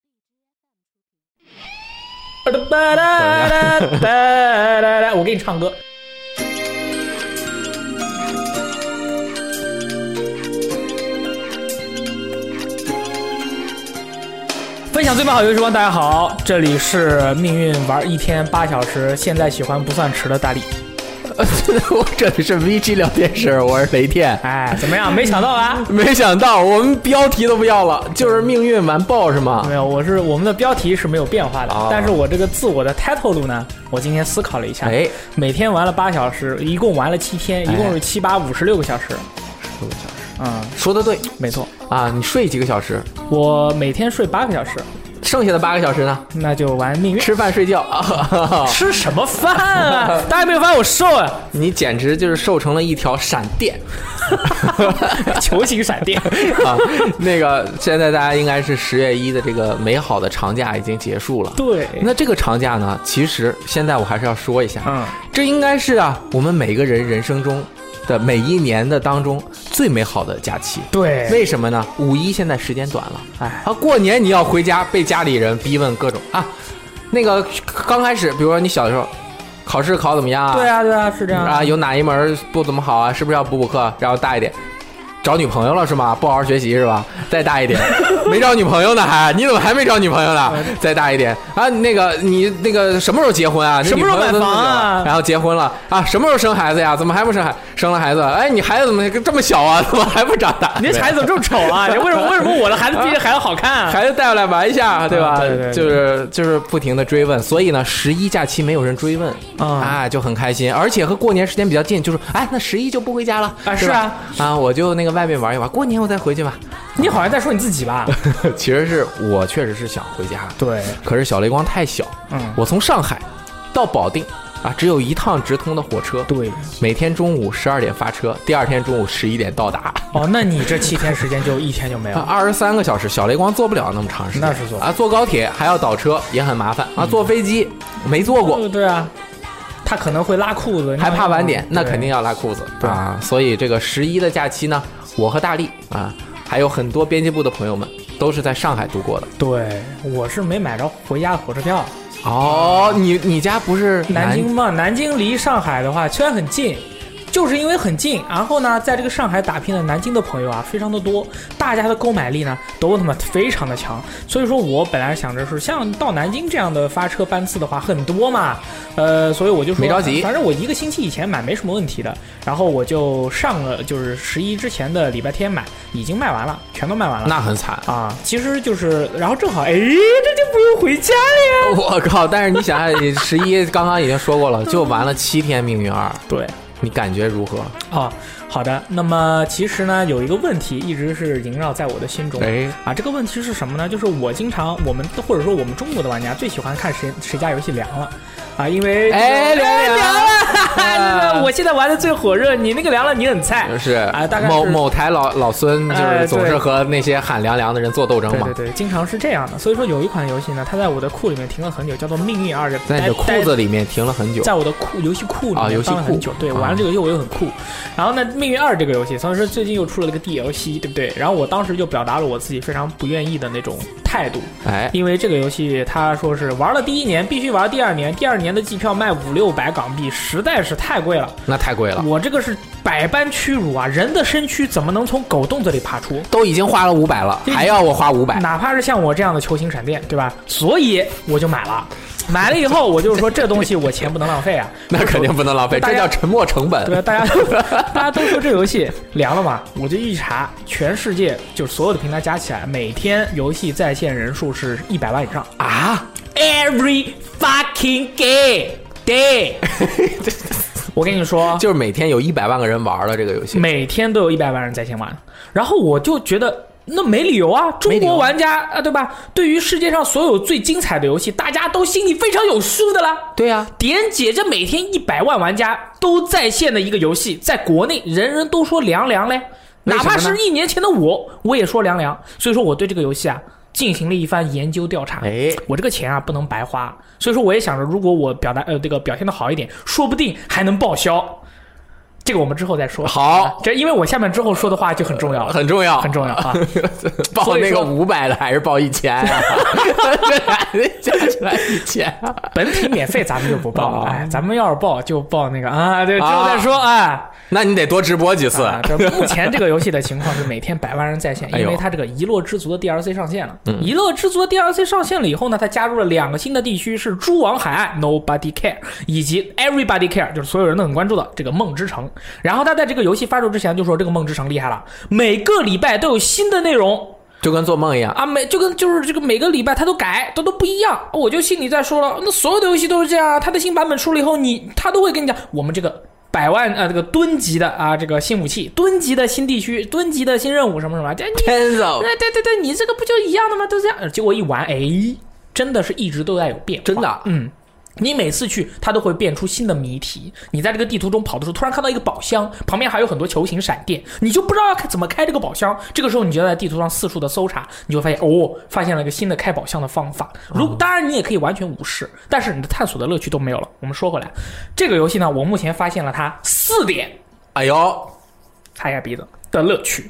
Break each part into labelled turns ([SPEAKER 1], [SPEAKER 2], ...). [SPEAKER 1] 哒哒哒哒哒哒，我给你唱歌。分享最美好游戏时光，大家好，这里是命运玩一天八小时，现在喜欢不算迟的大力。
[SPEAKER 2] 我这里是 VG 聊天室，我是雷电。
[SPEAKER 1] 哎，怎么样？没想到啊吧？
[SPEAKER 2] 没想到我们标题都不要了，就是命运完爆是 吗？
[SPEAKER 1] 没有，我是我们的标题是没有变化的，
[SPEAKER 2] 哦
[SPEAKER 1] 但是我这个自我的 title 路呢，我今天思考了一下，
[SPEAKER 2] 哎，
[SPEAKER 1] 每天玩了八小时，一共玩了七天，一共是七八五十六个小时。嗯，
[SPEAKER 2] 说的对
[SPEAKER 1] 没错，
[SPEAKER 2] 啊，你睡几个小时？
[SPEAKER 1] 我每天睡八个小时，
[SPEAKER 2] 剩下的八个小时呢？
[SPEAKER 1] 那就玩命运。
[SPEAKER 2] 吃饭睡觉 啊！
[SPEAKER 1] 吃什么饭 啊？大家没有发现我瘦啊？
[SPEAKER 2] 你简直就是瘦成了一条闪电
[SPEAKER 1] 球形闪电。
[SPEAKER 2] 啊！ 那个，现在大家应该是十月一的这个美好的长假已经结束 了。
[SPEAKER 1] 对，
[SPEAKER 2] 那这个长假呢，其实现在我还是要说一下，
[SPEAKER 1] 嗯，
[SPEAKER 2] 这应该是啊，我们每个人人生中的每一年的当中最美好的假期。
[SPEAKER 1] 对，
[SPEAKER 2] 为什么呢？五一现在时间短了，
[SPEAKER 1] 哎，
[SPEAKER 2] 啊，过年你要回家，被家里人逼问各种啊。那个刚开始，比如说你小的时候，考试考怎么样啊？
[SPEAKER 1] 对啊，对啊，是这样
[SPEAKER 2] 啊，有哪一门不怎么好啊？是不是要补补课？然后大一点，找女朋友了是吗？不好好学习是吧？再大一 点，没找女朋友呢还？你怎么还没找女朋友呢？再大一点啊，那个你那个什么时候结婚啊？
[SPEAKER 1] 什么时候买房啊
[SPEAKER 2] 那女朋友都那么久了然后结婚了啊？什么时候生孩子呀？怎么还不生孩？生了孩子，哎，你孩子怎么这么小啊？怎么还不长大？
[SPEAKER 1] 你这孩子怎么这么丑 啊？你为什么为什么我的孩子比这孩子好看 啊？
[SPEAKER 2] 孩子带回来玩一下，对吧？
[SPEAKER 1] 啊对对对
[SPEAKER 2] 就是就是不停的追问，所以呢，十一假期没有人追问
[SPEAKER 1] 啊
[SPEAKER 2] 啊，就很开心，而且和过年时间比较近，就是哎，那十一就不回家了
[SPEAKER 1] 啊
[SPEAKER 2] 对
[SPEAKER 1] 是啊
[SPEAKER 2] 吧啊，我就那个外面玩一玩，过年我再回去吧。
[SPEAKER 1] 你好像在说你自己吧？
[SPEAKER 2] 其实是我确实是想回家，
[SPEAKER 1] 对，
[SPEAKER 2] 可是小雷光太小，
[SPEAKER 1] 嗯，
[SPEAKER 2] 我从上海到保定啊，只有一趟直通的火车，
[SPEAKER 1] 对。
[SPEAKER 2] 每天中午十二点发车，第二天中午十一点到达。
[SPEAKER 1] 哦，那你这七天时间就一天就没有
[SPEAKER 2] 啊，二十三个小时，小雷光坐不了那么长时间，
[SPEAKER 1] 那是嗯坐不了
[SPEAKER 2] 啊，坐高铁还要倒车，也很麻烦啊，坐飞机没坐过，
[SPEAKER 1] 对对啊，他可能会拉裤子，
[SPEAKER 2] 还怕晚点，那肯定
[SPEAKER 1] 要。
[SPEAKER 2] 要拉裤子
[SPEAKER 1] 对
[SPEAKER 2] 啊。所以这个十一的假期呢，我和大力啊，还有很多编辑部的朋友们，都是在上海度过的。
[SPEAKER 1] 对，我是没买着回家的火车票。
[SPEAKER 2] 哦，你你家不是
[SPEAKER 1] 南京嘛，南京离上海的话虽然很近，就是因为很近，然后呢，在这个上海打拼的南京的朋友啊，非常的多，大家的购买力呢都他妈非常的强，所以说我本来想着是像到南京这样的发车班次的话很多嘛，呃，所以我就说
[SPEAKER 2] 没着急
[SPEAKER 1] 反正我一个星期以前买没什么问题的，然后我就上了就是十一之前的礼拜天买，已经卖完了，全都卖完了。
[SPEAKER 2] 那很惨，
[SPEAKER 1] 啊，其实就是，然后正好，哎，这就不用回家了呀。
[SPEAKER 2] 我靠！但是你想想，十一刚刚已经 说过了，就玩了七天命运二，
[SPEAKER 1] 对，
[SPEAKER 2] 你感觉如何？
[SPEAKER 1] 啊，好的。那么其实呢，有一个问题一直是萦绕在我的心中。
[SPEAKER 2] 哎，
[SPEAKER 1] 啊，这个问题是什么呢？就是我经常我们或者说我们中国的玩家最喜欢看谁谁家游戏凉了，啊，因为
[SPEAKER 2] 哎凉了
[SPEAKER 1] 凉了，
[SPEAKER 2] 啊
[SPEAKER 1] 我现在玩的最火热，你那个凉了你很菜，
[SPEAKER 2] 就是
[SPEAKER 1] 啊大概
[SPEAKER 2] 某
[SPEAKER 1] 是
[SPEAKER 2] 某台老老孙，就
[SPEAKER 1] 哎
[SPEAKER 2] 是总是
[SPEAKER 1] 对
[SPEAKER 2] 和那些喊凉凉的人做斗争嘛
[SPEAKER 1] 对。对对，经常是这样的。所以说有一款游戏呢，它在我的库里面停了很久，叫做《命运二》的，
[SPEAKER 2] 在你的
[SPEAKER 1] 呆
[SPEAKER 2] 裤子里面停了很久，
[SPEAKER 1] 在我的库游戏库里
[SPEAKER 2] 啊游
[SPEAKER 1] 面
[SPEAKER 2] 戏
[SPEAKER 1] 放了很
[SPEAKER 2] 库
[SPEAKER 1] 久，对，
[SPEAKER 2] 啊
[SPEAKER 1] 玩了这个游戏我又很酷。然后呢，《命运二》这个游戏，所以说最近又出了这个 DLC，对不对？然后我当时就表达了我自己非常不愿意的那种态度，
[SPEAKER 2] 哎，
[SPEAKER 1] 因为这个游戏他说是玩了第一年必须玩第二年，第二年的季票卖五六百港币，实在是太贵了。
[SPEAKER 2] 那太贵了，
[SPEAKER 1] 我这个是百般屈辱啊！人的身躯怎么能从狗洞子里爬出？
[SPEAKER 2] 都已经花了五百了，
[SPEAKER 1] 这
[SPEAKER 2] 还要我花五百？
[SPEAKER 1] 哪怕是像我这样的球形闪电，对吧？所以我就买了，买了以后我就说这东西我钱不能浪费啊。
[SPEAKER 2] 那肯定不能浪费，
[SPEAKER 1] 大
[SPEAKER 2] 这
[SPEAKER 1] 家
[SPEAKER 2] 叫沉没成
[SPEAKER 1] 对
[SPEAKER 2] 本。
[SPEAKER 1] 啊，大家都 大家都说这游戏凉了嘛，我就一查，全世界就是所有的平台加起来，每天游戏在线人数是一百万以上。
[SPEAKER 2] 啊，
[SPEAKER 1] Every fucking gay day，我跟你说，
[SPEAKER 2] 就是每天有一百万个人玩了这个游戏，
[SPEAKER 1] 每天都有一百万人在线玩，然后我就觉得。那没理由啊！中
[SPEAKER 2] 没理由
[SPEAKER 1] 国玩家啊，对吧？对于世界上所有最精彩的游戏，大家都心里非常有数的啦。
[SPEAKER 2] 对呀，
[SPEAKER 1] 点姐这每天一百万玩家都在线的一个游戏，在国内人人都说凉凉嘞，
[SPEAKER 2] 为什
[SPEAKER 1] 哪
[SPEAKER 2] 么呢
[SPEAKER 1] 怕是一年前的我，我也说凉凉。所以说我对这个游戏啊进行了一番研究调查。
[SPEAKER 2] 哎，
[SPEAKER 1] 我这个钱啊不能白花，所以说我也想着，如果我表达呃这个表现的好一点，说不定还能报销。这个我们之后再说。啊
[SPEAKER 2] 好，
[SPEAKER 1] 这因为我下面之后说的话就很重要了，
[SPEAKER 2] 很重要，
[SPEAKER 1] 很重要 啊。
[SPEAKER 2] 报
[SPEAKER 1] 所以
[SPEAKER 2] 那个
[SPEAKER 1] 说
[SPEAKER 2] 五百的还是报一千啊？ 这俩人加起来一千啊，
[SPEAKER 1] 本体免费咱们就不报了，
[SPEAKER 2] 啊
[SPEAKER 1] 哎，咱们要是报就报那个啊，对，之后再说啊。
[SPEAKER 2] 那你得多直播几次。
[SPEAKER 1] 啊，这目前这个游戏的情况是每天百万人在线，
[SPEAKER 2] 哎呦嗯
[SPEAKER 1] 因为它这个遗落之族的 DLC 上线了。遗落之族的 DLC 上线了以后呢，它加入了两个新的地区，是蛛网海岸 Nobody Care 以及 Everybody Care，就是所有人都很关注的这个梦之城。然后他在这个游戏发售之前就说这个梦之城厉害了，每个礼拜都有新的内容，
[SPEAKER 2] 就跟做梦一样。
[SPEAKER 1] 啊，每就跟就是这个每个礼拜它都改，它都不一样。我就心里在说了，那所有的游戏都是这样啊，它的新版本出了以后，你它都会跟你讲，我们这个百万啊，这个吨级的啊，这个新武器，吨级的新地区，吨级的新任务什么什么，这你
[SPEAKER 2] Tenzo，
[SPEAKER 1] 对对对对，你这个不就一样的吗？都这样。结果一玩，哎，真的是一直都在有变化，
[SPEAKER 2] 真的啊
[SPEAKER 1] 嗯。你每次去，它都会变出新的谜题。你在这个地图中跑的时候，突然看到一个宝箱，旁边还有很多球形闪电，你就不知道要开怎么开这个宝箱。这个时候，你就要在地图上四处的搜查，你就发现哦，发现了一个新的开宝箱的方法。如
[SPEAKER 2] 哦
[SPEAKER 1] 当然，你也可以完全无视，但是你的探索的乐趣都没有了。我们说回来，这个游戏呢，我目前发现了它四点，
[SPEAKER 2] 哎呦，
[SPEAKER 1] 擦一下鼻子的乐趣。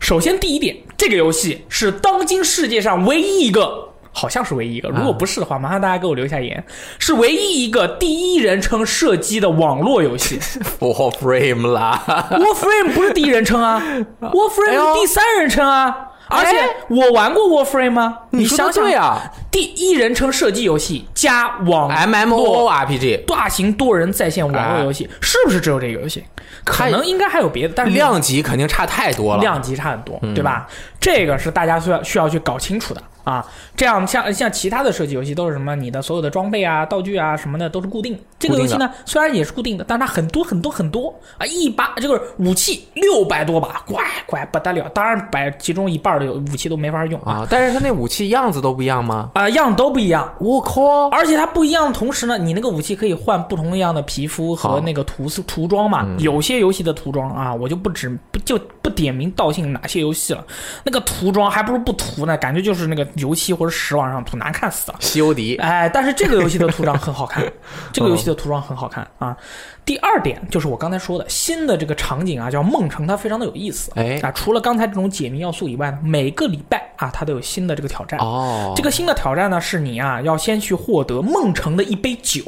[SPEAKER 1] 首先，第一点，这个游戏是当今世界上唯一一个，好像是唯一一个，如
[SPEAKER 2] 啊
[SPEAKER 1] 果不是的话，麻烦大家给我留下言，是唯一一个第一人称射击的网络游 戏。
[SPEAKER 2] 我 frame 啦！
[SPEAKER 1] Warframe 不是第一人称啊
[SPEAKER 2] 哎
[SPEAKER 1] ，Warframe
[SPEAKER 2] 呦
[SPEAKER 1] 是第三人称啊。而且
[SPEAKER 2] 哎
[SPEAKER 1] 我玩过 Warframe 吗？
[SPEAKER 2] 你说
[SPEAKER 1] 想
[SPEAKER 2] 的
[SPEAKER 1] 想
[SPEAKER 2] 对，啊
[SPEAKER 1] 第一人称射击游戏加网
[SPEAKER 2] ，M M O 啊 O R P G
[SPEAKER 1] 大型多人在线网络游戏，是不是只有这个游戏？可能应该还有别的，但是
[SPEAKER 2] 量级肯定差太多了。
[SPEAKER 1] 嗯量级差很多，对吧？这个是大家需要需要去搞清楚的啊。这样像像其他的射击游戏都是什么，你的所有的装备啊、道具啊什么的都是固定。这个游戏呢，虽然也是固定的，但它很多很多很多啊，一把这个武器六百多把，乖乖不得了。当然，百其中一半的武器都没法用啊，
[SPEAKER 2] 啊，但是他那武器样子都不一样吗？
[SPEAKER 1] 啊、样都不一样。
[SPEAKER 2] 我靠！
[SPEAKER 1] 而且它不一样的同时呢，你那个武器可以换不同样的皮肤和
[SPEAKER 2] 好嗯
[SPEAKER 1] 那个涂色涂装嘛。有些游戏的涂装啊，我就不指不就不点名道姓哪些游戏了。那个涂装还不如不涂呢，感觉就是那个油漆或者屎往上涂，难看 死了。
[SPEAKER 2] 西游迪
[SPEAKER 1] 哎，但是这个游戏的涂装很好 看，
[SPEAKER 2] 嗯
[SPEAKER 1] 这个游戏的涂装很好看啊。第二点就是我刚才说的新的这个场景啊，叫梦城，它非常的有意思。
[SPEAKER 2] 哎
[SPEAKER 1] 啊，除了刚才这种解谜要素以外呢，每个礼拜啊，它都有新的这个挑战。
[SPEAKER 2] 哦，
[SPEAKER 1] 这个新的挑战呢，是你啊要先去获得梦城的一杯酒，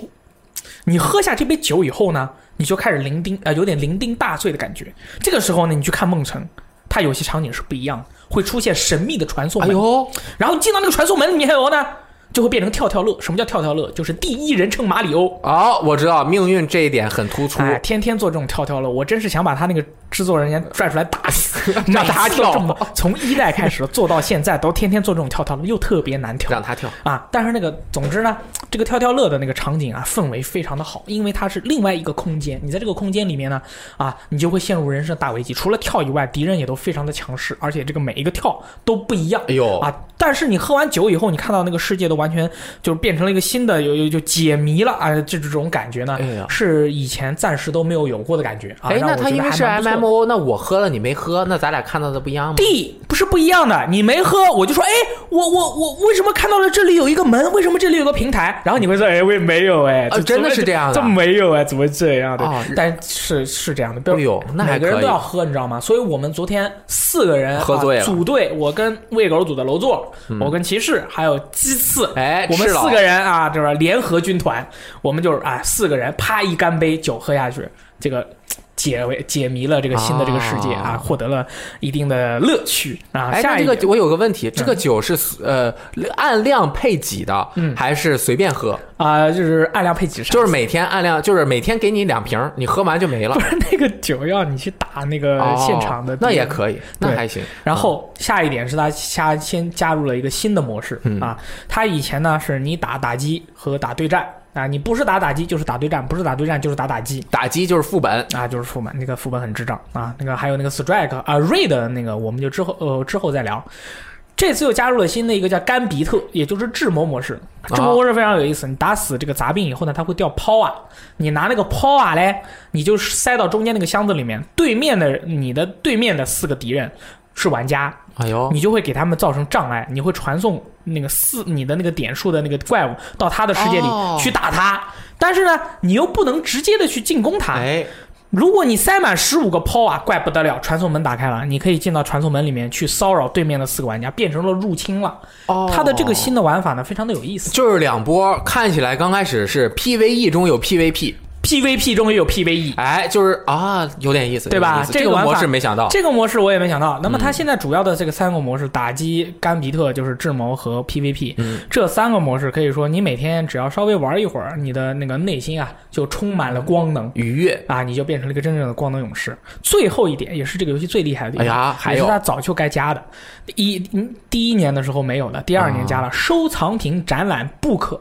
[SPEAKER 1] 你喝下这杯酒以后呢，你就开始酩酊啊、有点酩酊大醉的感觉。这个时候呢，你去看梦城，它有些场景是不一样的，会出现神秘的传送
[SPEAKER 2] 哎
[SPEAKER 1] 门，
[SPEAKER 2] 呦，
[SPEAKER 1] 然后进到那个传送门里面以后呢，就会变成跳跳乐。什么叫跳跳乐？就是第一人称马里欧。
[SPEAKER 2] 哦，我知道命运这一点很突出，
[SPEAKER 1] 哎，天天做这种跳跳乐，我真是想把他那个制作人员拽出来打 死，每
[SPEAKER 2] 让他
[SPEAKER 1] 次都这么
[SPEAKER 2] 跳
[SPEAKER 1] 从一代开始做到现在，都天天做这种跳跳乐，又特别难跳。
[SPEAKER 2] 让他跳。
[SPEAKER 1] 啊，但是那个，总之呢，这个跳跳乐的那个场景啊，氛围非常的好，因为它是另外一个空间，你在这个空间里面呢，啊，你就会陷入人生大危机。除了跳以外，敌人也都非常的强势，而且这个每一个跳都不一样。
[SPEAKER 2] 哎呦
[SPEAKER 1] 啊！但是你喝完酒以后，你看到那个世界都完全就是变成了一个新的，有有就解谜了啊，这这种感觉呢
[SPEAKER 2] 哎呀，
[SPEAKER 1] 是以前暂时都没有有过的感觉啊。
[SPEAKER 2] 哎，
[SPEAKER 1] 让我
[SPEAKER 2] 那他
[SPEAKER 1] 觉
[SPEAKER 2] 因
[SPEAKER 1] 得
[SPEAKER 2] 为
[SPEAKER 1] 还
[SPEAKER 2] 是
[SPEAKER 1] 蛮不错
[SPEAKER 2] M
[SPEAKER 1] 的
[SPEAKER 2] M O，那我喝了你没喝，那咱俩看到的不一样吗？
[SPEAKER 1] 地不是不一样的，你没喝，我就说，哎，我我我为什么看到了这里有一个门？为什么这里有个平台？然后你会说，哎，为没有哎，
[SPEAKER 2] 啊真的是这样的
[SPEAKER 1] 这没有哎，怎么这样的？
[SPEAKER 2] 哦
[SPEAKER 1] 但是是这样的，不要
[SPEAKER 2] 哎呦那还
[SPEAKER 1] 每个人
[SPEAKER 2] 可以
[SPEAKER 1] 都要喝，你知道吗？所以我们昨天四个人
[SPEAKER 2] 喝醉
[SPEAKER 1] 啊
[SPEAKER 2] 了
[SPEAKER 1] 组队，我跟喂狗组的楼座，
[SPEAKER 2] 嗯
[SPEAKER 1] 我跟骑士，还有鸡翅，
[SPEAKER 2] 哎
[SPEAKER 1] 我们
[SPEAKER 2] 赤佬
[SPEAKER 1] 四个人啊，这边联合军团，我们就是啊，四个人啪一干杯，酒喝下去，这个解为解谜了这个新的这个世界啊，
[SPEAKER 2] 啊
[SPEAKER 1] 获得了一定的乐趣啊。
[SPEAKER 2] 哎，
[SPEAKER 1] 下
[SPEAKER 2] 那
[SPEAKER 1] 一嗯
[SPEAKER 2] 这个我有个问题，这个酒是呃按量配几的，还是随便喝？
[SPEAKER 1] 啊、就是按量配几上，
[SPEAKER 2] 就是每天按量，就是每天给你两瓶儿，你喝完就没了。
[SPEAKER 1] 那个酒要你去打那个
[SPEAKER 2] 哦
[SPEAKER 1] 现场的、
[SPEAKER 2] 那也。可以，那
[SPEAKER 1] 对
[SPEAKER 2] 还行。嗯
[SPEAKER 1] 然后下一点是他下先加入了一个新的模式、
[SPEAKER 2] 嗯
[SPEAKER 1] 啊，他以前呢是你打打击和打对战啊，你不是打打击就是打对战，不是打对战就是打打击。
[SPEAKER 2] 打击就是副本，
[SPEAKER 1] 啊，就是副本，那个副本很智障啊，那个还有那个 Strike 啊 Ray 的那个，我们就之后呃之后再聊。这次又加入了新的一个叫甘比特，也就是智谋模式。
[SPEAKER 2] 啊
[SPEAKER 1] 智谋模式非常有意思，你打死这个杂病以后呢，它会掉抛啊，你拿那个抛啊嘞，你就塞到中间那个箱子里面，对面的你的对面的四个敌人是玩家，
[SPEAKER 2] 哎呦，
[SPEAKER 1] 你就会给他们造成障碍，你会传送那个四你的那个点数的那个怪物到他的世界里
[SPEAKER 2] 哦
[SPEAKER 1] 去打他，但是呢，你又不能直接的去进攻他，
[SPEAKER 2] 哎，
[SPEAKER 1] 如果你塞满十五个抛啊，怪不得了，传送门打开了，你可以进到传送门里面去骚扰对面的四个玩家，变成了入侵了。
[SPEAKER 2] 哦
[SPEAKER 1] 它的这个新的玩法呢，非常的有意思。
[SPEAKER 2] 就是两波，看起来刚开始是 PVE 中有 PVP，
[SPEAKER 1] PVP 中也有 PVE，
[SPEAKER 2] 哎，就是啊，有点意思，
[SPEAKER 1] 对吧
[SPEAKER 2] 有点意思
[SPEAKER 1] 这
[SPEAKER 2] 这
[SPEAKER 1] 个玩法
[SPEAKER 2] 模式没想到，
[SPEAKER 1] 这个模式我也没想到。那么它现在主要的这个三个模式，打击、甘比特就是智谋和 PVP，、这
[SPEAKER 2] 嗯
[SPEAKER 1] 三个模式可以说你每天只要稍微玩一会儿，你的那个内心啊就充满了光能。
[SPEAKER 2] 愉悦。
[SPEAKER 1] 啊，你就变成了一个真正的光能勇士。最后一点也是这个游戏最厉害的地方，
[SPEAKER 2] 哎呀还
[SPEAKER 1] 也
[SPEAKER 2] 有
[SPEAKER 1] 是它早就该加的。一嗯第一年的时候没有的，第二年
[SPEAKER 2] 啊
[SPEAKER 1] 加了、收藏品展览 book，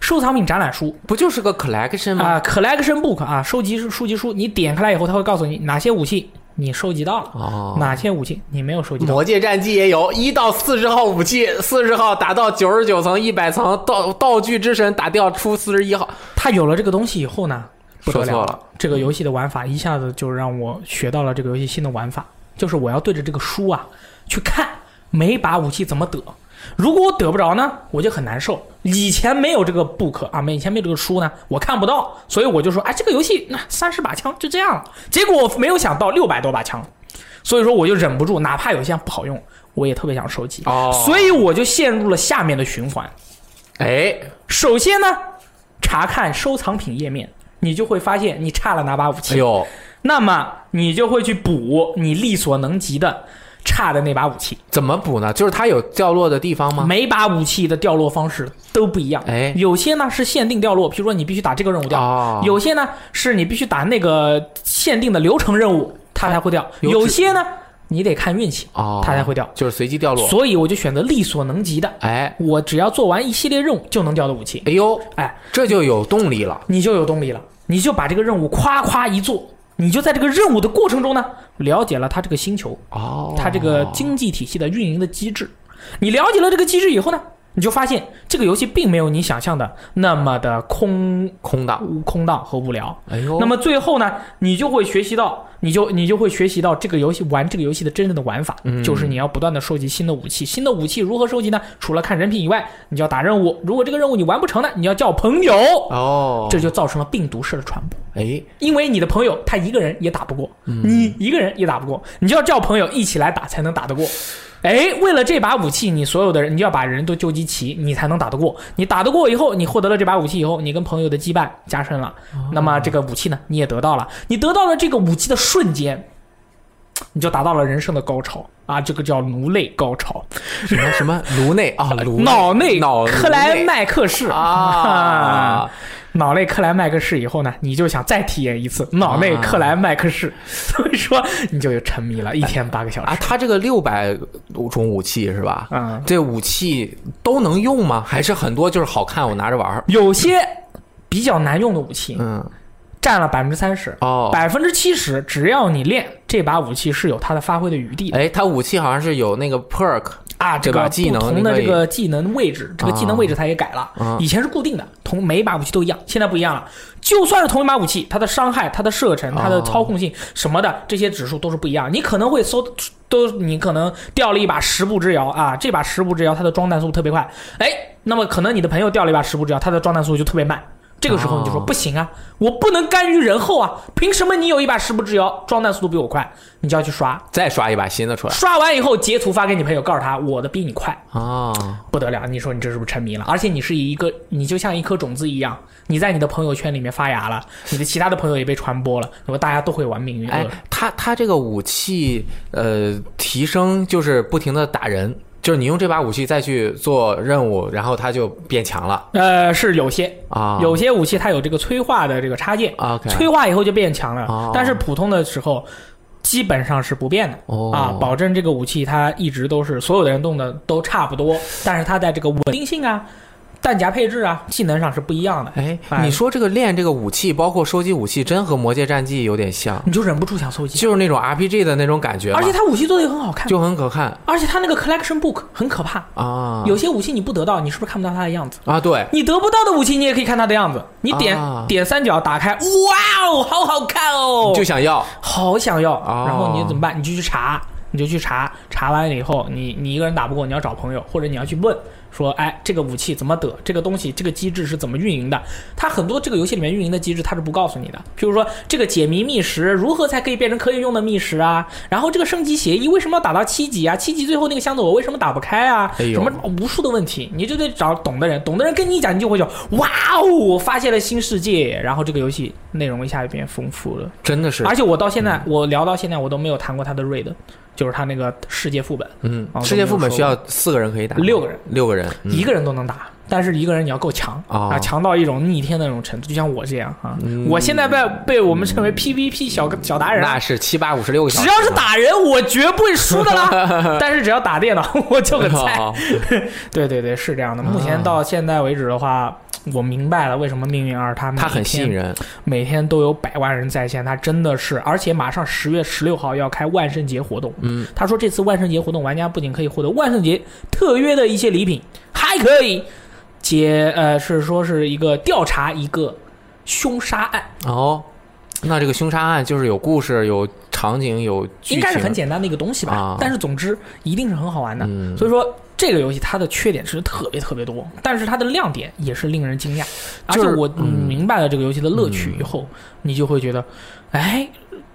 [SPEAKER 1] 收藏品展览书
[SPEAKER 2] 不就是个 collection 吗？
[SPEAKER 1] 啊、c o l l e c t i o n book 啊，收集书集书，你点开来以后，它会告诉你哪些武器你收集到了，
[SPEAKER 2] 哦，
[SPEAKER 1] 哪些武器你没有收集到。
[SPEAKER 2] 魔界战记也有一到四十号武器，四十号打到九十九层、一百层，道道具之神打掉出四十一号。
[SPEAKER 1] 它有了这个东西以后呢，不得
[SPEAKER 2] 说错
[SPEAKER 1] 了
[SPEAKER 2] 了，
[SPEAKER 1] 这个游戏的玩法一下子就让我学到了这个游戏新的玩法，就是我要对着这个书啊去看每把武器怎么得。如果我得不着呢，我就很难受。以前没有这个 book 啊，没以前没有这个书呢，我看不到，所以我就说，哎，这个游戏那三十把枪就这样了。结果我没有想到六百多把枪，所以说我就忍不住，哪怕有些不好用，我也特别想收集。
[SPEAKER 2] 哦
[SPEAKER 1] 所以我就陷入了下面的循环。
[SPEAKER 2] 哎，
[SPEAKER 1] 首先呢，查看收藏品页面，你就会发现你差了哪把武
[SPEAKER 2] 哎
[SPEAKER 1] 器，
[SPEAKER 2] 呦，
[SPEAKER 1] 那么你就会去补你力所能及的差的那把武器。
[SPEAKER 2] 怎么补呢？就是它有掉落的地方吗？
[SPEAKER 1] 每把武器的掉落方式都不一样，
[SPEAKER 2] 哎
[SPEAKER 1] 有些呢是限定掉落，比如说你必须打这个任务掉；
[SPEAKER 2] 哦
[SPEAKER 1] 有些呢是你必须打那个限定的流程任务，它才会掉；
[SPEAKER 2] 哎有
[SPEAKER 1] 有些呢你得看运气，
[SPEAKER 2] 哦，
[SPEAKER 1] 它才会掉。
[SPEAKER 2] 就是随机掉落。
[SPEAKER 1] 所以我就选择力所能及的，
[SPEAKER 2] 哎，
[SPEAKER 1] 我只要做完一系列任务就能掉的武器。
[SPEAKER 2] 哎呦，
[SPEAKER 1] 哎，
[SPEAKER 2] 这就有动力了。
[SPEAKER 1] 你就有动力了，你就把这个任务夸夸一做，你就在这个任务的过程中呢，了解了它这个星球，
[SPEAKER 2] 哦，
[SPEAKER 1] 它这个经济体系的运营的机制。你了解了这个机制以后呢，你就发现这个游戏并没有你想象的那么的空
[SPEAKER 2] 空档。
[SPEAKER 1] 空荡和无聊。
[SPEAKER 2] 哎呦，
[SPEAKER 1] 那么最后呢，你就会学习到，你就你就会学习到这个游戏玩这个游戏的真正的玩法，就是你要不断的收集新的武器。新的武器如何收集呢？除了看人品以外，你就要打任务。如果这个任务你完不成呢，你要叫朋友。
[SPEAKER 2] 哦，
[SPEAKER 1] 这就造成了病毒式的传播。
[SPEAKER 2] 哎，
[SPEAKER 1] 因为你的朋友他一个人也打不过，
[SPEAKER 2] 嗯
[SPEAKER 1] 你一个人也打不过，你就要叫朋友一起来打才能打得过。哎，为了这把武器，你所有的人，你就要把人都纠集齐，你才能打得过。你打得过以后，你获得了这把武器以后，你跟朋友的羁绊加深了，
[SPEAKER 2] 哦
[SPEAKER 1] 那么这个武器呢，你也得到了。你得到了这个武器的瞬间，你就达到了人生的高潮啊！这个叫颅内高潮，
[SPEAKER 2] 什么什么颅内啊，颅
[SPEAKER 1] 呃脑内
[SPEAKER 2] 脑
[SPEAKER 1] 克莱麦克氏
[SPEAKER 2] 啊，
[SPEAKER 1] 脑内克莱麦克氏以后呢，你就想再体验一次脑内克莱麦克氏， 所以说你就有沉迷了，一天八个小时
[SPEAKER 2] 啊，他这个六百种武器是吧？
[SPEAKER 1] 嗯
[SPEAKER 2] 这武器都能用吗？还是很多就是好看，我拿着玩儿。
[SPEAKER 1] 有些比较难用的武器
[SPEAKER 2] 嗯，
[SPEAKER 1] 占了百分之三十，
[SPEAKER 2] 哦，
[SPEAKER 1] 百分之七十，只要你练这把武器是有它的发挥的余地的
[SPEAKER 2] 哎，他武器好像是有那个 perk
[SPEAKER 1] 啊。这
[SPEAKER 2] 对
[SPEAKER 1] 个
[SPEAKER 2] 吧技能
[SPEAKER 1] 不同
[SPEAKER 2] 你
[SPEAKER 1] 的
[SPEAKER 2] 可
[SPEAKER 1] 这
[SPEAKER 2] 以
[SPEAKER 1] 个技能位置，这个技能位置它也改了
[SPEAKER 2] 啊，
[SPEAKER 1] 以前是固定的，同每一把武器都一样，现在不一样了。就算是同一把武器，它的伤害、它的射程、它的
[SPEAKER 2] 哦
[SPEAKER 1] 操控性什么的，这些指数都是不一样。你可能会搜，都你可能掉了一把十步之遥啊，这把十步之遥它的装弹速度特别快，哎，那么可能你的朋友掉了一把十步之遥，它的装弹速度就特别慢。这个时候你就说
[SPEAKER 2] 哦
[SPEAKER 1] 不行啊，我不能甘于人后啊！凭什么你有一把十步之遥，装弹速度比我快？你就要去刷，
[SPEAKER 2] 再刷一把新的出来
[SPEAKER 1] 刷完以后截图发给你朋友，告诉他我的比你快。
[SPEAKER 2] 啊。
[SPEAKER 1] 不得了，你说你这是不是沉迷了？而且你是一个，你就像一颗种子一样，你在你的朋友圈里面发芽了，你的其他的朋友也被传播了，那么大家都会玩命运
[SPEAKER 2] 哎
[SPEAKER 1] 二。，
[SPEAKER 2] 他他这个武器呃提升就是不停的打人，就是你用这把武器再去做任务，然后他就变强了
[SPEAKER 1] 呃，是有些
[SPEAKER 2] 啊。
[SPEAKER 1] 有些武器它有这个催化的这个插件，
[SPEAKER 2] OK
[SPEAKER 1] 催化以后就变强了，
[SPEAKER 2] 哦
[SPEAKER 1] 但是普通的时候基本上是不变的、
[SPEAKER 2] 哦
[SPEAKER 1] 啊，保证这个武器它一直都是所有的人用的都差不多，但是它在这个稳定性啊、弹夹配置啊、技能上是不一样的。
[SPEAKER 2] 哎
[SPEAKER 1] 哎，
[SPEAKER 2] 你说这个练这个武器，包括收集武器，真和《魔界战记》有点像，
[SPEAKER 1] 你就忍不住想搜集，
[SPEAKER 2] 就是那种 RPG 的那种感觉嘛，
[SPEAKER 1] 而且它武器做的也很好看，
[SPEAKER 2] 就很可看
[SPEAKER 1] 而且它那个 collection book 很可怕，
[SPEAKER 2] 啊。
[SPEAKER 1] 有些武器你不得到，你是不是看不到它的样子？
[SPEAKER 2] 啊，对，
[SPEAKER 1] 你得不到的武器，你也可以看它的样子。你点、
[SPEAKER 2] 啊
[SPEAKER 1] 点三角打开，哇哦，好好看哦，
[SPEAKER 2] 就想要
[SPEAKER 1] 好想要。
[SPEAKER 2] 哦
[SPEAKER 1] 然后你怎么办？你就去查，你就去查，查完了以后，你你一个人打不过，你要找朋友，或者你要去问说哎这个武器怎么得，这个东西这个机制是怎么运营的，它很多这个游戏里面运营的机制它是不告诉你的，譬如说这个解谜密室如何才可以变成可以用的密室啊，然后这个升级协议为什么要打到七级啊，七级最后那个箱子我为什么打不开啊，
[SPEAKER 2] 哎呦
[SPEAKER 1] 什么无数的问题，你就得找懂的人，懂的人跟你讲，你就会讲哇哦，我发现了新世界，然后这个游戏内容一下就变丰富了。
[SPEAKER 2] 真的是
[SPEAKER 1] 而，且我到现在，我聊到现在，我都没有谈过他的 raid，就是他那个世界副本，
[SPEAKER 2] 嗯
[SPEAKER 1] 哦，
[SPEAKER 2] 世界副本
[SPEAKER 1] 都没有说
[SPEAKER 2] 需要四个人可以打，
[SPEAKER 1] 六个人，
[SPEAKER 2] 六个人，嗯
[SPEAKER 1] 一个人都能打，但是一个人你要够强
[SPEAKER 2] 哦
[SPEAKER 1] 啊，强到一种逆天的那种程度，就像我这样啊
[SPEAKER 2] 嗯，
[SPEAKER 1] 我现在被被我们称为 PVP 小小达人啊
[SPEAKER 2] 那，是七八五十六个小
[SPEAKER 1] 只
[SPEAKER 2] 时，
[SPEAKER 1] 要是打人，我绝不会输的啦。 但是只要打电脑，我就很菜。
[SPEAKER 2] 哦 啊
[SPEAKER 1] 对对对，是这样的。目前到现在为止的话，我明白了为什么《命运二》它每
[SPEAKER 2] 它很吸
[SPEAKER 1] 天
[SPEAKER 2] 引人，
[SPEAKER 1] 每天都有百万人在线，他真的是，而且马上十月十六号要开万圣节活动。
[SPEAKER 2] 嗯，
[SPEAKER 1] 他说这次万圣节活动，玩家不仅可以获得万圣节特约的一些礼品，还可以解呃是说是一个调查一个凶杀案，
[SPEAKER 2] 哦，那这个凶杀案就是有故事、有场景、有剧情，
[SPEAKER 1] 应该是很简单的一个东西吧。
[SPEAKER 2] 啊
[SPEAKER 1] 但是总之一定是很好玩的。
[SPEAKER 2] 嗯，
[SPEAKER 1] 所以说这个游戏它的缺点是特别特别多，但是它的亮点也是令人惊讶。而
[SPEAKER 2] 就
[SPEAKER 1] 且
[SPEAKER 2] 是
[SPEAKER 1] 我
[SPEAKER 2] 嗯
[SPEAKER 1] 明白了这个游戏的乐趣以后，你就会觉得，哎。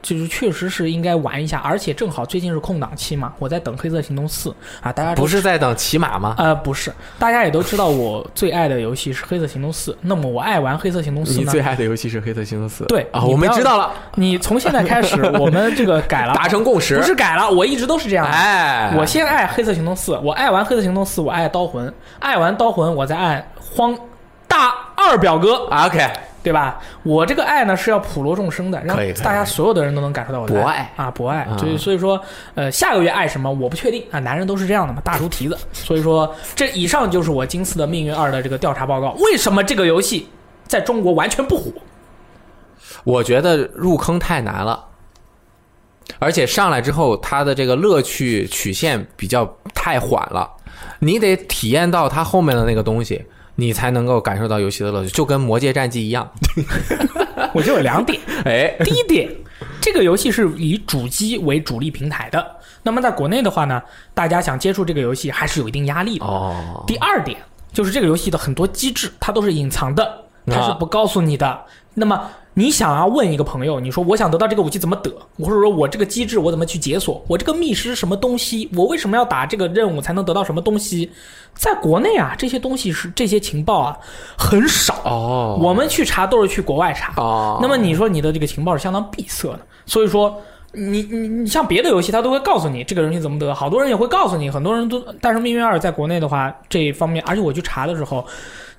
[SPEAKER 1] 就是确实是应该玩一下，而且正好最近是空档期嘛，我在等《黑色行动四》啊，大家都
[SPEAKER 2] 不是在等骑马吗？
[SPEAKER 1] 呃不是，大家也都知道我最爱的游戏是《黑色行动四》，那么我爱玩《黑色行动四》
[SPEAKER 2] 你
[SPEAKER 1] 呢
[SPEAKER 2] 最，爱的游戏是《黑色行动四》
[SPEAKER 1] 对
[SPEAKER 2] 啊，
[SPEAKER 1] 你
[SPEAKER 2] 我们
[SPEAKER 1] 不要
[SPEAKER 2] 知道了，
[SPEAKER 1] 你从现在开始 我们这个改了，啊
[SPEAKER 2] 达成共识
[SPEAKER 1] 不，是改了，我一直都是这样的，啊
[SPEAKER 2] 哎，
[SPEAKER 1] 我先爱《黑色行动四》，我爱完《黑色行动四》，我爱《刀魂》，爱完《刀魂》，我再爱荒大二表哥，
[SPEAKER 2] 啊 OK，
[SPEAKER 1] 对吧？我这个爱呢是要普罗众生的，让
[SPEAKER 2] 可以可以
[SPEAKER 1] 大家所有的人都能感受到我的
[SPEAKER 2] 博
[SPEAKER 1] 啊，博爱。
[SPEAKER 2] 嗯
[SPEAKER 1] 所以所以说，呃，下个月爱什么我不确定啊，男人都是这样的嘛，大猪蹄子。所以说，这以上就是我今次的《命运二》的这个调查报告。为什么这个游戏在中国完全不火？
[SPEAKER 2] 我觉得入坑太难了，而且上来之后，它的这个乐趣曲线比较太缓了，你得体验到它后面的那个东西，你才能够感受到游戏的乐趣，就跟《魔界战记》一样。
[SPEAKER 1] 我就有两点，
[SPEAKER 2] 哎，
[SPEAKER 1] 第一点，这个游戏是以主机为主力平台的。那么在国内的话呢，大家想接触这个游戏还是有一定压力的。
[SPEAKER 2] 哦，
[SPEAKER 1] 第二点就是这个游戏的很多机制它都是隐藏的，它
[SPEAKER 2] 啊
[SPEAKER 1] 是不告诉你的。那么你想要问一个朋友，你说我想得到这个武器怎么得，或者说我这个机制我怎么去解锁，我这个密室是什么东西，我为什么要打这个任务才能得到什么东西？在国内啊，这些东西是这些情报啊很少。
[SPEAKER 2] 哦，
[SPEAKER 1] 我们去查都是去国外查，
[SPEAKER 2] 哦，
[SPEAKER 1] 那么你说你的这个情报是相当闭塞的，所以说你你你像别的游戏，它都会告诉你这个游戏怎么得，好多人也会告诉你，很多人都，但是《命运二》在国内的话，这一方面，而且我去查的时候，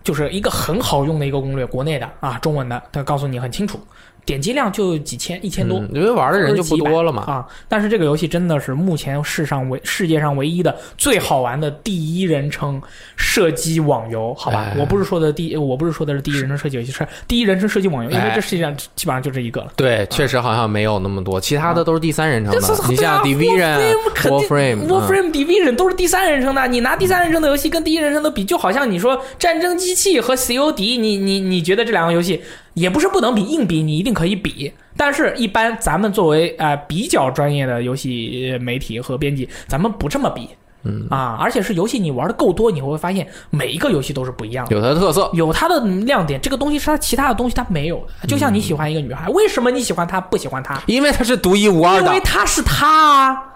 [SPEAKER 1] 就是一个很好用的一个攻略，国内的啊，中文的，它告诉你很清楚，点击量就几千、一千多。
[SPEAKER 2] 嗯因为玩的人就不多了嘛。
[SPEAKER 1] 啊！但是这个游戏真的是目前世上唯世界上唯一的最好玩的第一人称射击网游，好吧？
[SPEAKER 2] 哎
[SPEAKER 1] 我不是说的第一，我不是说的是第一人称射击游戏，是第一人称射击网游，因为
[SPEAKER 2] 哎
[SPEAKER 1] 这世界上基本上就这一个了。
[SPEAKER 2] 对，确实好像没有那么多，其他的都是第三人称
[SPEAKER 1] 嗯这是啊
[SPEAKER 2] 的。你像 Division、啊
[SPEAKER 1] Warframe、
[SPEAKER 2] Warframe、嗯
[SPEAKER 1] Warframe、Division 都是第三人称的，你拿第三人称的游戏跟第一人称的比，就好像你说《战争机器》和 COD，你你你觉得这两个游戏也不是不能比，硬比你一定可以比。但是，一般咱们作为啊、呃比较专业的游戏呃媒体和编辑，咱们不这么比，嗯啊，而且是游戏你玩的够多，你会发现每一个游戏都是不一样的。
[SPEAKER 2] 有它的特色。
[SPEAKER 1] 有它的亮点，这个东西是它其他的东西它没有的。就像你喜欢一个女孩，为什么你喜欢她不喜欢她？
[SPEAKER 2] 因为它是独一无二
[SPEAKER 1] 因
[SPEAKER 2] 的
[SPEAKER 1] 为，他是他啊。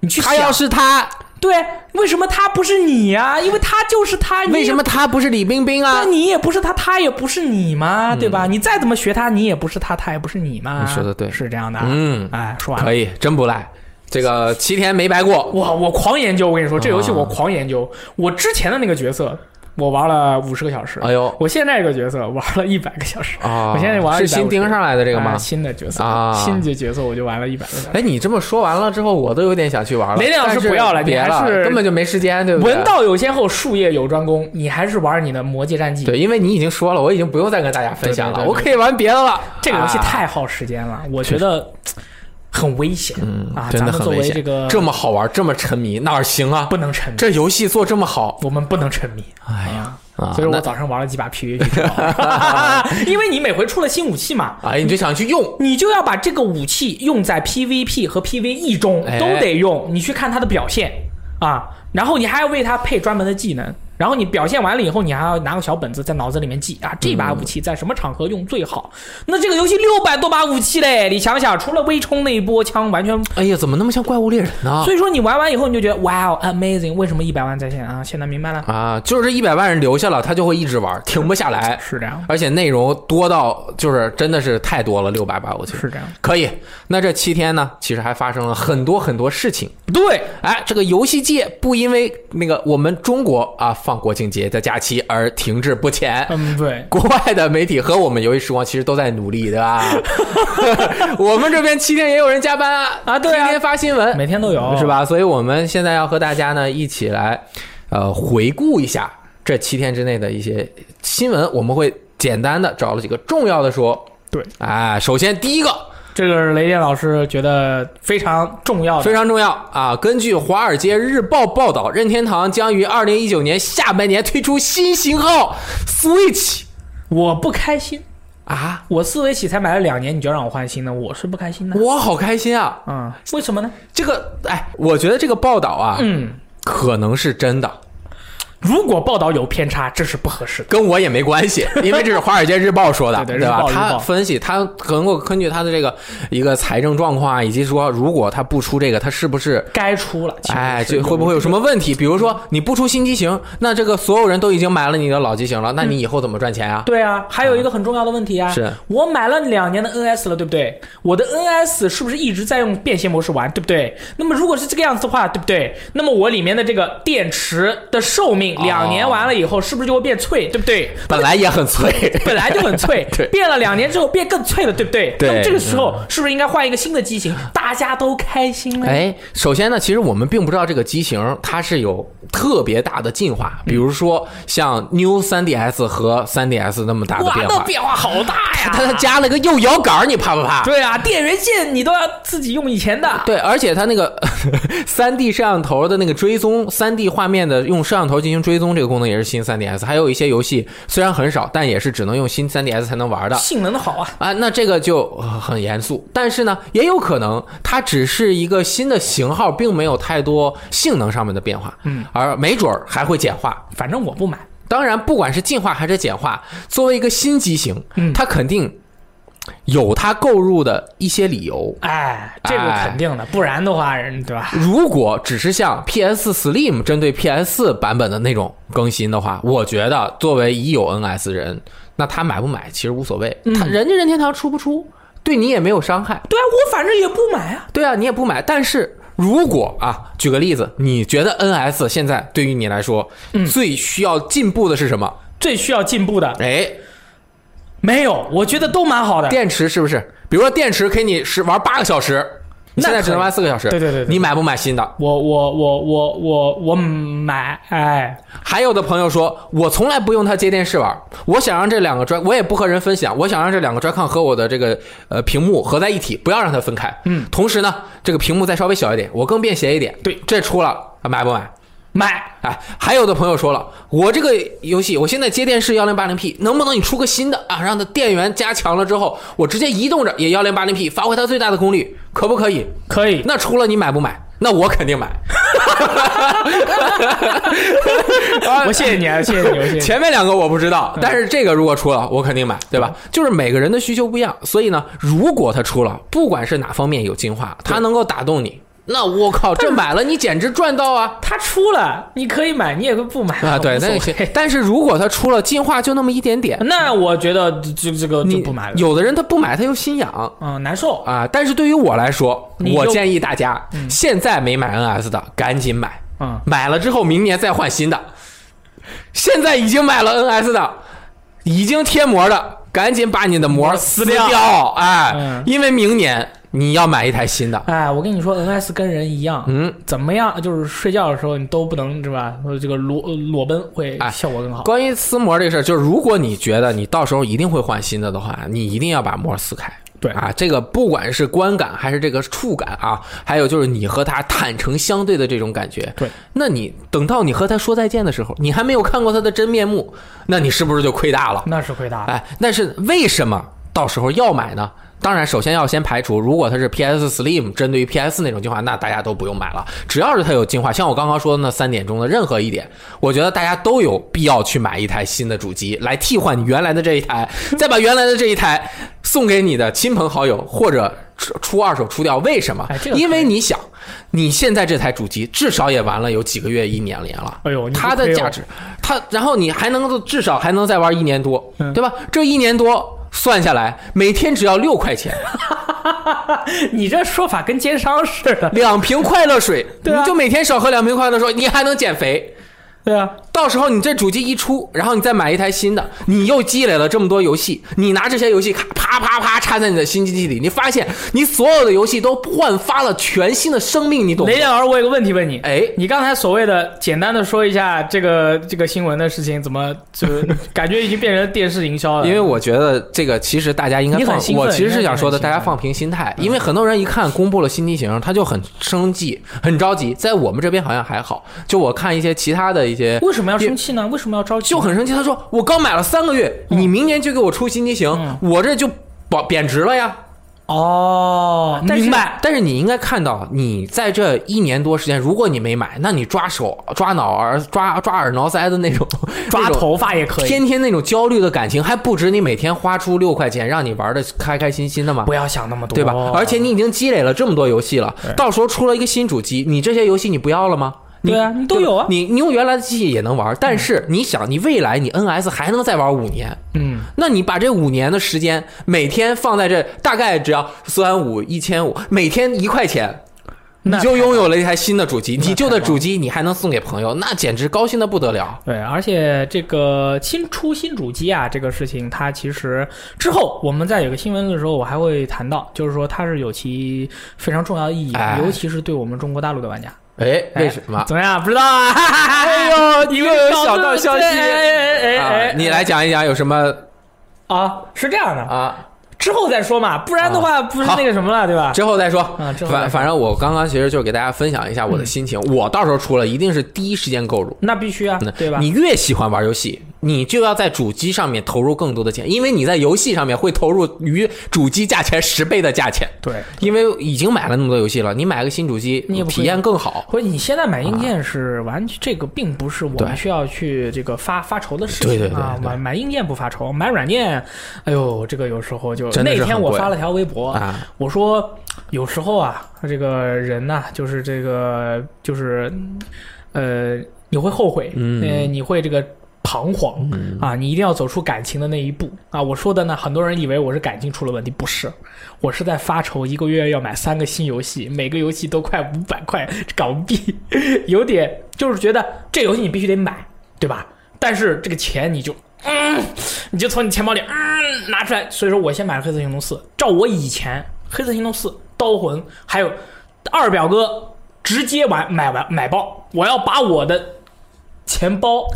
[SPEAKER 1] 你去
[SPEAKER 2] 它
[SPEAKER 1] 想，
[SPEAKER 2] 要是它，
[SPEAKER 1] 对，为什么他不是你呀、因为他就是他，你也
[SPEAKER 2] 为什么它不是李冰冰啊
[SPEAKER 1] 那？你也不是他，他也不是你嘛，对吧？你再怎么学他，你也不是他，他也不是你嘛。
[SPEAKER 2] 嗯你说得对
[SPEAKER 1] 是这样的。，
[SPEAKER 2] 嗯，
[SPEAKER 1] 哎，说完了
[SPEAKER 2] 可。以，真不赖。这个七天没白过，
[SPEAKER 1] 哇，我狂研究，我跟你说，这游戏
[SPEAKER 2] 啊
[SPEAKER 1] 我狂研究。我之前的那个角色，我玩了五十个小时。
[SPEAKER 2] 哎呦
[SPEAKER 1] 我现在这个角色玩了一百个小时。
[SPEAKER 2] 啊！
[SPEAKER 1] 我现在玩了
[SPEAKER 2] 是
[SPEAKER 1] 150
[SPEAKER 2] 新盯上来的这个
[SPEAKER 1] 哎
[SPEAKER 2] 吗？
[SPEAKER 1] 新的角色
[SPEAKER 2] 啊
[SPEAKER 1] 新的角色我就玩了一百个小时。
[SPEAKER 2] 哎，你这么说完了之后，我都有点想去玩了。
[SPEAKER 1] 雷电老师
[SPEAKER 2] 但是
[SPEAKER 1] 不要了你
[SPEAKER 2] 别
[SPEAKER 1] 还
[SPEAKER 2] 了，
[SPEAKER 1] 是
[SPEAKER 2] 根本就没时间，对不对？
[SPEAKER 1] 文道有先后，术业有专攻，你还是玩你的《魔界战记》。
[SPEAKER 2] 对，因为你已经说了，我已经不用再跟大家分享了，
[SPEAKER 1] 对对对对
[SPEAKER 2] 我可以玩别的了。
[SPEAKER 1] 这个游戏
[SPEAKER 2] 啊
[SPEAKER 1] 太耗时间了，我觉得很危险啊！
[SPEAKER 2] 嗯真
[SPEAKER 1] 咱们
[SPEAKER 2] 的很
[SPEAKER 1] 作
[SPEAKER 2] 危
[SPEAKER 1] 为
[SPEAKER 2] 险。
[SPEAKER 1] 这个
[SPEAKER 2] 么好玩，这么沉迷，哪儿行啊？
[SPEAKER 1] 不能沉迷，
[SPEAKER 2] 这游戏做这么好，
[SPEAKER 1] 我们不能沉迷。
[SPEAKER 2] 哎
[SPEAKER 1] 呀，
[SPEAKER 2] 啊
[SPEAKER 1] 所以我
[SPEAKER 2] 那
[SPEAKER 1] 早上玩了几把 PVP 之 王因为你每回出了新武器嘛。
[SPEAKER 2] 哎，你就想去用，
[SPEAKER 1] 你就要把这个武器用在 PVP 和 PVE 中
[SPEAKER 2] 哎
[SPEAKER 1] 都得用，你去看它的表现啊，然后你还要为它配专门的技能，然后你表现完了以后，你还要拿个小本子在脑子里面记啊，这把武器在什么场合用最好？那这个游戏六百多把武器嘞，你想想，除了微冲那一波枪，完全
[SPEAKER 2] 哎呀，怎么那么像怪物猎人呢？
[SPEAKER 1] 所以说你玩完以后你就觉得哇哦 amazing，为什么一百万在线啊？现在明白了，
[SPEAKER 2] 啊，就是这一百万人留下了，他就会一直玩，停不下来，
[SPEAKER 1] 是这样，
[SPEAKER 2] 而且内容多到就是真的是太多了，六百把武器。
[SPEAKER 1] 是这样，
[SPEAKER 2] 可以，那这七天呢，其实还发生了很多很多事情。
[SPEAKER 1] 对，
[SPEAKER 2] 哎，这个游戏界不因为那个我们中国啊放国庆节的假期而停滞不前，
[SPEAKER 1] 嗯对，
[SPEAKER 2] 国外的媒体和我们游戏时光其实都在努力，对吧？ 我们这边七天也有人加班啊，
[SPEAKER 1] 啊对啊
[SPEAKER 2] 天天发新闻，
[SPEAKER 1] 每天都有
[SPEAKER 2] 是？吧？所以我们现在要和大家呢一起来，呃，回顾一下这七天之内的一些新闻，我们会简单的找了几个重要的说。
[SPEAKER 1] 对，
[SPEAKER 2] 哎，首先第一个
[SPEAKER 1] 这个是雷电老师觉得非常重要
[SPEAKER 2] 非
[SPEAKER 1] 的，
[SPEAKER 2] 常重要啊！根据《华尔街日报》报道，任天堂将于二零一九年下半年推出新型号 Switch
[SPEAKER 1] 我不开心，
[SPEAKER 2] 啊！
[SPEAKER 1] 我四维起才买了两年，你就让我换新的，我是不开心的，
[SPEAKER 2] 我好开心啊！
[SPEAKER 1] 嗯，为什么呢？
[SPEAKER 2] 这个，哎，我觉得这个报道啊，
[SPEAKER 1] 嗯，
[SPEAKER 2] 可能是真的，
[SPEAKER 1] 如果报道有偏差，这是不合适的。
[SPEAKER 2] 跟我也没 关系，因为这是《华尔街日报》说的，
[SPEAKER 1] 对对
[SPEAKER 2] 吧
[SPEAKER 1] 日报？日报
[SPEAKER 2] 他分析，他能够根据他的这个一个财政状况啊，以及说如果他不出这个，他是不是？
[SPEAKER 1] 该出了，其实
[SPEAKER 2] 哎，
[SPEAKER 1] 是
[SPEAKER 2] 就会不会有什么问题？比如说你不出新机型，那这个所有人都已经买了你的老机型了，那
[SPEAKER 1] 嗯
[SPEAKER 2] 你以后怎么赚钱啊？
[SPEAKER 1] 对啊，还有一个很重要的问题啊，
[SPEAKER 2] 是
[SPEAKER 1] 我买了两年的 NS 了，对不对？我的 NS 是不是一直在用便携模式玩，对不对？那么如果是这个样子的话，对不对？那么我里面的这个电池的寿命
[SPEAKER 2] 哦
[SPEAKER 1] 两年完了以后，是不是就会变脆，对不对？
[SPEAKER 2] 本来也很脆，
[SPEAKER 1] 本来就很脆
[SPEAKER 2] 对，
[SPEAKER 1] 变了两年之后变更脆了，对不对？
[SPEAKER 2] 对
[SPEAKER 1] 那么这个时候是不是应该换一个新的机型？大家都开心呢？
[SPEAKER 2] 哎，首先呢，其实我们并不知道这个机型它是有特别大的进
[SPEAKER 1] 嗯
[SPEAKER 2] 化，比如说像 New 3DS 和 3DS 那么大的
[SPEAKER 1] 哇，
[SPEAKER 2] 变
[SPEAKER 1] 那
[SPEAKER 2] 化，
[SPEAKER 1] 变化好大呀！
[SPEAKER 2] 它它加了个右摇杆儿，你怕不怕？
[SPEAKER 1] 对啊，电源线你都要自己用以前的，
[SPEAKER 2] 对，而且它那个 三 D 摄像头的那个追踪，三 D 画面的用摄像头进行追踪这个功能也是新三 DS，还有一些游戏虽然很少，但也是只能用新三 DS 才能玩的。
[SPEAKER 1] 性能好啊。
[SPEAKER 2] 啊，那这个就呃很严肃，但是呢，也有可能它只是一个新的型号，并没有太多性能上面的变化，嗯，而没准儿还会简化。
[SPEAKER 1] 反正我不买，
[SPEAKER 2] 当然，不管是进化还是简化，作为一个新机型，
[SPEAKER 1] 嗯
[SPEAKER 2] 它肯定有它购入的一些理由。
[SPEAKER 1] 哎，这个
[SPEAKER 2] 哎
[SPEAKER 1] 肯定的，不然的话，人对吧？
[SPEAKER 2] 如果只是像 PS Slim 针对 PS 版本的那种更新的话，我觉得作为已有 NS 人，那他买不买其实无所谓，他人家任天堂出不出，对你也没有伤害。
[SPEAKER 1] 对啊，我反正也不买啊。
[SPEAKER 2] 对啊，你也不买，但是。如果啊，举个例子，你觉得 NS 现在对于你来说、最需要进步的是什么？
[SPEAKER 1] 最需要进步的
[SPEAKER 2] 哎，
[SPEAKER 1] 没有，我觉得都蛮好的。
[SPEAKER 2] 电池是不是？比如说电池给你是玩八个小时，你现在只能玩四个小时，
[SPEAKER 1] 对对对对
[SPEAKER 2] 你买不买新的？
[SPEAKER 1] 我我我我我我买，哎，
[SPEAKER 2] 还有的朋友说，我从来不用它接电视玩，我想让这两个专，我也不和人分享，我想让这两个 Joy-Con 和我的这个呃屏幕合在一体，不要让它分开。嗯，同时呢，这个屏幕再稍微小一点，我更便携一点。
[SPEAKER 1] 对，
[SPEAKER 2] 这出了啊买不买？
[SPEAKER 1] 买。
[SPEAKER 2] 哎，还有的朋友说了，我这个游戏我现在接电视幺零八零 P，能不能你出个新的啊，让它电源加强了之后，我直接移动着也幺零八零 P，发挥它最大的功率，可不可以？
[SPEAKER 1] 可以，
[SPEAKER 2] 那除了你买不买？那我肯定买。
[SPEAKER 1] 我谢谢你啊，谢谢你，我谢谢你。
[SPEAKER 2] 前面两个我不知道，
[SPEAKER 1] 嗯
[SPEAKER 2] 但是这个如果出了，我肯定买，对吧？就是每个人的需求不一样，所以呢，如果它出了，不管是哪方面有进化，它能够打动你，那我 靠，这买了你简直赚到啊！
[SPEAKER 1] 它出了，你可以买，你也可以不买
[SPEAKER 2] 啊，对，
[SPEAKER 1] 无所
[SPEAKER 2] 那
[SPEAKER 1] 谓
[SPEAKER 2] 也行。但是如果它出了进化就那么一点点，
[SPEAKER 1] 那我觉得这这个就
[SPEAKER 2] 你
[SPEAKER 1] 不买了，
[SPEAKER 2] 有的人他不买，他又心痒。
[SPEAKER 1] 嗯难受。
[SPEAKER 2] 啊！但是对于我来说，
[SPEAKER 1] 你嗯
[SPEAKER 2] 我
[SPEAKER 1] 就
[SPEAKER 2] 建议大家现在没买 NS 的赶紧买，
[SPEAKER 1] 嗯，
[SPEAKER 2] 买了之后明年再换新的。现在已经买了 NS 的，已经贴膜的，赶紧把你的膜撕
[SPEAKER 1] 撕掉
[SPEAKER 2] 哎，
[SPEAKER 1] 嗯
[SPEAKER 2] 因为明年你要买一台新的。
[SPEAKER 1] 哎，我跟你说，NS 跟人一样，
[SPEAKER 2] 嗯，
[SPEAKER 1] 怎么样，就是睡觉的时候你都不能是吧？这个裸裸奔会
[SPEAKER 2] 哎
[SPEAKER 1] 效果更好。
[SPEAKER 2] 关于撕膜这个事儿，就是如果你觉得你到时候一定会换新的的话，你一定要把膜撕开。
[SPEAKER 1] 对
[SPEAKER 2] 啊，这个不管是观感还是这个触感啊，还有就是你和它坦诚相对的这种感觉，
[SPEAKER 1] 对，
[SPEAKER 2] 那你等到你和它说再见的时候，你还没有看过它的真面目，那你是不是就亏大了？
[SPEAKER 1] 啊
[SPEAKER 2] 哎
[SPEAKER 1] 那是亏大了。
[SPEAKER 2] 哎，但是为什么到时候要买呢？当然，首先要先排除，如果它是 PS Slim 针对于 PS 那种进化，那大家都不用买了。只要是它有进化，像我刚刚说的那三点中的任何一点，我觉得大家都有必要去买一台新的主机来替换你原来的这一台，再把原来的这一台送给你的亲朋好友或者出出二手出掉。为什么
[SPEAKER 1] 哎这？个
[SPEAKER 2] 因为你想，你现在这台主机至少也玩了有几个月、一年年了。
[SPEAKER 1] 哎呦，你不
[SPEAKER 2] 它的
[SPEAKER 1] 亏哦
[SPEAKER 2] 价值，它然后你还能够至少还能再玩一年多，
[SPEAKER 1] 嗯
[SPEAKER 2] 对吧？这一年多算下来，每天只要六块钱，
[SPEAKER 1] 你这说法跟奸商似 的。
[SPEAKER 2] 两瓶快乐水，
[SPEAKER 1] 对啊
[SPEAKER 2] 你就每天少喝两瓶快乐水，你还能减肥。
[SPEAKER 1] 对啊，
[SPEAKER 2] 到时候你这主机一出，然后你再买一台新的，你又积累了这么多游戏，你拿这些游戏卡啪啪啪插在你的新机器里，你发现你所有的游戏都焕发了全新的生命，你懂吗
[SPEAKER 1] 雷？电老师，我有个问题问你。
[SPEAKER 2] 哎，
[SPEAKER 1] 你刚才所谓的简单的说一下这个这个新闻的事情，怎么就 感觉已经变成电视营销了？
[SPEAKER 2] 因为我觉得这个其实大家应
[SPEAKER 1] 嗯
[SPEAKER 2] 该
[SPEAKER 1] 你很
[SPEAKER 2] 放
[SPEAKER 1] 兴，奋
[SPEAKER 2] 我其实是想说的，
[SPEAKER 1] 应该
[SPEAKER 2] 大
[SPEAKER 1] 是很兴奋嗯
[SPEAKER 2] 家放平心态，因为很多人一看公布了新机型，他就很生气、很着急。在我们这边好像还好，就我看一些其他的一些。
[SPEAKER 1] 为什么要生气呢？为什么要着急？
[SPEAKER 2] 就很生气，他说我刚买了三个月，你明年就给我出新机型，
[SPEAKER 1] 嗯
[SPEAKER 2] 我这就保贬值了呀。
[SPEAKER 1] 哦，但是
[SPEAKER 2] 明白。但是你应该看到，你在这一年多时间，如果你没买，那你抓手、抓脑儿、抓抓耳挠腮的那种，
[SPEAKER 1] 抓
[SPEAKER 2] 那种
[SPEAKER 1] 头发也可以。
[SPEAKER 2] 天天那种焦虑的感情，还不值你每天花出六块钱让你玩的开开心心的吗？
[SPEAKER 1] 不哦要想那么多，
[SPEAKER 2] 对吧？而且你已经积累了这么多游戏了，到时候出了一个新主机，你这些游戏你不要了吗？你
[SPEAKER 1] 对啊你都有啊
[SPEAKER 2] 你你用原来的机器也能玩，但是你想，你未来你 NS 还能再玩五年，
[SPEAKER 1] 嗯，
[SPEAKER 2] 那你把这五年的时间每天放在这，大概只要三五一千五，每天一块钱。你
[SPEAKER 1] 那
[SPEAKER 2] 就拥有了一台新的主机，
[SPEAKER 1] 那
[SPEAKER 2] 你旧的
[SPEAKER 1] 太棒
[SPEAKER 2] 主机你还能送给朋友，那简直高兴的不得了。
[SPEAKER 1] 对，而且这个新出新主机啊，这个事情它其实之后我们在有个新闻的时候，我还会谈到，就是说它是有其非常重要的意义，
[SPEAKER 2] 哎
[SPEAKER 1] 尤其是对我们中国大陆的玩家。
[SPEAKER 2] 哎，
[SPEAKER 1] 哎
[SPEAKER 2] 为什么？
[SPEAKER 1] 怎么样？不知道啊？哈哈哈哈
[SPEAKER 2] 哎呦，一个有小道消息
[SPEAKER 1] 哎哎哎哎
[SPEAKER 2] 啊
[SPEAKER 1] 哎！！
[SPEAKER 2] 你来讲一讲有什么
[SPEAKER 1] 啊，是这样的，
[SPEAKER 2] 啊？
[SPEAKER 1] 之后再说嘛，不然的话不是
[SPEAKER 2] 好
[SPEAKER 1] 那个什么了，对吧？
[SPEAKER 2] 之后再说
[SPEAKER 1] 啊之。后再说
[SPEAKER 2] 反反正我刚刚其实就是给大家分享一下我的心情，我到时候出了一定是第一时间购入。
[SPEAKER 1] 那必须啊
[SPEAKER 2] 那，
[SPEAKER 1] 对吧？
[SPEAKER 2] 嗯你越喜欢玩游戏，你就要在主机上面投入更多的钱，因为你在游戏上面会投入于主机价钱十倍的价钱，
[SPEAKER 1] 对，
[SPEAKER 2] 因为已经买了那么多游戏了，你买个新主机
[SPEAKER 1] 你也，不会
[SPEAKER 2] 体验更好。啊
[SPEAKER 1] 或者你现在买硬件是完全这个并不是我们
[SPEAKER 2] 对
[SPEAKER 1] 需要去这个发发愁的事情
[SPEAKER 2] 对对对
[SPEAKER 1] 啊，
[SPEAKER 2] 对
[SPEAKER 1] 买买硬件不发愁，买软件，哎呦，这个有时候就
[SPEAKER 2] 真的
[SPEAKER 1] 那
[SPEAKER 2] 是
[SPEAKER 1] 天
[SPEAKER 2] 很
[SPEAKER 1] 我
[SPEAKER 2] 贵
[SPEAKER 1] 发了条微博
[SPEAKER 2] 啊，
[SPEAKER 1] 我说有时候啊，这个人呐、就是这个就是呃，你会后悔，
[SPEAKER 2] 嗯
[SPEAKER 1] 呃，你会这个。彷徨啊！你一定要走出感情的那一步啊！我说的呢，很多人以为我是感情出了问题，不是，我是在发愁，一个月要买三个新游戏，每个游戏都快五百块港币， 有点就是觉得这游戏你必须得买，对吧？但是这个钱你就，嗯，你就从你钱包里嗯拿出来，所以说我先买了《黑色行动四》。照我以前，《黑色行动四》、《刀魂》还有二表哥直接玩买完买爆，我要把我的钱包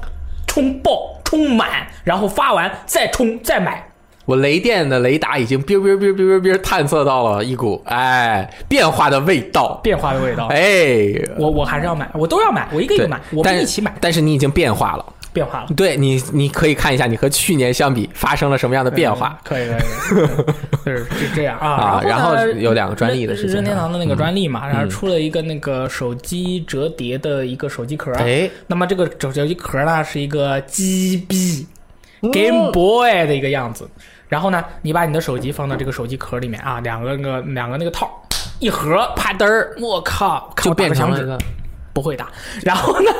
[SPEAKER 1] 充爆充满，然后发完再充再买，
[SPEAKER 2] 我雷电的雷达已经哔哔哔哔哔哔探测到了一股哎变化的味道，
[SPEAKER 1] 变化的味道。
[SPEAKER 2] 哎，
[SPEAKER 1] 我我还是要买，我都要买，我一个一个
[SPEAKER 2] 对
[SPEAKER 1] 买，，我
[SPEAKER 2] 但
[SPEAKER 1] 们
[SPEAKER 2] 是
[SPEAKER 1] 一起买，
[SPEAKER 2] 但是你已经变化了。
[SPEAKER 1] 变化了。
[SPEAKER 2] 对你，你可以看一下你和去年相比发生了什么样的变化。
[SPEAKER 1] 嗯可以可以， 可以就是是这样啊
[SPEAKER 2] 啊。
[SPEAKER 1] 后呢
[SPEAKER 2] 然后有两个专利的事情啊嗯
[SPEAKER 1] 任任天堂的那个专利嘛，然后出了一个那个手机折叠的一个手机壳。
[SPEAKER 2] 哎，
[SPEAKER 1] 那么这个手手机壳呢是一个 GB
[SPEAKER 2] 哦
[SPEAKER 1] Game Boy 的一个样子。然后呢，你把你的手机放到这个手机壳里面啊，两个那个两个那个套儿一合，啪嘚儿，我靠，看
[SPEAKER 2] 就
[SPEAKER 1] 我打
[SPEAKER 2] 变
[SPEAKER 1] 个
[SPEAKER 2] 成
[SPEAKER 1] 响
[SPEAKER 2] 了
[SPEAKER 1] 指
[SPEAKER 2] 一个
[SPEAKER 1] 不会打。然后呢，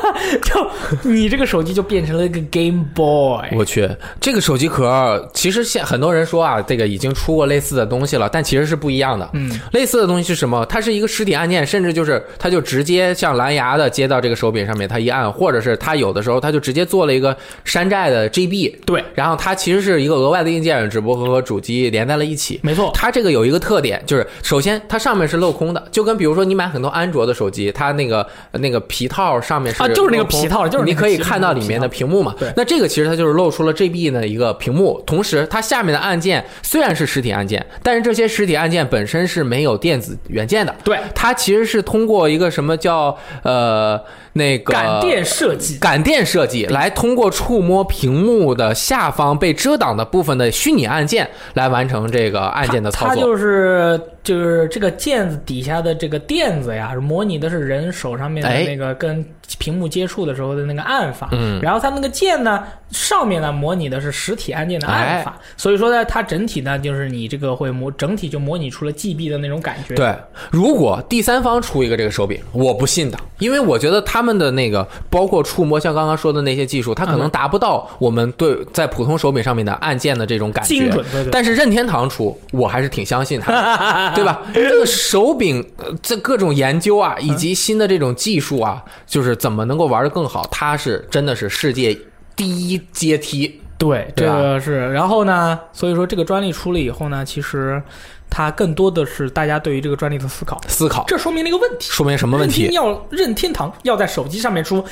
[SPEAKER 1] 就你这个手机就变成了一个 Game Boy。
[SPEAKER 2] 我去，这个手机壳儿其实现很多人说啊，这个已经出过类似的东西了，但其实是不一样的。
[SPEAKER 1] 嗯，
[SPEAKER 2] 类似的东西是什么？它是一个实体按键，甚至就是它就直接像蓝牙的接到这个手柄上面，它一按，或者是它有的时候它就直接做了一个山寨的 GB，
[SPEAKER 1] 对，
[SPEAKER 2] 然后它其实是一个额外的硬件，只不过和主机连在了一起。
[SPEAKER 1] 没错，
[SPEAKER 2] 它这个有一个特点，就是首先它上面是镂空的，就跟比如说你买很多安卓的手机，它那个呃那个皮套上面是
[SPEAKER 1] 啊就是那个
[SPEAKER 2] 镂空
[SPEAKER 1] 皮套就是那个
[SPEAKER 2] 你可以
[SPEAKER 1] 皮
[SPEAKER 2] 看到里面的屏幕嘛
[SPEAKER 1] 对。
[SPEAKER 2] 那这个其实它就是露出了 GB 的一个屏幕，同时它下面的按键虽然是实体按键，但是这些实体按键本身是没有电子元件的，
[SPEAKER 1] 对，
[SPEAKER 2] 它其实是通过一个什么叫呃那个
[SPEAKER 1] 感电设计，
[SPEAKER 2] 感电设计来通过触摸屏幕的下方被遮挡的部分的虚拟按键来完成这个按键的操
[SPEAKER 1] 它它
[SPEAKER 2] 作。
[SPEAKER 1] 就是就是这个键子底下的这个垫子呀，模拟的是人手上面的
[SPEAKER 2] 哎
[SPEAKER 1] 那个跟屏幕接触的时候的那个按法。
[SPEAKER 2] 嗯
[SPEAKER 1] 然后它那个键呢，上面呢模拟的是实体按键的按法，
[SPEAKER 2] 哎
[SPEAKER 1] 所以说呢，它整体呢就是你这个会模整体就模拟出了 GB 的那种感觉。，
[SPEAKER 2] 对，如果第三方出一个这个手柄，我不信的，因为我觉得他们的那个包括触摸，像刚刚说的那些技术，它可能达不到我们对在普通手柄上面的按键的这种感觉。
[SPEAKER 1] 精准对对啊
[SPEAKER 2] 但是任天堂出，我还是挺相信它 的，对吧？这个手柄呃这各种研究啊，以及新的这种技术啊，就是怎么能够玩得更好，它是真的是世界第一阶梯。
[SPEAKER 1] 对，这
[SPEAKER 2] 对啊吧
[SPEAKER 1] 个是。然后呢，所以说这个专利出了以后呢，其实它更多的是大家对于这个专利的思考。
[SPEAKER 2] 思考
[SPEAKER 1] 这说明了一个问题，
[SPEAKER 2] 说明什么问
[SPEAKER 1] 任 天
[SPEAKER 2] 题？
[SPEAKER 1] 要任天堂要在手机上面出，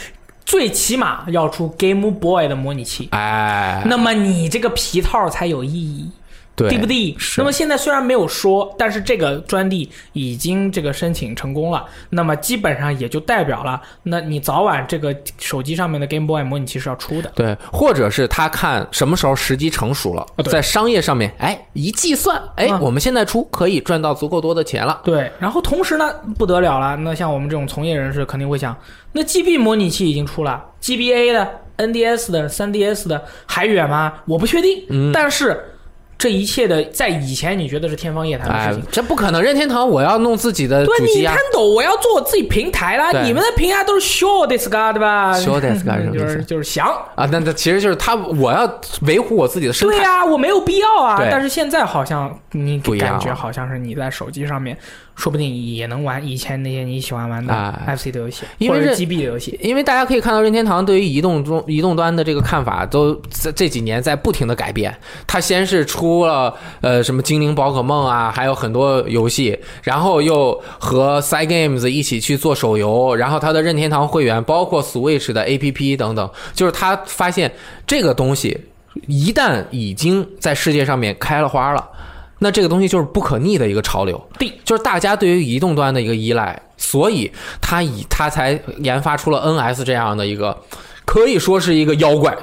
[SPEAKER 1] 最起码要出 Game Boy 的模拟器。
[SPEAKER 2] 哎，
[SPEAKER 1] 那么你这个皮套才有意义，
[SPEAKER 2] 对
[SPEAKER 1] 对不对？
[SPEAKER 2] 是
[SPEAKER 1] 那么现在虽然没有说，但是这个专利已经这个申请成功了，那么基本上也就代表了，那你早晚这个手机上面的 Game Boy 模拟器是要出的。
[SPEAKER 2] 对，或者是他看什么时候时机成熟了，
[SPEAKER 1] 啊对
[SPEAKER 2] 在商业上面，哎，一计算，哎，
[SPEAKER 1] 嗯
[SPEAKER 2] 我们现在出可以赚到足够多的钱了。
[SPEAKER 1] 对，然后同时呢，不得了了，那像我们这种从业人士肯定会想，那 GB 模拟器已经出了，GBA 的、NDS 的、3DS 的还远吗？我不确定，
[SPEAKER 2] 嗯
[SPEAKER 1] 但是这一切的在以前你觉得是天方夜谭的
[SPEAKER 2] 哎
[SPEAKER 1] 事情。，
[SPEAKER 2] 这不可能！任天堂，我要弄自己的主
[SPEAKER 1] 对，
[SPEAKER 2] 机
[SPEAKER 1] 你
[SPEAKER 2] 啊
[SPEAKER 1] 看！抖，我要做我自己平台啦。
[SPEAKER 2] 对
[SPEAKER 1] 你们的平台都是 show this guy 对吧
[SPEAKER 2] Show this guy 是什么意
[SPEAKER 1] 就
[SPEAKER 2] 思
[SPEAKER 1] 是就是想，
[SPEAKER 2] 啊，那那其实就是他，我要维护我自己的生
[SPEAKER 1] 对
[SPEAKER 2] 态。
[SPEAKER 1] 呀、我没有必要啊
[SPEAKER 2] 对。
[SPEAKER 1] 但是现在好像你
[SPEAKER 2] 不一样
[SPEAKER 1] 感觉
[SPEAKER 2] 了
[SPEAKER 1] 好像是你在手机上面，说不定也能玩以前那些你喜欢玩的
[SPEAKER 2] 哎
[SPEAKER 1] FC 的游戏，
[SPEAKER 2] 因
[SPEAKER 1] 或
[SPEAKER 2] 为
[SPEAKER 1] 者
[SPEAKER 2] 这
[SPEAKER 1] GB 的游戏。
[SPEAKER 2] 因为大家可以看到，任天堂对于移动中移动端的这个看法，都在这几年在不停的改变。它先是出了呃什么精灵宝可梦啊，还有很多游戏，然后又和 Side Games 一起去做手游，然后它的任天堂会员包括 Switch 的 APP 等等，就是他发现这个东西一旦已经在世界上面开了花了。那这个东西就是不可逆的一个潮流，
[SPEAKER 1] 对，
[SPEAKER 2] 就是大家对于移动端的一个依赖，所以他以他才研发出了 NS 这样的一个，可以说是一个妖怪。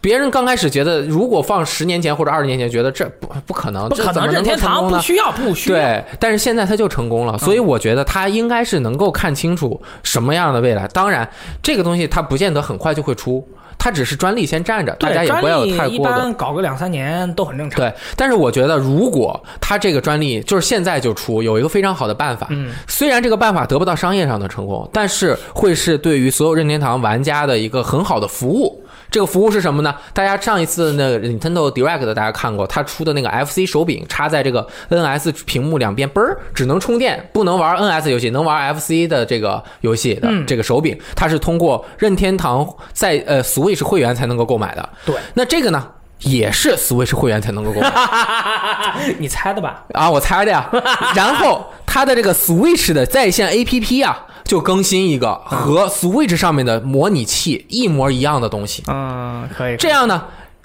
[SPEAKER 2] 别人刚开始觉得，如果放十年前或者二十年前，觉得这不不可能，
[SPEAKER 1] 不
[SPEAKER 2] 这
[SPEAKER 1] 可
[SPEAKER 2] 怎么
[SPEAKER 1] 能，任
[SPEAKER 2] 够
[SPEAKER 1] 天
[SPEAKER 2] 成
[SPEAKER 1] 堂
[SPEAKER 2] 功
[SPEAKER 1] 不
[SPEAKER 2] 呢
[SPEAKER 1] 需要，不需要。
[SPEAKER 2] 对，但是现在他就成功了，所以我觉得他应该是能够看清楚什么样的未来。当然，这个东西它不见得很快就会出，它只是专利先站着，大家也
[SPEAKER 1] 专
[SPEAKER 2] 不要有
[SPEAKER 1] 利
[SPEAKER 2] 太
[SPEAKER 1] 一
[SPEAKER 2] 过的。
[SPEAKER 1] 般搞个两三年都很正常。
[SPEAKER 2] 对，但是我觉得，如果他这个专利就是现在就出，有一个非常好的办法。
[SPEAKER 1] 嗯，
[SPEAKER 2] 虽然这个办法得不到商业上的成功，但是会是对于所有任天堂玩家的一个很好的服务。这个服务是什么呢？大家上一次那个 Nintendo Direct 大家看过，它出的那个 FC 手柄插在这个 NS 屏幕两边，嘣儿只能充电，不能玩 NS 游戏，能玩 FC 的这个游戏的
[SPEAKER 1] 嗯
[SPEAKER 2] 这个手柄，它是通过任天堂在呃 Switch 会员才能够购买的。
[SPEAKER 1] 对，
[SPEAKER 2] 那这个呢，也是 Switch 会员才能 够购买。
[SPEAKER 1] 你猜的吧？
[SPEAKER 2] 啊，我猜 的呀。然后它的这个 Switch 的在线 APP 啊，就更新一个和 Switch 上面的模拟器一模一样的东西。
[SPEAKER 1] 嗯，可以。
[SPEAKER 2] 这样呢，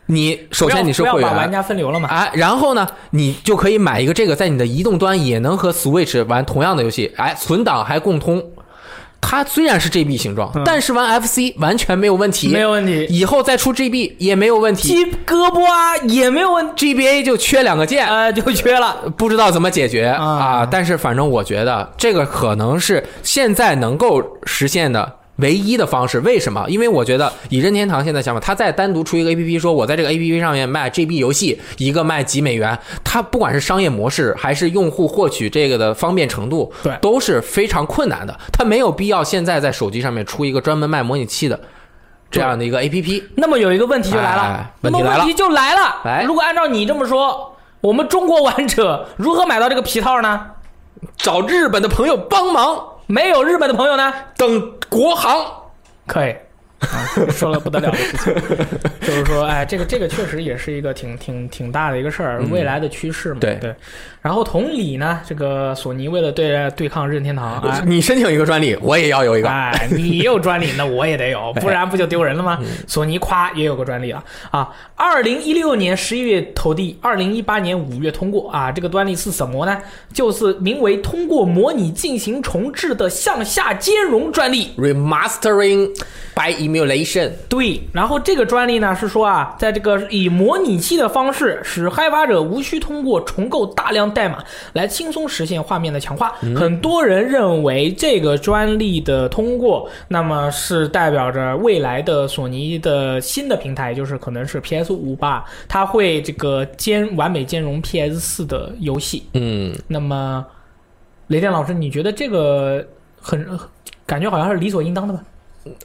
[SPEAKER 2] 你首
[SPEAKER 1] 不要
[SPEAKER 2] 先你是
[SPEAKER 1] 不
[SPEAKER 2] 会
[SPEAKER 1] 要把玩
[SPEAKER 2] 员。
[SPEAKER 1] 家分流了嘛？
[SPEAKER 2] 啊，然后呢，你就可以买一个这个，在你的移动端也能和 Switch 玩同样的游戏，哎，存档还共通。它虽然是 GB 形状，但是玩 FC 完全没有问题，
[SPEAKER 1] 嗯没有问题。
[SPEAKER 2] 以后再出 GB 也没有问题。
[SPEAKER 1] 鸡胳膊啊也没有问，
[SPEAKER 2] GBA 就缺两个键，
[SPEAKER 1] 呃，就缺了。
[SPEAKER 2] 不知道怎么解决
[SPEAKER 1] 啊
[SPEAKER 2] 啊但是反正我觉得这个可能是现在能够实现的。唯一的方式，为什么？因为我觉得以任天堂现在想法，他再单独出一个 A P P，说我在这个 A P P 上面卖 G B 游戏，一个卖几美元，它不管是商业模式还是用户获取这个的方便程度，
[SPEAKER 1] 对
[SPEAKER 2] 都是非常困难的。它没有必要现在在手机上面出一个专门卖模拟器的这样的一个 A P P。
[SPEAKER 1] 那么有一个问题就来了
[SPEAKER 2] 哎，
[SPEAKER 1] 那么
[SPEAKER 2] 问题来了哎
[SPEAKER 1] 问题就来了。
[SPEAKER 2] 来
[SPEAKER 1] 如果按照你这么说，我们中国玩者如何买到这个皮套呢？
[SPEAKER 2] 找日本的朋友帮忙，
[SPEAKER 1] 没有日本的朋友呢？
[SPEAKER 2] 等国行
[SPEAKER 1] 可以，啊，说了不得了的事 情，就是说，哎，这个这个确实也是一个挺挺挺大的一个事儿，
[SPEAKER 2] 嗯
[SPEAKER 1] 未来的趋势嘛，
[SPEAKER 2] 对
[SPEAKER 1] 对。然后同理呢，这个索尼为了对对抗任天堂，哎，
[SPEAKER 2] 你申请一个专利，我也要有一个。
[SPEAKER 1] 哎，你有专利，那我也得有，
[SPEAKER 2] 哎嗯
[SPEAKER 1] 不然不就丢人了吗？索尼夸也有个专利了啊！二零一六年十一月投递，二零一八年五月通过啊！这个专利是什么呢？就是名为“通过模拟进行重置”的向下兼容专利。
[SPEAKER 2] Remastering by emulation，
[SPEAKER 1] 对，然后这个专利呢是说啊，在这个以模拟器的方式，使开发者无需通过重构大量代码来轻松实现画面的强化。很多人认为这个专利的通过，那么是代表着未来的索尼的新的平台，就是可能是 PS 五吧，它会这个兼完美兼容 PS 四的游戏。
[SPEAKER 2] 嗯，
[SPEAKER 1] 那么，雷电老师，你觉得这个很感觉好像是理所应当的吧？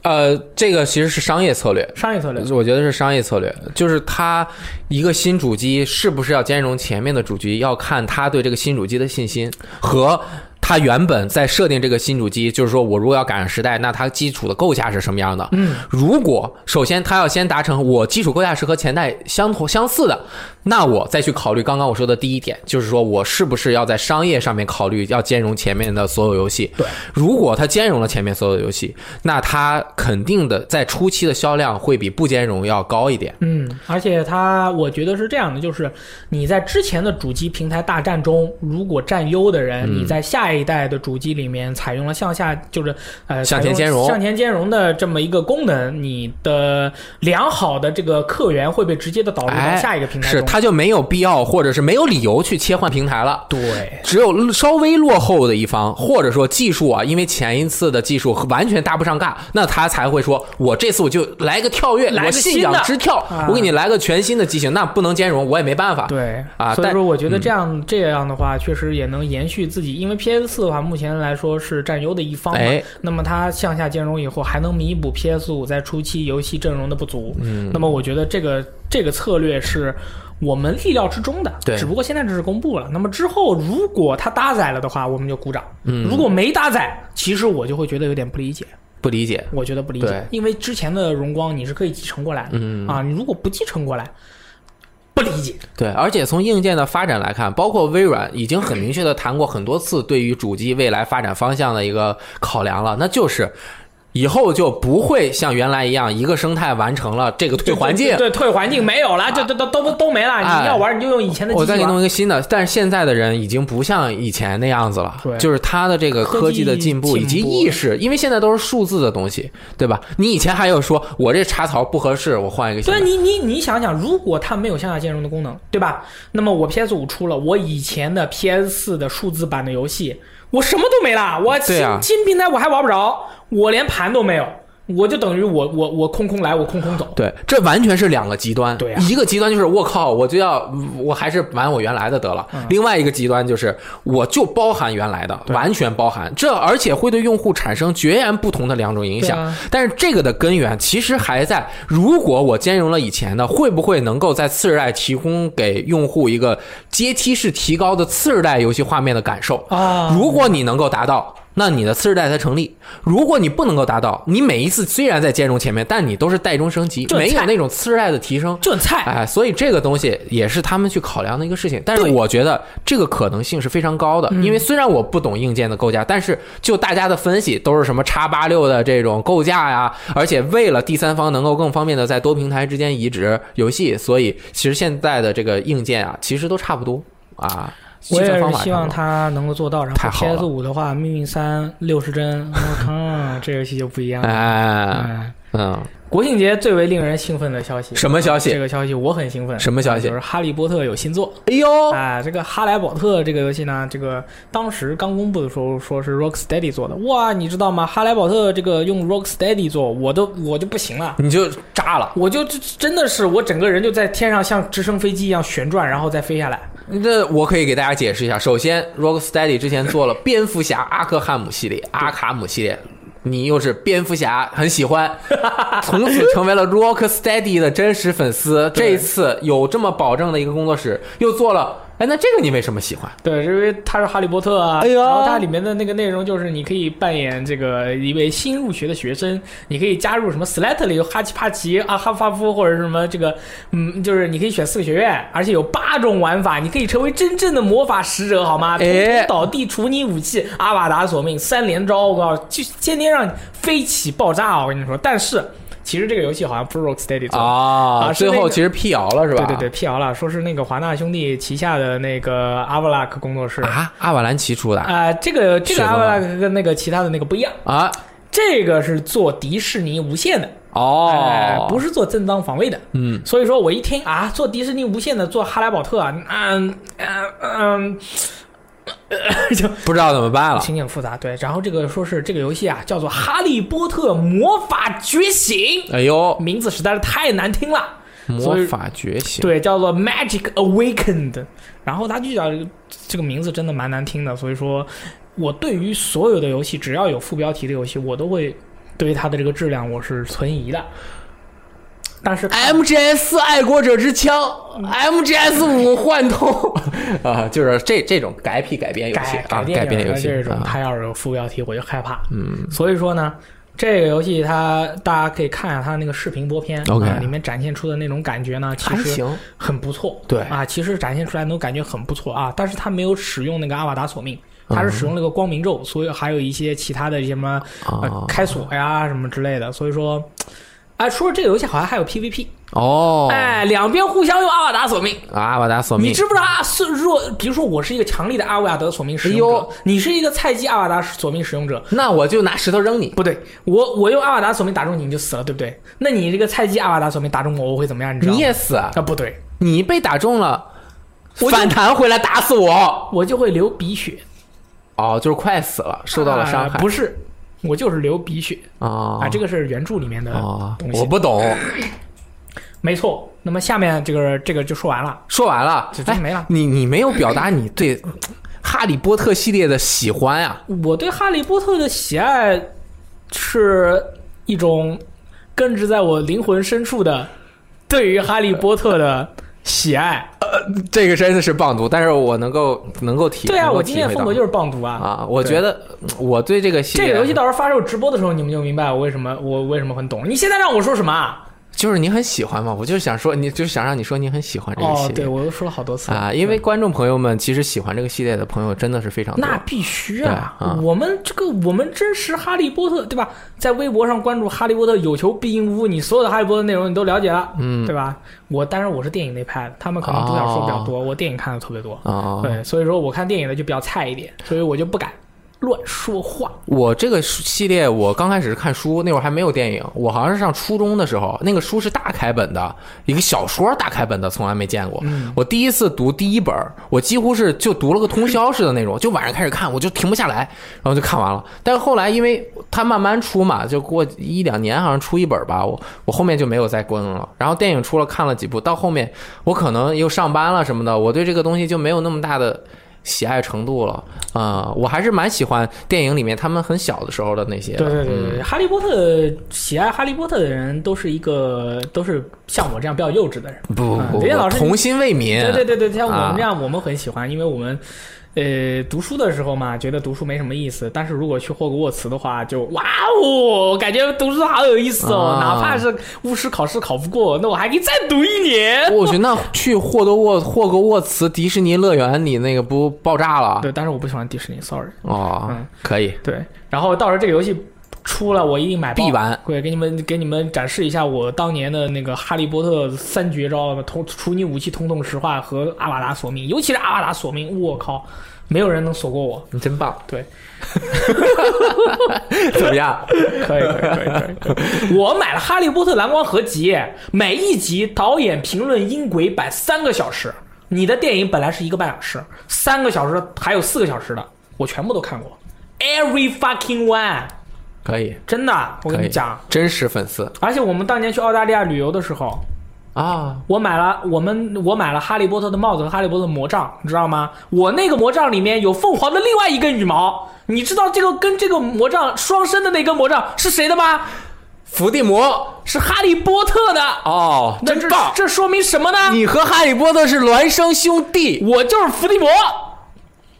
[SPEAKER 2] 呃，这个其实是商业策略，
[SPEAKER 1] 商业策略。
[SPEAKER 2] 我觉得是商业策略，就是它一个新主机是不是要兼容前面的主机，要看它对这个新主机的信心和。它原本在设定这个新主机，就是说我如果要赶上时代，那它基础的构架是什么样的？
[SPEAKER 1] 嗯，
[SPEAKER 2] 如果首先它要先达成我基础构架是和前代相同相似的，那我再去考虑刚刚我说的第一点，就是说我是不是要在商业上面考虑要兼容前面的所有游戏。
[SPEAKER 1] 对，
[SPEAKER 2] 如果它兼容了前面所有游戏，那它肯定的在初期的销量会比不兼容要高一点。
[SPEAKER 1] 嗯，而且它，我觉得是这样的，就是你在之前的主机平台大战中，如果占优的
[SPEAKER 2] 嗯
[SPEAKER 1] 人，你在下一代的主机里面采用了向下，就是呃
[SPEAKER 2] 向前
[SPEAKER 1] 采用
[SPEAKER 2] 兼容
[SPEAKER 1] 向前兼容的这么一个功能，你的良好的这个客源会被直接的导入到
[SPEAKER 2] 哎
[SPEAKER 1] 下一个平台
[SPEAKER 2] 是，
[SPEAKER 1] 中。
[SPEAKER 2] 它就没有必要或者是没有理由去切换平台了。
[SPEAKER 1] 对，
[SPEAKER 2] 只有稍微落后的一方，或者说技术啊，因为前一次的技术完全搭不上尬，那他才会说，我这次我就来个跳跃，
[SPEAKER 1] 来个
[SPEAKER 2] 我
[SPEAKER 1] 新的
[SPEAKER 2] 信仰之跳，
[SPEAKER 1] 啊
[SPEAKER 2] 我给你来个全新的机型，那不能兼容，我也没办法。
[SPEAKER 1] 对
[SPEAKER 2] 啊
[SPEAKER 1] 所以
[SPEAKER 2] 但
[SPEAKER 1] 说我觉得这样、这样的话，确实也能延续自己，因为 PS 四的话，目前来说是占优的一方嘛，
[SPEAKER 2] 哎
[SPEAKER 1] 那么它向下兼容以后，还能弥补 PS 五在初期游戏阵容的不足。嗯，那么我觉得这个这个策略是。我们意料之中的，
[SPEAKER 2] 对
[SPEAKER 1] 只不过现在只是公布了。那么之后，如果它搭载了的话，我们就鼓掌；嗯、如果没搭载，其实我就会觉得有点不理解。
[SPEAKER 2] 不理解。
[SPEAKER 1] 我觉得不理解
[SPEAKER 2] 对，
[SPEAKER 1] 因为之前的荣光你是可以继承过来的、
[SPEAKER 2] 嗯
[SPEAKER 1] 啊，你如果不继承过来，不理解。
[SPEAKER 2] 对，而且从硬件的发展来看，包括微软已经很明确的谈过很多次对于主机未来发展方向的一个考量了，那就是以后就不会像原来一样一个生态完成了这个退环境，
[SPEAKER 1] 对退环境没有了，这这都都都没了。
[SPEAKER 2] 哎
[SPEAKER 1] 你要玩你就用以前的机
[SPEAKER 2] 我
[SPEAKER 1] 器
[SPEAKER 2] 再给弄
[SPEAKER 1] 玩。
[SPEAKER 2] 一个新的，但是现在的人已经不像以前那样子了
[SPEAKER 1] 对，
[SPEAKER 2] 就是他的这个科技的进步
[SPEAKER 1] 科技
[SPEAKER 2] 以及
[SPEAKER 1] 进步
[SPEAKER 2] 意识，因为现在都是数字的东西，对吧？你以前还有说我这插槽不合适，我换一个新
[SPEAKER 1] 所以
[SPEAKER 2] 的，
[SPEAKER 1] 啊你你你想想，如果它没有向下兼容的功能，对吧？那么我 PS 五出了，我以前的 PS 四的数字版的游戏，我什么都没了，我新
[SPEAKER 2] 对啊
[SPEAKER 1] 新平台我还玩不着，我连盘都没有，我就等于我我我空空来，我空空走。
[SPEAKER 2] 对，这完全是两个极端。
[SPEAKER 1] 对啊
[SPEAKER 2] 一个极端就是我靠，我就要我还是玩我原来的得了；
[SPEAKER 1] 嗯
[SPEAKER 2] 另外一个极端就是我就包含原来的，完全包含。这而且会对用户产生截然不同的两种影响。
[SPEAKER 1] 对啊
[SPEAKER 2] 但是这个的根源其实还在，如果我兼容了以前的，会不会能够在次世代提供给用户一个阶梯式提高的次世代游戏画面的感受？
[SPEAKER 1] 啊，
[SPEAKER 2] 如果你能够达到，那你的次世代才成立；如果你不能够达到，你每一次虽然在兼容前面，但你都是代中升级，
[SPEAKER 1] 这菜
[SPEAKER 2] 没有那种次世代的提升。
[SPEAKER 1] 这菜
[SPEAKER 2] 哎，所以这个东西也是他们去考量的一个事情。但是
[SPEAKER 1] 对嗯
[SPEAKER 2] 我觉得这个可能性是非常高的，因为虽然我不懂硬件的构架，但是就大家的分析都是什么叉八六的这种构架呀，而且为了第三方能够更方便的在多平台之间移植游戏，所以其实现在的这个硬件啊，其实都差不多啊。
[SPEAKER 1] 我
[SPEAKER 2] 计
[SPEAKER 1] 也
[SPEAKER 2] 算方
[SPEAKER 1] 是
[SPEAKER 2] 法
[SPEAKER 1] 希
[SPEAKER 2] 差不
[SPEAKER 1] 望
[SPEAKER 2] 多
[SPEAKER 1] 它能够做到。然后
[SPEAKER 2] 太好了
[SPEAKER 1] PS 五的话，《命运三》六十帧，我靠，这游戏就不一样了。
[SPEAKER 2] 哎，
[SPEAKER 1] 哎
[SPEAKER 2] 嗯，
[SPEAKER 1] 国庆节最为令人兴奋的消息，
[SPEAKER 2] 什么消
[SPEAKER 1] 这
[SPEAKER 2] 息？
[SPEAKER 1] 个消息我很兴奋。
[SPEAKER 2] 什么消息
[SPEAKER 1] 就是《哈利波特》有新作
[SPEAKER 2] 哎呦，
[SPEAKER 1] 啊！这个《哈莱宝特》这个游戏呢，这个当时刚公布的时候说是 Rocksteady 做的，哇，你知道吗？《哈莱宝特》这个用 Rocksteady 做，我都我就不行了。
[SPEAKER 2] 你就炸了！
[SPEAKER 1] 我就真的是我整个人就在天上像直升飞机一样旋转，然后再飞下来。
[SPEAKER 2] 这我可以给大家解释一下。首先，Rocksteady 之前做了蝙蝠侠、阿克汉姆系列、阿卡姆系列，你又是蝙蝠侠，很喜 欢，从此成为了 Rocksteady 的真实粉丝。这一次有这么保证的一个工作室，又做了哎，那这个你为什么喜欢？
[SPEAKER 1] 对，因为他是哈利波特啊，
[SPEAKER 2] 哎呀
[SPEAKER 1] 然后它里面的那个内容就是你可以扮演这个一位新入学的学生，你可以加入什么 Slately、哈奇帕奇、啊哈发夫或者是什么这个，嗯，就是你可以选四个学院，而且有八种玩法，你可以成为真正的魔法使者，好吗？通
[SPEAKER 2] 哎
[SPEAKER 1] 天倒地除你武器，阿瓦达索命三连招，我告诉你，就天天让你飞起爆炸啊！我跟你说，但是其实这个游戏好像不是 Rocksteady 做的。
[SPEAKER 2] 啊
[SPEAKER 1] 啊是
[SPEAKER 2] 最
[SPEAKER 1] 那
[SPEAKER 2] 后
[SPEAKER 1] 个
[SPEAKER 2] 其实辟谣了是吧？
[SPEAKER 1] 对对对，辟谣了，说是那个华纳兄弟旗下的那个阿瓦拉克工作室
[SPEAKER 2] 啊，阿瓦兰奇出的
[SPEAKER 1] 啊、这个这
[SPEAKER 2] 是
[SPEAKER 1] 个
[SPEAKER 2] 吗
[SPEAKER 1] 阿瓦拉克跟那个其他的那个不一样，
[SPEAKER 2] 啊，
[SPEAKER 1] 这个是做迪士尼无线的，哎
[SPEAKER 2] 哦，
[SPEAKER 1] 不
[SPEAKER 2] 是，
[SPEAKER 1] 是做正当防卫的。
[SPEAKER 2] 嗯，
[SPEAKER 1] 所以说我一听啊，做迪士尼无线的，做哈莱宝特啊，嗯嗯嗯，呃 就
[SPEAKER 2] 不知道怎么办了。
[SPEAKER 1] 情景复杂。对，然后这个说是这个游戏啊，叫做《哈利波特魔法觉醒》，
[SPEAKER 2] 哎呦，
[SPEAKER 1] 名字实在是太难听了。
[SPEAKER 2] 魔
[SPEAKER 1] 所以
[SPEAKER 2] 法觉醒，
[SPEAKER 1] 对，叫做 Magic Awakened。然后它就叫这个名字真的蛮难听的，所以说我对于所有的游戏，只要有副标题的游戏，我都会对于它的这个质量我是存疑的。但是看
[SPEAKER 2] MGS 爱国者之枪，MGS 五幻痛 啊，就是这这种改皮改编游戏
[SPEAKER 1] 改
[SPEAKER 2] 啊，
[SPEAKER 1] 电
[SPEAKER 2] 改编
[SPEAKER 1] 影
[SPEAKER 2] 游
[SPEAKER 1] 的
[SPEAKER 2] 戏
[SPEAKER 1] 这种，
[SPEAKER 2] 啊
[SPEAKER 1] 它要是有副标题，我就害怕。
[SPEAKER 2] 嗯，
[SPEAKER 1] 所以说呢，这个游戏它大家可以看一下它那个视频播片
[SPEAKER 2] OK
[SPEAKER 1] 啊里面展现出的那种感觉呢，其
[SPEAKER 2] 还
[SPEAKER 1] 实
[SPEAKER 2] 行，
[SPEAKER 1] 很不错，
[SPEAKER 2] 对
[SPEAKER 1] 啊，其实展现出来那种感觉很不错啊，但是他没有使用那个阿瓦达索命，
[SPEAKER 2] 嗯
[SPEAKER 1] 他是使用那个光明咒，所以还有一些其他的一些什么、
[SPEAKER 2] 哦
[SPEAKER 1] 呃、开锁呀什么之类的，所以说，哎、说这个游戏好像还有 PVP，、
[SPEAKER 2] 哦，
[SPEAKER 1] 哎，两边互相用阿瓦达索命。
[SPEAKER 2] 阿瓦达索
[SPEAKER 1] 你
[SPEAKER 2] 命，
[SPEAKER 1] 知不知道啊？是若比如说我是一个强力的阿瓦达索命使用
[SPEAKER 2] 哎
[SPEAKER 1] 者，
[SPEAKER 2] 呦
[SPEAKER 1] 你是一个菜鸡阿瓦达索命使用者，
[SPEAKER 2] 那我就拿石头扔你，
[SPEAKER 1] 不对，我我用阿瓦达索命打中你，你就死了，对不对？那你这个菜鸡阿瓦达索命打中我，我会怎么样？你知道
[SPEAKER 2] 你
[SPEAKER 1] 吗？
[SPEAKER 2] 也死啊，
[SPEAKER 1] 啊，不对，
[SPEAKER 2] 你被打中了，
[SPEAKER 1] 我就
[SPEAKER 2] 反弹回来打死我，
[SPEAKER 1] 我就会流鼻血。
[SPEAKER 2] 哦，就是快死了，受到了伤害，
[SPEAKER 1] 啊不是，我就是流鼻血
[SPEAKER 2] 啊
[SPEAKER 1] 啊，这个是原著里面的
[SPEAKER 2] 哦
[SPEAKER 1] 东，西，
[SPEAKER 2] 我不懂，
[SPEAKER 1] 没错。那么下面这个这个就说完了，
[SPEAKER 2] 说完了
[SPEAKER 1] 这，就
[SPEAKER 2] 哎，
[SPEAKER 1] 没了
[SPEAKER 2] 你你没有表达 你对哈利波特系列的喜欢啊，
[SPEAKER 1] 我对哈利波特的喜爱是一种根植在我灵魂深处的对于哈利波特的喜爱。
[SPEAKER 2] 这个真的是棒读，但是我能够能够体
[SPEAKER 1] 对啊，
[SPEAKER 2] 能够
[SPEAKER 1] 我今天的
[SPEAKER 2] 体会
[SPEAKER 1] 风
[SPEAKER 2] 到
[SPEAKER 1] 格就是棒读啊。
[SPEAKER 2] 啊，我觉得嗯我对这个系
[SPEAKER 1] 这
[SPEAKER 2] 列
[SPEAKER 1] 个游戏到时候发售直播的时候，你们就明白我为什么我为什么很懂。你现在让我说什么啊？
[SPEAKER 2] 就是你很喜欢嘛，我就是想说，你就是想让你说你很喜欢这个系
[SPEAKER 1] 哦，
[SPEAKER 2] 列、
[SPEAKER 1] 对我又说了好多次了
[SPEAKER 2] 啊，因为观众朋友们其实喜欢这个系列的朋友真的是非常多
[SPEAKER 1] 那必须啊！
[SPEAKER 2] 对啊
[SPEAKER 1] 我们这个我们真实哈利波特对吧？在微博上关注哈利波特有求必应屋，你所有的哈利波特内容你都了解了，嗯，对吧？我当然我是电影那派的，他们可能独角兽比较多，我电影看的特别多，
[SPEAKER 2] 啊。
[SPEAKER 1] 对，所以说我看电影的就比较菜一点，所以我就不敢乱说话。
[SPEAKER 2] 我这个书系列，我刚开始是看书，那会儿还没有电影。我好像是上初中的时候，那个书是大开本的，一个小说大开本的，从来没见过。我第一次读第一本儿，我几乎是就读了个通宵似的那种，就晚上开始看，我就停不下来，然后就看完了。但是后来因为它慢慢出嘛，就过一两年好像出一本儿吧，我我后面就没有再跟了。然后电影出了，看了几部，到后面我可能又上班了什么的，我对这个东西就没有那么大的。喜爱程度了啊、我还是蛮喜欢电影里面他们很小的时候的那些。
[SPEAKER 1] 对对对对，对，哈利波特喜爱哈利波特的人都是一个都是像我这样比较幼稚的人，
[SPEAKER 2] 不不
[SPEAKER 1] 嗯
[SPEAKER 2] 不，
[SPEAKER 1] 雷电
[SPEAKER 2] 我
[SPEAKER 1] 老师
[SPEAKER 2] 童心未泯。
[SPEAKER 1] 对对对对，像我
[SPEAKER 2] 啊
[SPEAKER 1] 们这样，我们很喜欢，因为我们。呃，读书的时候嘛，觉得读书没什么意思，但是如果去霍格沃茨的话，就哇哦，感觉读书好有意思哦，
[SPEAKER 2] 啊
[SPEAKER 1] 哪怕是巫师考试考不过，那我还可以再读一年。
[SPEAKER 2] 我去，那去霍德沃霍格沃茨迪士尼乐园，你那个不爆炸了？
[SPEAKER 1] 对，但是我不喜欢迪士尼，sorry。
[SPEAKER 2] 哦
[SPEAKER 1] 嗯，
[SPEAKER 2] 可以，
[SPEAKER 1] 对，然后到时候这个游戏出了，我一定买爆
[SPEAKER 2] 必玩。
[SPEAKER 1] 会给你们给你们展示一下我当年的那个《哈利波特》三绝招，同除你武器通通石化和阿瓦达索命，尤其是阿瓦达索命，我靠，没有人能锁过我。
[SPEAKER 2] 你真棒，
[SPEAKER 1] 对，
[SPEAKER 2] 怎么样？
[SPEAKER 1] 可以可以可以可以可以。 我买了《哈利波特》蓝光合集，每一集导演评论音轨版三个小时。你的电影本来是一个半小时，三个小时还有四个小时的，我全部都看过，every fucking one，
[SPEAKER 2] 可以，
[SPEAKER 1] 真的，我跟
[SPEAKER 2] 可
[SPEAKER 1] 你
[SPEAKER 2] 以
[SPEAKER 1] 讲。，
[SPEAKER 2] 真实粉丝
[SPEAKER 1] 而且我们当年去澳大利亚旅游的时候，
[SPEAKER 2] 啊，
[SPEAKER 1] 我买了我们我买了哈利波特的帽子和哈利波特魔杖，你知道吗？我那个魔杖里面有凤凰的另外一根羽毛，你知道这个跟这个魔杖双生的那根魔杖是谁的吗？
[SPEAKER 2] 伏地魔
[SPEAKER 1] 是哈利波特的，
[SPEAKER 2] 哦，
[SPEAKER 1] 那
[SPEAKER 2] 真
[SPEAKER 1] 这
[SPEAKER 2] 棒！
[SPEAKER 1] 这说明什么呢？
[SPEAKER 2] 你和哈利波特是孪生兄弟
[SPEAKER 1] 我就是伏地 魔。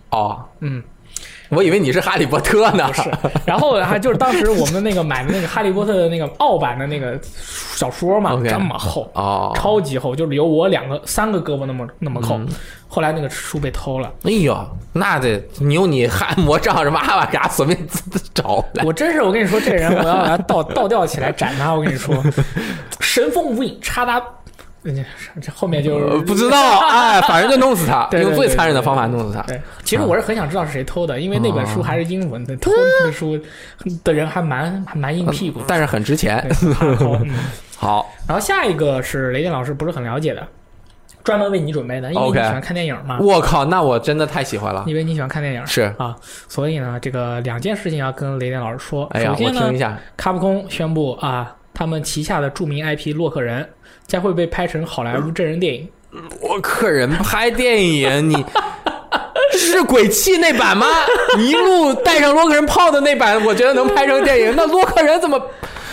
[SPEAKER 2] 哦，
[SPEAKER 1] 嗯，
[SPEAKER 2] 我以为你是哈利波特呢。
[SPEAKER 1] 是，然后还就是当时我们那个买的那个《哈利波特》的那个澳版的那个小说嘛，
[SPEAKER 2] OK
[SPEAKER 1] 这么厚，
[SPEAKER 2] 哦，嗯
[SPEAKER 1] 超级厚，就是有我两个三个胳膊那么那么厚。后来那个书被偷了，
[SPEAKER 2] 哎呦，那得你用你汗魔杖什么阿瓦嘎随便找来。
[SPEAKER 1] 我真是我跟你说，这人我要把他 倒倒吊起来斩他！我跟你说，神风无影，插他。人家这后面就是、
[SPEAKER 2] 呃不 知道，哎，反正就弄死他，
[SPEAKER 1] 对对对
[SPEAKER 2] 用最残忍的方法弄死他。
[SPEAKER 1] 对，啊其实我是很想知道是谁偷的，因为那本
[SPEAKER 2] 哦
[SPEAKER 1] 书还是英文的，偷那本
[SPEAKER 2] 啊
[SPEAKER 1] 书的人还蛮还蛮硬屁股的。
[SPEAKER 2] 但是很值钱。
[SPEAKER 1] 对怕偷嗯
[SPEAKER 2] 好，
[SPEAKER 1] 然后下一个是雷电老师不是很了解的，专门为你准备的，因为你
[SPEAKER 2] 哦 OK
[SPEAKER 1] 喜欢看电影嘛，
[SPEAKER 2] 我靠，那我真的太喜欢了。
[SPEAKER 1] 因啊为你喜欢看电影
[SPEAKER 2] 是，
[SPEAKER 1] 啊，所以呢，这个两件事情要跟雷电老师说。
[SPEAKER 2] 哎呀，
[SPEAKER 1] 首
[SPEAKER 2] 我
[SPEAKER 1] 先
[SPEAKER 2] 听
[SPEAKER 1] 呢
[SPEAKER 2] 一，下，
[SPEAKER 1] 卡普空宣布啊，他们旗下的著名 IP 洛克人将会被拍成好莱坞真人电影。
[SPEAKER 2] 我客人拍电影，你 是鬼泣那版吗？你一路带上洛克人泡的那版，我觉得能拍成电影。那洛克人怎么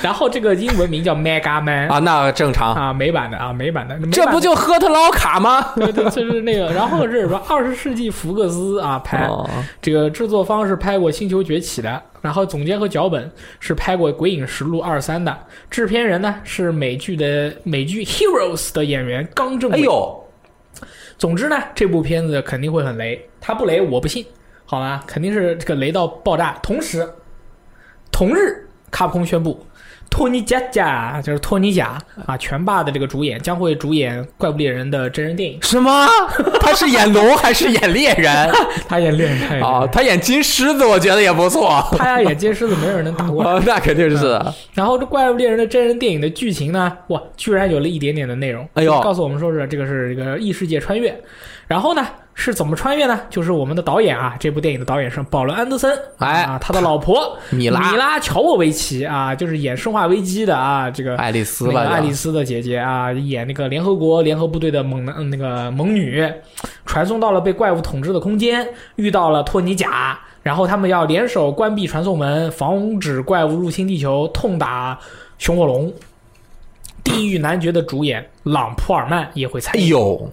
[SPEAKER 1] 然后这个英文名叫 Mega Man
[SPEAKER 2] 啊？那正常，
[SPEAKER 1] 啊，美版的啊，美版的，美版的
[SPEAKER 2] 这不就赫特劳卡吗？
[SPEAKER 1] 对对，就是那个，然后是什么二十世纪福克斯啊拍，
[SPEAKER 2] 哦
[SPEAKER 1] 这个制作方是拍过《星球崛起》的，然后总监和脚本是拍过《鬼影实录二三》的，制片人呢是美剧的美剧《Heroes》的演员刚正。
[SPEAKER 2] 哎，呦，
[SPEAKER 1] 总之呢，这部片子肯定会很雷，他不雷我不信，好吧？肯定是这个雷到爆炸。同时，同日，卡普空宣布。托尼·贾贾就是托尼·贾啊，拳霸的这个主演将会主演《怪物猎人》的真人电影，
[SPEAKER 2] 什么？ 他是演龙还是演猎人？
[SPEAKER 1] 他演猎人，他演猎人
[SPEAKER 2] 哦，他演金狮子，我觉得也不错。
[SPEAKER 1] 他要演金狮子，没有人能打过。
[SPEAKER 2] 哦，那肯定是的。
[SPEAKER 1] 然后这《怪物猎人》的真人电影的剧情呢，哇，居然有了一点点的内容。
[SPEAKER 2] 哎呦
[SPEAKER 1] 就是告诉我们说是这个是一个异世界穿越，然后呢是怎么穿越呢？就是我们的导演啊，这部电影的导演是保罗·安德森，
[SPEAKER 2] 哎
[SPEAKER 1] 啊，他的老婆
[SPEAKER 2] 米拉
[SPEAKER 1] 米拉·乔沃维奇啊，就是演《生化危机》的啊，这个
[SPEAKER 2] 爱丽丝
[SPEAKER 1] 那
[SPEAKER 2] 吧
[SPEAKER 1] 个，爱
[SPEAKER 2] 就
[SPEAKER 1] 丽丝的姐姐啊，演那个联合国联合部队的猛男，嗯那个猛女，传送到了被怪物统治的空间，遇到了托尼贾，然后他们要联手关闭传送门，防止怪物入侵地球，痛打熊火龙。地狱男爵的主演朗普尔曼也会参
[SPEAKER 2] 哎
[SPEAKER 1] 与，
[SPEAKER 2] 呦，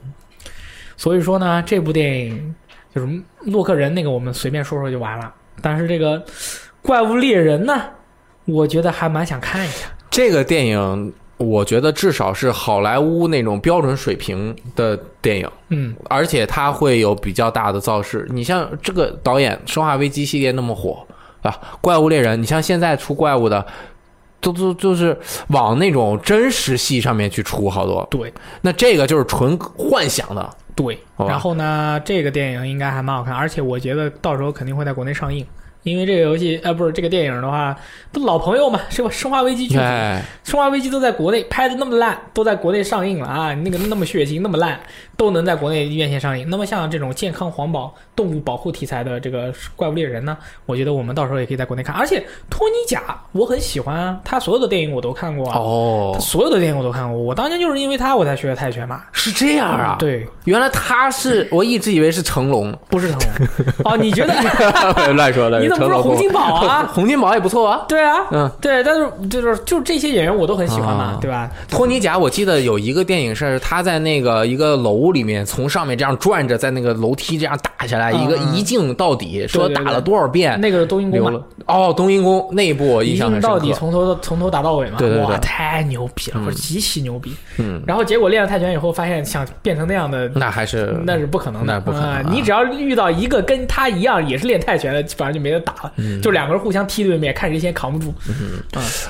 [SPEAKER 1] 所以说呢，这部电影就是洛克人那个，我们随便说说就完了。但是这个怪物猎人呢，我觉得还蛮想看一下。
[SPEAKER 2] 这个电影，我觉得至少是好莱坞那种标准水平的电影，
[SPEAKER 1] 嗯，
[SPEAKER 2] 而且它会有比较大的造势。你像这个导演《生化危机》系列那么火啊，《怪物猎人》，你像现在出怪物的。都都就是往那种真实戏上面去出好多，
[SPEAKER 1] 对。
[SPEAKER 2] 那这个就是纯幻想的，
[SPEAKER 1] 对，
[SPEAKER 2] 好吧
[SPEAKER 1] 然后呢，这个电影应该还蛮好看，而且我觉得到时候肯定会在国内上映，因为这个游戏，呃，不是这个电影的话，都老朋友嘛，是吧？《生化危机》剧组，《
[SPEAKER 2] 哎，
[SPEAKER 1] 生化危机》都在国内拍的那么烂，都在国内上映了啊，那个那么血腥，那么烂，都能在国内院线上映。那么像这种健康环保、动物保护题材的这个《怪物猎人》呢，我觉得我们到时候也可以在国内看。而且托尼贾我很喜欢啊，他所有的电影我都看过啊，
[SPEAKER 2] 哦
[SPEAKER 1] 他，所有的电影我都看过。我当年就是因为他我才学的泰拳嘛。
[SPEAKER 2] 是这样啊，，
[SPEAKER 1] 对，
[SPEAKER 2] 原来他是，我一直以为是成龙，
[SPEAKER 1] 不是成龙哦，你觉得？
[SPEAKER 2] 乱说的，
[SPEAKER 1] 你怎么不是洪金宝 啊？
[SPEAKER 2] 洪金宝也不错啊。
[SPEAKER 1] 对啊，
[SPEAKER 2] 嗯，
[SPEAKER 1] 对，但是就是就是这些演员我都很喜欢嘛
[SPEAKER 2] 啊，
[SPEAKER 1] 对吧？
[SPEAKER 2] 托尼贾，我记得有一个电影是他在那个一个楼里面从上面这样转着，在那个楼梯这样打下来，
[SPEAKER 1] 嗯
[SPEAKER 2] 一个
[SPEAKER 1] 嗯
[SPEAKER 2] 一镜到底，说
[SPEAKER 1] 对对
[SPEAKER 2] 打了多少遍，
[SPEAKER 1] 那个是冬阴
[SPEAKER 2] 流
[SPEAKER 1] 功嘛
[SPEAKER 2] 哎了。。哦，冬阴功那一部我
[SPEAKER 1] 一
[SPEAKER 2] 印象
[SPEAKER 1] 镜
[SPEAKER 2] 很
[SPEAKER 1] 到底，
[SPEAKER 2] 深刻。
[SPEAKER 1] 从头到从头打到尾嘛，
[SPEAKER 2] 对对对
[SPEAKER 1] 哇，太牛逼了，我说极其牛逼。
[SPEAKER 2] 嗯，
[SPEAKER 1] 然后结果练了泰拳以后，发现想变成那样的，
[SPEAKER 2] 那还是
[SPEAKER 1] 那是不可能的，
[SPEAKER 2] 那不可能啊
[SPEAKER 1] 啊你只要遇到一个跟他一样也是练泰拳的，基本上就没得打了，
[SPEAKER 2] 嗯
[SPEAKER 1] 就两个人互相踢对面，看谁先扛不住。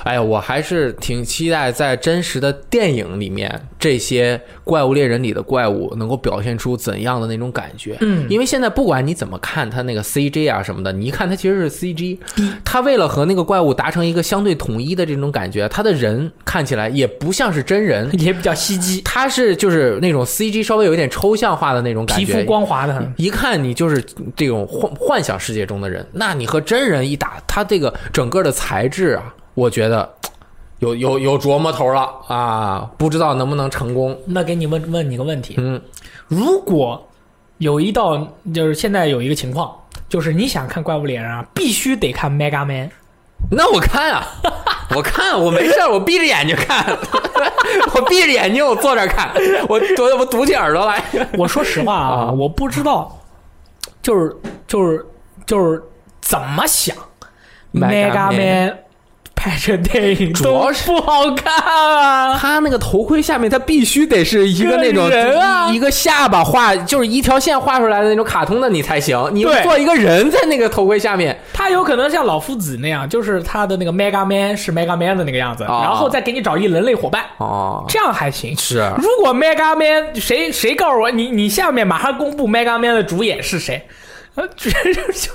[SPEAKER 2] 哎呀，我还是挺期待在真实的电影里面，这些怪物猎人里的怪物能够表现出怎样的那种感觉。
[SPEAKER 1] 嗯
[SPEAKER 2] 因为现在不管你怎么看它那个 CG 啊什么的，你一看它其实是 CG，它为了和那个怪物达成一个相对统一的这种感觉，它的人看起来也不像是真人，
[SPEAKER 1] 也比较吸肌，
[SPEAKER 2] 它是就是那种 CG 稍微有一点抽象化的那种感
[SPEAKER 1] 皮
[SPEAKER 2] 觉，
[SPEAKER 1] 肤光滑的很。
[SPEAKER 2] 一看你就是这种幻幻想世界中的人，那你和真人一打，他这个整个的材质啊，我觉得嘖有有有琢磨头了啊，不知道能不能成功。
[SPEAKER 1] 那给你问问你个问题，
[SPEAKER 2] 嗯，
[SPEAKER 1] 如果有一道就是现在有一个情况，就是你想看怪物猎人啊，必须得看 Mega Man，
[SPEAKER 2] 那我看啊，我看我没事儿，我闭着眼睛看， 我闭着眼睛我坐这儿看，我我我堵起耳朵来。
[SPEAKER 1] 我说实话啊，
[SPEAKER 2] 啊
[SPEAKER 1] 我不知道，就是就是就是怎么想
[SPEAKER 2] Mega
[SPEAKER 1] Mega Man 拍成电影
[SPEAKER 2] 主要
[SPEAKER 1] 都
[SPEAKER 2] 是
[SPEAKER 1] 不好看啊！
[SPEAKER 2] 他那个头盔下面，他必须得是一个那种
[SPEAKER 1] 一个人啊
[SPEAKER 2] 一个下巴画，就是一条线画出来的那种卡通的，你才行。你
[SPEAKER 1] 对
[SPEAKER 2] 做一个人在那个头盔下面，
[SPEAKER 1] 他有可能像老夫子那样，就是他的那个 Mega Man 是 Mega Man 的那个样子，
[SPEAKER 2] 哦
[SPEAKER 1] 然后再给你找一人类伙伴，
[SPEAKER 2] 哦，
[SPEAKER 1] 这样还行。
[SPEAKER 2] 是
[SPEAKER 1] 如果 Mega Man 谁谁告诉我你你下面马上公布 Mega Man 的主演是谁，呃，就是 就是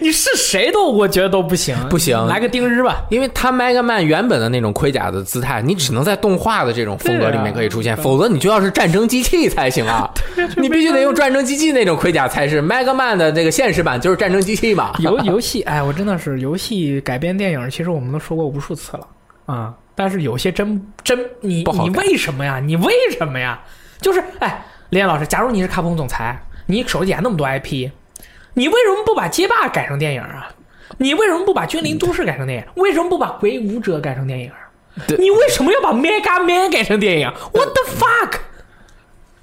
[SPEAKER 1] 你是谁都我觉得都不行，
[SPEAKER 2] 不行
[SPEAKER 1] 来个丁日吧。
[SPEAKER 2] 因为他 Mega Man 原本的那种盔甲的姿态，你只能在动画的这种风格里面可以出现，
[SPEAKER 1] 对啊
[SPEAKER 2] 否则你就要是战争机器才行啊！你必须得用战争机器那种盔甲才是 Mega Man 的这个现实版就是战争机器 嘛。
[SPEAKER 1] 游游戏，哎，我真的是游戏改编电影，其实我们都说过无数次了啊、但是有些真真你
[SPEAKER 2] 不好
[SPEAKER 1] 你
[SPEAKER 2] 改
[SPEAKER 1] 为什么呀？你为什么呀？就是哎，林岩老师，假如你是卡普空总裁，你手底下那么多 IP，你为什么不把街霸改成电影啊？你为什么不把《君临都市》改成电影？为什么不把《鬼武者》改成电影？
[SPEAKER 2] 对
[SPEAKER 1] 你为什么要把 Mega Man 改成电影？What the fuck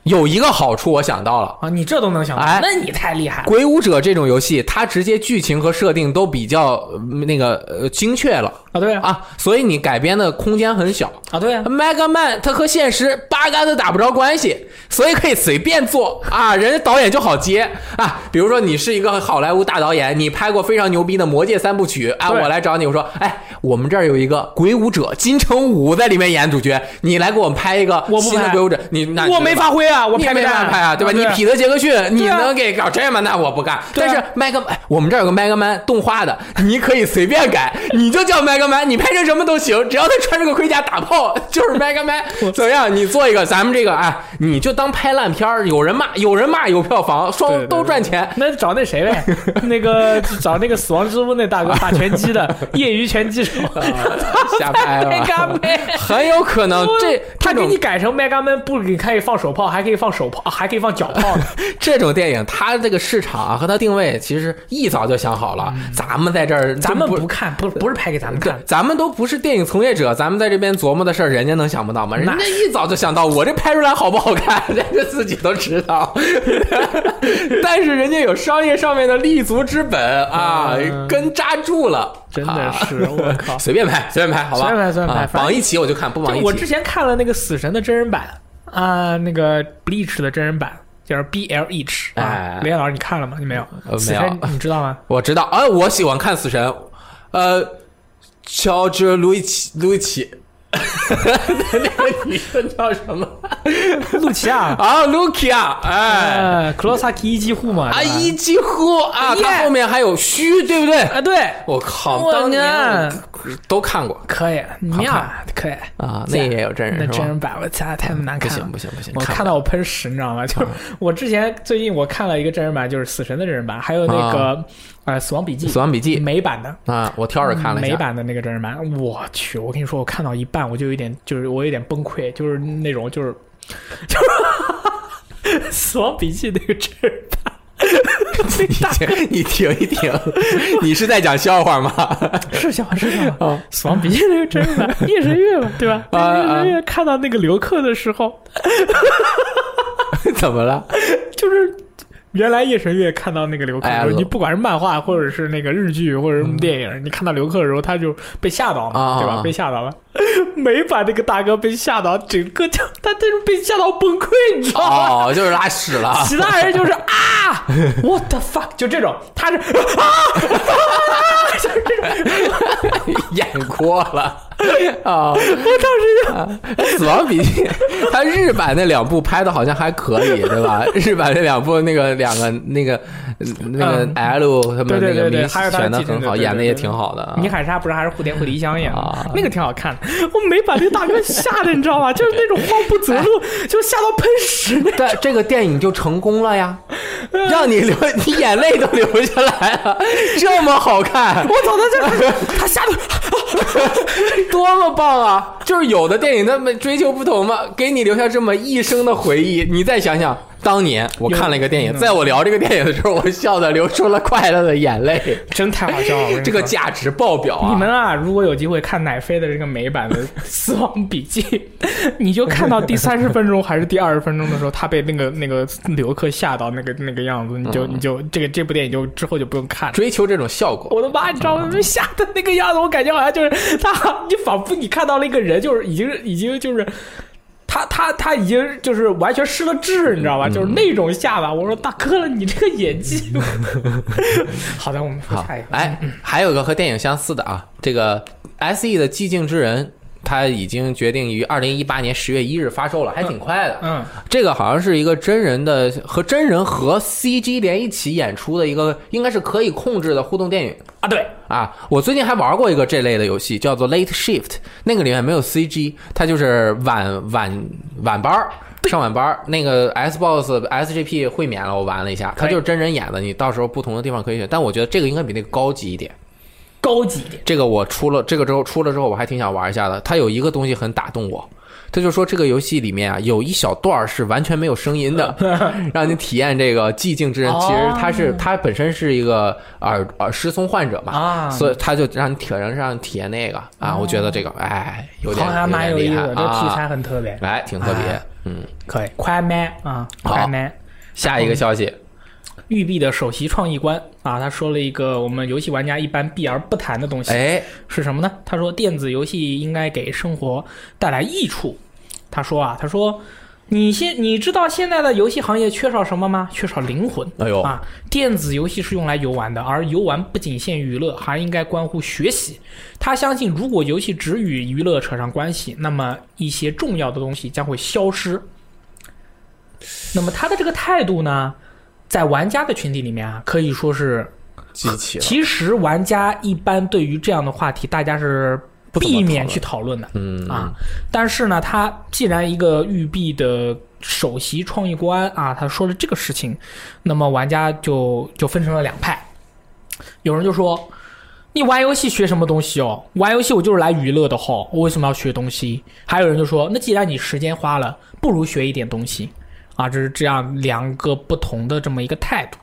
[SPEAKER 2] 有一个好处我想到了。
[SPEAKER 1] 啊！你这都能想到，
[SPEAKER 2] 哎
[SPEAKER 1] 那你太厉害了。
[SPEAKER 2] 鬼武者这种游戏，它直接剧情和设定都比较呃那个呃精确了
[SPEAKER 1] 啊，对啊，
[SPEAKER 2] 啊，所以你改编的空间很小。
[SPEAKER 1] 啊对啊，
[SPEAKER 2] Mega Man 它和现实八竿子打不着关系，所以可以随便做啊，人家导演就好接啊。比如说你是一个好莱坞大导演，你拍过非常牛逼的《魔戒》三部曲啊，
[SPEAKER 1] 对
[SPEAKER 2] 我来找你，我说，哎，我们这儿有一个《鬼武者》，金城武在里面演主角，你来给我们拍一个
[SPEAKER 1] 我不
[SPEAKER 2] 新的
[SPEAKER 1] 拍
[SPEAKER 2] 《鬼武者》，你那
[SPEAKER 1] 我没发挥啊，我
[SPEAKER 2] 你
[SPEAKER 1] 拍
[SPEAKER 2] 没
[SPEAKER 1] 没
[SPEAKER 2] 办法拍啊，对吧？你
[SPEAKER 1] 劈
[SPEAKER 2] 彼得·杰克逊，你
[SPEAKER 1] 对啊
[SPEAKER 2] 能给搞这么？那我不干。
[SPEAKER 1] 对
[SPEAKER 2] 但
[SPEAKER 1] 啊
[SPEAKER 2] 是麦克，哎我们这儿有个麦克曼动画的，你可以随便改，你就叫麦克曼，你拍成什么都行，只要他穿着个盔甲打炮，就是麦克曼。 怎么样？你做一个，咱们这个啊，你就当拍烂片儿，有人骂，有人骂，有票房，
[SPEAKER 1] 对
[SPEAKER 2] 双
[SPEAKER 1] 对
[SPEAKER 2] 都赚钱。
[SPEAKER 1] 那找那谁呗，那个找那个死亡之屋那大哥打拳击的业余拳击手，
[SPEAKER 2] 啊瞎拍吧，
[SPEAKER 1] Mega Man
[SPEAKER 2] 很有可能这
[SPEAKER 1] 他
[SPEAKER 2] 这
[SPEAKER 1] 给
[SPEAKER 2] 种
[SPEAKER 1] 你改成 Mega Man，不仅可以放手炮，还可以放手炮，啊还可以放脚 炮呢。
[SPEAKER 2] 这种电影，它这个市场啊和它定位其实一早就想好了，嗯咱们在这儿就
[SPEAKER 1] 咱们
[SPEAKER 2] 不
[SPEAKER 1] 不看，不不是拍给咱们
[SPEAKER 2] 对
[SPEAKER 1] 看，的。
[SPEAKER 2] 咱们都不是电影从业者，咱们在这边琢磨的事儿，人家能想不到吗？人家一早就想到，我这拍出来好不好看， 人家自己都知道。 但是人家有商业上面的立足之本啊，
[SPEAKER 1] 嗯
[SPEAKER 2] 根扎住了，
[SPEAKER 1] 真的
[SPEAKER 2] 啊！
[SPEAKER 1] 是我靠
[SPEAKER 2] 随便拍，随便拍，好吧，
[SPEAKER 1] 随便拍随便拍
[SPEAKER 2] 啊
[SPEAKER 1] 反正
[SPEAKER 2] 绑一起我就看，不 绑
[SPEAKER 1] 就
[SPEAKER 2] 一
[SPEAKER 1] 我之
[SPEAKER 2] 起。
[SPEAKER 1] 前看了那个死神的真人版啊，那个 Bleach 的真人版。就是 B L H
[SPEAKER 2] 哎
[SPEAKER 1] 啊，雷岩老师，你看了吗？你没有
[SPEAKER 2] 呃？
[SPEAKER 1] 死
[SPEAKER 2] 没有
[SPEAKER 1] 神你知道吗？
[SPEAKER 2] 我知道，哎，我喜欢看死神，呃，乔治·路易奇，路易奇， 那个女的叫什么？
[SPEAKER 1] 露琪亚，
[SPEAKER 2] 啊，卢奇啊， 哎。
[SPEAKER 1] 呃，克罗萨奇一击户嘛，
[SPEAKER 2] 啊，
[SPEAKER 1] 对吧
[SPEAKER 2] 一几乎啊，
[SPEAKER 1] 耶
[SPEAKER 2] 它后面还有虚，对不对？
[SPEAKER 1] 啊，对，
[SPEAKER 2] 我靠，
[SPEAKER 1] 哎我
[SPEAKER 2] 当年
[SPEAKER 1] 呢
[SPEAKER 2] 我都看过
[SPEAKER 1] 可以，你呀，可以
[SPEAKER 2] 啊，那也有真
[SPEAKER 1] 那
[SPEAKER 2] 人是
[SPEAKER 1] 真
[SPEAKER 2] 吧？
[SPEAKER 1] 人版我擦太难
[SPEAKER 2] 不
[SPEAKER 1] 看了
[SPEAKER 2] 行。不行不行，
[SPEAKER 1] 我
[SPEAKER 2] 看啊
[SPEAKER 1] 看到我喷屎，你知道吗？就是我之前最近我看了一个真人版，就是《死神》的真人版，还有那个呃《死亡笔记
[SPEAKER 2] 啊《死》亡笔记
[SPEAKER 1] 美版的》
[SPEAKER 2] 啊，我挑着看了一
[SPEAKER 1] 美
[SPEAKER 2] 下，
[SPEAKER 1] 版的那个真人版。我去，我跟你说，我看到一半我就有点，就是我有点崩溃，就是那种就是 就是《死亡笔记》那个真人版，那大
[SPEAKER 2] 你停一停， 你是在讲笑话吗？
[SPEAKER 1] 是笑话是笑话。
[SPEAKER 2] 啊
[SPEAKER 1] 死亡笔记那个真人 版，夜神月嘛，对吧？
[SPEAKER 2] 啊啊
[SPEAKER 1] 夜神月看到那个刘克的时候，
[SPEAKER 2] 怎么了？
[SPEAKER 1] 就是原来夜神月看到那个刘克的时
[SPEAKER 2] 哎
[SPEAKER 1] 候，
[SPEAKER 2] 呀嗯
[SPEAKER 1] 你不管是漫画或者是那个日剧或者什么电影，你看到刘克的时候，他就被吓到
[SPEAKER 2] 啊
[SPEAKER 1] 嘛，对
[SPEAKER 2] 啊
[SPEAKER 1] 吧？被吓到了， 美版那个大哥被吓到，整个就他这是被吓到崩溃，你知道吗？
[SPEAKER 2] 哦，就是拉屎了。
[SPEAKER 1] 其他人就是啊，what the fuck，就这种，他是啊， 就是这种，
[SPEAKER 2] 演过 了啊！
[SPEAKER 1] 我当时
[SPEAKER 2] 死亡笔记》它日版那两部拍的好像还可以，对吧？日版那两部那个两个那个那个
[SPEAKER 1] 嗯
[SPEAKER 2] L 他们
[SPEAKER 1] 对
[SPEAKER 2] 那
[SPEAKER 1] 对
[SPEAKER 2] 个
[SPEAKER 1] 对对
[SPEAKER 2] 名
[SPEAKER 1] 还有他
[SPEAKER 2] 选的
[SPEAKER 1] 的技
[SPEAKER 2] 很
[SPEAKER 1] 能
[SPEAKER 2] 好，
[SPEAKER 1] 对对
[SPEAKER 2] 演的
[SPEAKER 1] 对
[SPEAKER 2] 也
[SPEAKER 1] 对
[SPEAKER 2] 挺好的啊。
[SPEAKER 1] 你喊啥不是还是蝴蝶和离乡演
[SPEAKER 2] 啊
[SPEAKER 1] 的，那个挺好看的。我没把那大哥吓的，你知道吗？就是那种慌不择 路，
[SPEAKER 2] 哎
[SPEAKER 1] 就吓到喷屎那
[SPEAKER 2] 但这个电影就成功 了呀，让你流，你眼泪都流下来了，这么好看，
[SPEAKER 1] 我操，他这他吓得，
[SPEAKER 2] 多么棒啊！就是有的电影他们追求不同嘛，给你留下这么一生的回忆，你再想想，当年我看了一个电影，
[SPEAKER 1] 有
[SPEAKER 2] 在我聊这个电影的时候，我笑的流出了快乐的眼泪，
[SPEAKER 1] 真太好 笑了。我跟你
[SPEAKER 2] 这个
[SPEAKER 1] 说
[SPEAKER 2] 价值爆表啊！
[SPEAKER 1] 你们啊，如果有机会看奶飞的这个美 版的《死亡笔记》， 你就看到第三十分钟还是第二十分钟的时候，他被那个那个游客吓到那个那个样子，你就你就这个这部电影就之后就不用看了。
[SPEAKER 2] 追求这种效果，
[SPEAKER 1] 我的妈！你知道吗？吓的那个样子，我感觉好像就是他，你仿佛你看到了一个人，就是已经已经就是。他他他已经就是完全失了智，你知道吧？就是那种吓吧。我说大哥了，你这个演 技。好的，我们说
[SPEAKER 2] 好
[SPEAKER 1] 下一，个。
[SPEAKER 2] 哎，还有一个和电影相似的啊，这个 S E 的《寂静之人》，它已经决定于二零一八年十月一日发售了，还挺快的。
[SPEAKER 1] 嗯，
[SPEAKER 2] 这个好像是一个真人的和真人和 C G 连一起演出的一个，应该是可以控制的互动电影
[SPEAKER 1] 啊对，
[SPEAKER 2] 啊。我最近还玩过一个这类的游戏，叫做 Late Shift，那个里面没有 C G，它就是晚晚晚班儿。上晚班儿那个 Xbox SGP 会免了，我玩了一下，它
[SPEAKER 1] 可以
[SPEAKER 2] 就是真人演的，你到时候不同的地方可以选，但我觉得这个应该比那个高级一点。
[SPEAKER 1] 高级一点。
[SPEAKER 2] 这个我出了这个之后出了之后，我还挺想玩一下的。它有一个东西很打动我，他就说这个游戏里面啊有一小段儿是完全没有声音的， 让你体验这个寂静之人。
[SPEAKER 1] 哦
[SPEAKER 2] 其实他是他本身是一个耳耳失聪患者嘛，
[SPEAKER 1] 啊
[SPEAKER 2] 所以他就让你体验让你体验那个啊。我觉得这个哎有点
[SPEAKER 1] 好像蛮
[SPEAKER 2] 有
[SPEAKER 1] 意
[SPEAKER 2] 点
[SPEAKER 1] 思的，
[SPEAKER 2] 厉害
[SPEAKER 1] 这题
[SPEAKER 2] 啊，
[SPEAKER 1] 材很特别，
[SPEAKER 2] 哎挺特别
[SPEAKER 1] 哎。
[SPEAKER 2] 嗯，
[SPEAKER 1] 可以。快麦啊，
[SPEAKER 2] 好
[SPEAKER 1] 快麦！
[SPEAKER 2] 下一个消息，
[SPEAKER 1] 育碧的首席创意官啊，他说了一个我们游戏玩家一般避而不谈的东西，
[SPEAKER 2] 哎
[SPEAKER 1] 是什么呢？他说电子游戏应该给生活带来益处。他说啊，他说。你现你知道现在的游戏行业缺少什么吗？缺少灵魂。
[SPEAKER 2] 哎呦
[SPEAKER 1] 啊，电子游戏是用来游玩的，而游玩不仅限娱乐，还应该关乎学习。他相信，如果游戏只与娱乐扯上关系，那么一些重要的东西将会消失。那么他的这个态度呢，在玩家的群体里面啊，可以说是，
[SPEAKER 2] 机器了，
[SPEAKER 1] 其实玩家一般对于这样的话题，大家是
[SPEAKER 2] 不怎么
[SPEAKER 1] 避免
[SPEAKER 2] 讨论
[SPEAKER 1] 去讨论的。
[SPEAKER 2] 嗯
[SPEAKER 1] 啊，但是呢，他既然一个育碧的首席创意官啊，他说了这个事情，那么玩家就就分成了两派，有人就说。你玩游戏学什么东西哦？玩游戏我就是来娱乐的吼，我为什么要学东西？还有人就说，那既然你时间花了，不如学一点东西，啊，这是这样两个不同的这么一个态度。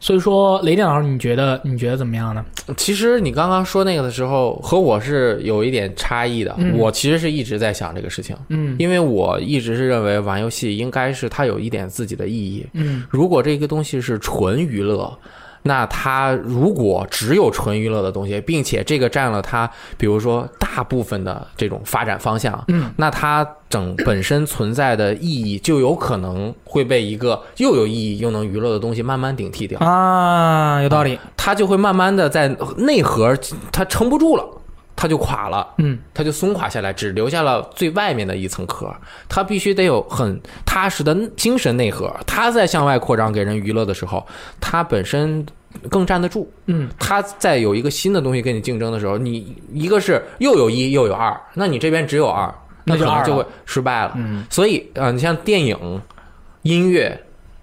[SPEAKER 1] 所以说，雷电老师，你觉得你觉得怎么样呢？
[SPEAKER 2] 其实你刚刚说那个的时候，和我是有一点差异的。
[SPEAKER 1] 嗯
[SPEAKER 2] 我其实是一直在想这个事情，
[SPEAKER 1] 嗯
[SPEAKER 2] 因为我一直是认为玩游戏应该是它有一点自己的意义。
[SPEAKER 1] 嗯，
[SPEAKER 2] 如果这个东西是纯娱乐，那它如果只有纯娱乐的东西，并且这个占了它，比如说大部分的这种发展方向，
[SPEAKER 1] 嗯，
[SPEAKER 2] 那它整本身存在的意义就有可能会被一个又有意义又能娱乐的东西慢慢顶替掉。
[SPEAKER 1] 啊，有道理。
[SPEAKER 2] 它就会慢慢的在内核它撑不住了，它就垮了。
[SPEAKER 1] 嗯
[SPEAKER 2] 它就松垮下来，只留下了最外面的一层壳。它必须得有很踏实的精神内核。它在向外扩张给人娱乐的时候，它本身更站得住。
[SPEAKER 1] 嗯，
[SPEAKER 2] 它在有一个新的东西跟你竞争的时候，你一个是又有一又有二，那你这边只有二，
[SPEAKER 1] 那
[SPEAKER 2] 可
[SPEAKER 1] 就二
[SPEAKER 2] 能
[SPEAKER 1] 了
[SPEAKER 2] 就会失败了。
[SPEAKER 1] 嗯，
[SPEAKER 2] 所以呃，你像电影、音乐、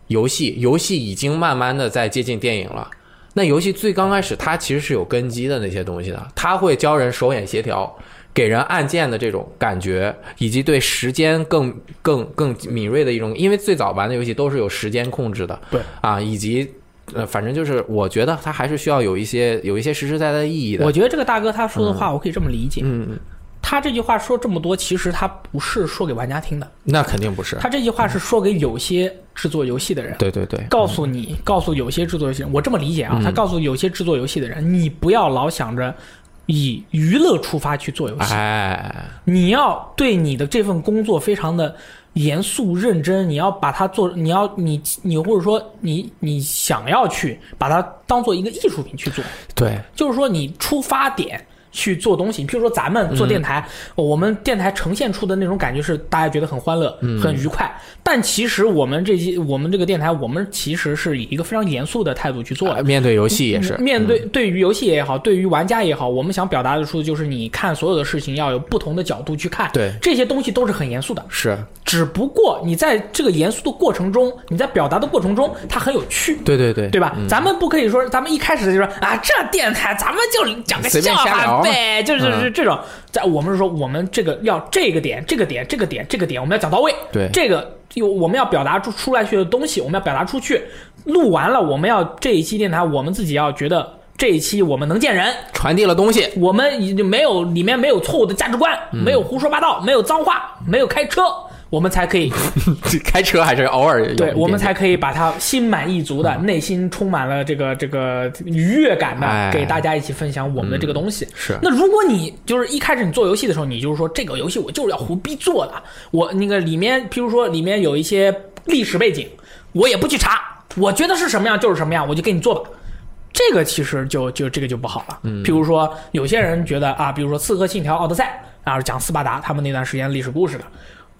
[SPEAKER 2] 游戏，游戏已经慢慢的在接近电影了。那游戏最刚开始，它其实是有根基的那些东西的，它会教人手眼协调，给人按键的这种感觉，以及对时间更更更敏锐的一种，因为最早玩的游戏都是有时间控制的，
[SPEAKER 1] 对
[SPEAKER 2] 啊，以及呃，反正就是我觉得它还是需要有一些有一些实实在在的意义的。
[SPEAKER 1] 我觉得这个大哥他说的话，我可以这么理解。
[SPEAKER 2] 嗯，
[SPEAKER 1] 他这句话说这么多，其实他不是说给玩家听的，
[SPEAKER 2] 那肯定不是，
[SPEAKER 1] 他这句话是说给有些制作游戏的人，
[SPEAKER 2] 对对对，
[SPEAKER 1] 告诉你，告诉有些制作游戏人，我这么理解
[SPEAKER 2] 嗯
[SPEAKER 1] 啊，他告诉有些制作游戏的人，你不要老想着以娱乐出发去做游戏，
[SPEAKER 2] 哎，
[SPEAKER 1] 你要对你的这份工作非常的严肃认真，你要把它做，你要你你或者说你你想要去把它当做一个艺术品去做，
[SPEAKER 2] 对，
[SPEAKER 1] 就是说你出发点去做东西，比如说咱们做电台，
[SPEAKER 2] 嗯
[SPEAKER 1] 我们电台呈现出的那种感觉是大家觉得很欢乐、
[SPEAKER 2] 嗯
[SPEAKER 1] 很愉快，但其实我们这些我们这个电台，我们其实是以一个非常严肃的态度去做的。
[SPEAKER 2] 哎面对游戏也是，
[SPEAKER 1] 嗯
[SPEAKER 2] 嗯
[SPEAKER 1] 面对对于游戏也好，对于玩家也好，我们想表达的出就是你看所有的事情要有不同的角度去看，
[SPEAKER 2] 对
[SPEAKER 1] 这些东西都是很严肃的。
[SPEAKER 2] 是，
[SPEAKER 1] 只不过你在这个严肃的过程中，你在表达的过程中，它很有趣。
[SPEAKER 2] 对对对，嗯
[SPEAKER 1] 对吧？咱们不可以说，咱们一开始就说啊，这电台咱们就讲个
[SPEAKER 2] 随
[SPEAKER 1] 笑
[SPEAKER 2] 便瞎
[SPEAKER 1] 话，
[SPEAKER 2] 聊嘛。
[SPEAKER 1] 呗，就是
[SPEAKER 2] 嗯
[SPEAKER 1] 是这种。在我们是说，我们这个要这个点、这个点、这个点、这个点，我们要讲到位。
[SPEAKER 2] 对
[SPEAKER 1] 这个有我们要表达出出来去的东西，我们要表达出去。录完了，我们要这一期电台，我们自己要觉得这一期我们能见人，
[SPEAKER 2] 传递了东 西，
[SPEAKER 1] 我们已经没有里面没有错误的价值观，
[SPEAKER 2] 嗯
[SPEAKER 1] 没有胡说八道，没有脏话，没有开车，我们才可以
[SPEAKER 2] 开车还是偶尔有一
[SPEAKER 1] 对，
[SPEAKER 2] 点嗯
[SPEAKER 1] 我们才可以把它心满意足的、内心充满了这个这个愉悦感
[SPEAKER 2] 哎嗯
[SPEAKER 1] 的，给大家一起分享我们的这个东西。
[SPEAKER 2] 是
[SPEAKER 1] 那如果你就是一开始你做游戏的时候，你就是说这个游戏我就是要胡逼做的，我那个里面，譬如说里面有一些历史背景，我也不去查，我觉得是什么样就是什么样，我就给你做吧。这个其实就就这个就不好了。嗯，譬如说有些人觉得啊，比如说《刺客信条：奥德赛》啊，讲斯巴达他们那段时间历史故事的。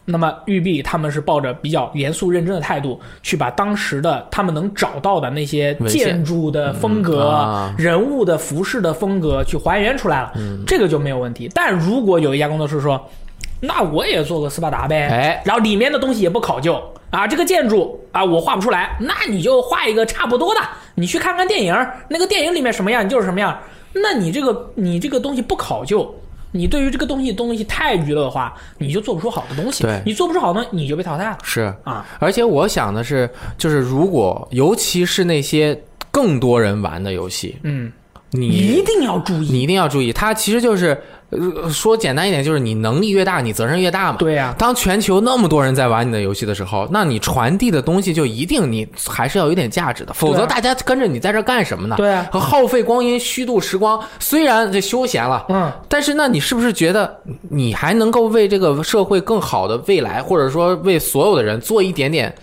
[SPEAKER 1] 那么育碧他们是抱着比较严肃认真的态度，去把当时的他们能找到的那些
[SPEAKER 2] 文献
[SPEAKER 1] 建筑的风格、
[SPEAKER 2] 嗯啊嗯
[SPEAKER 1] 人物的服饰的风格去还原出来了，这个就没有问题。但如果有一家工作室说，那我也做个斯巴达呗，
[SPEAKER 2] 哎
[SPEAKER 1] 然后里面的东西也不考究啊，这个建筑啊我画不出来，那你就画一个差不多的，你去看看电影，那个电影里面什么样你就是什么样，那你这个你这个东西不考究。你对于这个东西东西太娱乐化，你就做不出好的东西。
[SPEAKER 2] 对
[SPEAKER 1] 你做不出好的，你就被淘汰了
[SPEAKER 2] 是
[SPEAKER 1] 啊！
[SPEAKER 2] 而且我想的是，就是如果尤其是那些更多人玩的游戏，
[SPEAKER 1] 嗯，
[SPEAKER 2] 你
[SPEAKER 1] 一定要注意。
[SPEAKER 2] 你一定要注意，它其实就是、呃、说简单一点，就是你能力越大，你责任越大嘛。。
[SPEAKER 1] 对呀、
[SPEAKER 2] 啊当全球那么多人在玩你的游戏的时候，那你传递的东西就一定你还是要有点价值的，否则
[SPEAKER 1] 对啊
[SPEAKER 2] 大家跟着你在这儿干什么呢？
[SPEAKER 1] 对啊
[SPEAKER 2] 和耗费光阴、虚度时光。虽然这休闲了，
[SPEAKER 1] 嗯，
[SPEAKER 2] 但是那你是不是觉得你还能够为这个社会更好的未来，或者说为所有的人做一点点，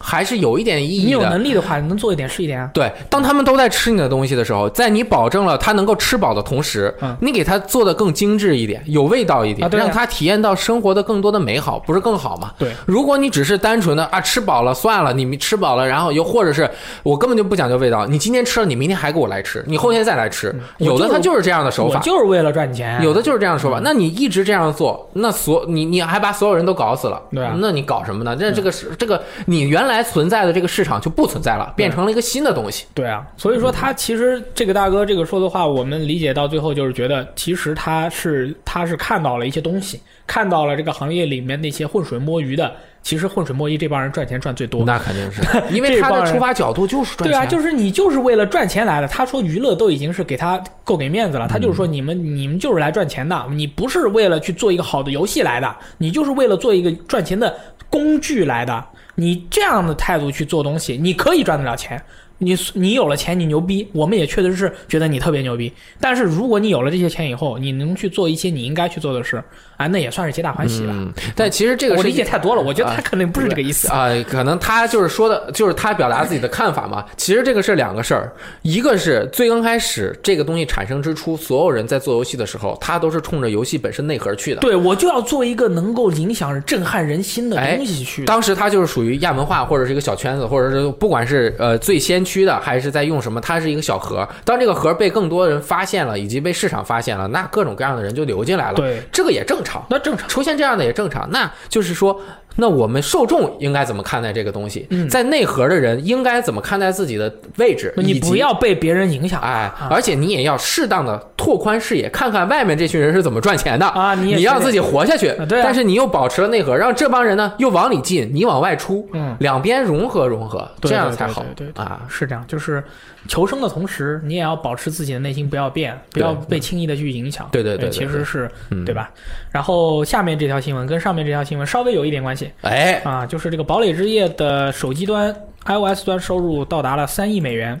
[SPEAKER 2] 还是有一点意义的？
[SPEAKER 1] 你有能力的话，你能做一点是一点啊。
[SPEAKER 2] 对，当他们都在吃你的东西的时候，在你保证了他能够吃饱的同时，
[SPEAKER 1] 嗯
[SPEAKER 2] 你给他做的更精致一点，有味道一点，
[SPEAKER 1] 啊对啊
[SPEAKER 2] 让他体验到生活的更多的美好，不是更好吗？
[SPEAKER 1] 对，
[SPEAKER 2] 如果你只是单纯的啊吃饱了算了，你们吃饱了，然后又或者是我根本就不讲究味道，你今天吃了，你明天还给我来吃，你后天再来吃，
[SPEAKER 1] 嗯我
[SPEAKER 2] 有
[SPEAKER 1] 就
[SPEAKER 2] 的
[SPEAKER 1] 是
[SPEAKER 2] 他就是这样的手
[SPEAKER 1] 我
[SPEAKER 2] 法。
[SPEAKER 1] 就是哎嗯为了赚钱。
[SPEAKER 2] 有的就是这样的说法，那你一直这样做，那所你你还把所有人都搞死了，
[SPEAKER 1] 对啊
[SPEAKER 2] 那你搞什么呢？那这个是、这个你原来存在的这个市场就不存在了，变成了一个新的东西。
[SPEAKER 1] 对啊，所以说他其实这个大哥这个说的话，我们理解到最后就是觉得，其实他是他是看到了一些东西，看到了这个行业里面那些浑水摸鱼的，其实浑水摸鱼这帮人赚钱赚最多。
[SPEAKER 2] 那肯定是因 为
[SPEAKER 1] 这
[SPEAKER 2] 他
[SPEAKER 1] 帮
[SPEAKER 2] 的
[SPEAKER 1] 人
[SPEAKER 2] 出发角度就是赚
[SPEAKER 1] 对
[SPEAKER 2] 钱，
[SPEAKER 1] 啊，就是你就是为了赚钱来的。他说娱乐都已经是给他够给面
[SPEAKER 2] 嗯
[SPEAKER 1] 子了，他就是说你们你们就是来赚钱的，你不是为了去做一个好的游戏来的，你就是为了做一个赚钱的工具来的。你这样的态度去做东西，你可以赚得了钱。你你有了钱，你牛逼，我们也确实是觉得你特别牛逼。但是如果你有了这些钱以后，你能去做一些你应该去做的事，啊，那也算是皆大欢喜吧。
[SPEAKER 2] 嗯，但其实这个
[SPEAKER 1] 我
[SPEAKER 2] 是
[SPEAKER 1] 理解太多了，我觉得
[SPEAKER 2] 啊
[SPEAKER 1] 他肯定不是这个意思。
[SPEAKER 2] 啊、可能他就是说的，就是他表达自己的看法嘛。其实这个是两个事儿，一个是最刚开始这个东西产生之初，所有人在做游戏的时候，他都是冲着游戏本身内核去的。
[SPEAKER 1] 对，我就要做一个能够影响、震撼人心的
[SPEAKER 2] 哎
[SPEAKER 1] 东西去。
[SPEAKER 2] 当时他就是属于亚文化或者是一个小圈子，或者是不管是呃最先驱的还是在用什么，它是一个小盒。当这个盒被更多人发现了，以及被市场发现了，那各种各样的人就流进来了。
[SPEAKER 1] 对，
[SPEAKER 2] 这个也正常。
[SPEAKER 1] 那正常。
[SPEAKER 2] 出现这样的也正常。那就是说，那我们受众应该怎么看待这个东西？
[SPEAKER 1] 嗯
[SPEAKER 2] 在内核的人应该怎么看待自己的位置？
[SPEAKER 1] 你
[SPEAKER 2] 以及
[SPEAKER 1] 不要啊被别人影响。
[SPEAKER 2] 哎，而且你也要适当的拓宽视野，看看外面这群人是怎么赚钱的
[SPEAKER 1] 啊你
[SPEAKER 2] 你
[SPEAKER 1] 也是
[SPEAKER 2] 让自己活下去，
[SPEAKER 1] 啊对啊
[SPEAKER 2] 但是你又保持了内核，让这帮人呢又往里进，你往外出，
[SPEAKER 1] 嗯
[SPEAKER 2] 两边融合融合，
[SPEAKER 1] 对
[SPEAKER 2] 这样才好
[SPEAKER 1] 对对对对
[SPEAKER 2] 啊。
[SPEAKER 1] 嗯是这样，就是求生的同时，你也要保持自己的内心不要变，不
[SPEAKER 2] 对
[SPEAKER 1] 要被轻易的去影响。哎
[SPEAKER 2] 对对对对
[SPEAKER 1] 其
[SPEAKER 2] 对
[SPEAKER 1] 实是
[SPEAKER 2] 嗯
[SPEAKER 1] 对吧？然后下面这条新闻跟上面这条新闻稍微有一点关系
[SPEAKER 2] 哎，
[SPEAKER 1] 啊，就是这个堡垒之夜的手机端 iOS 端收入到达了三亿美元。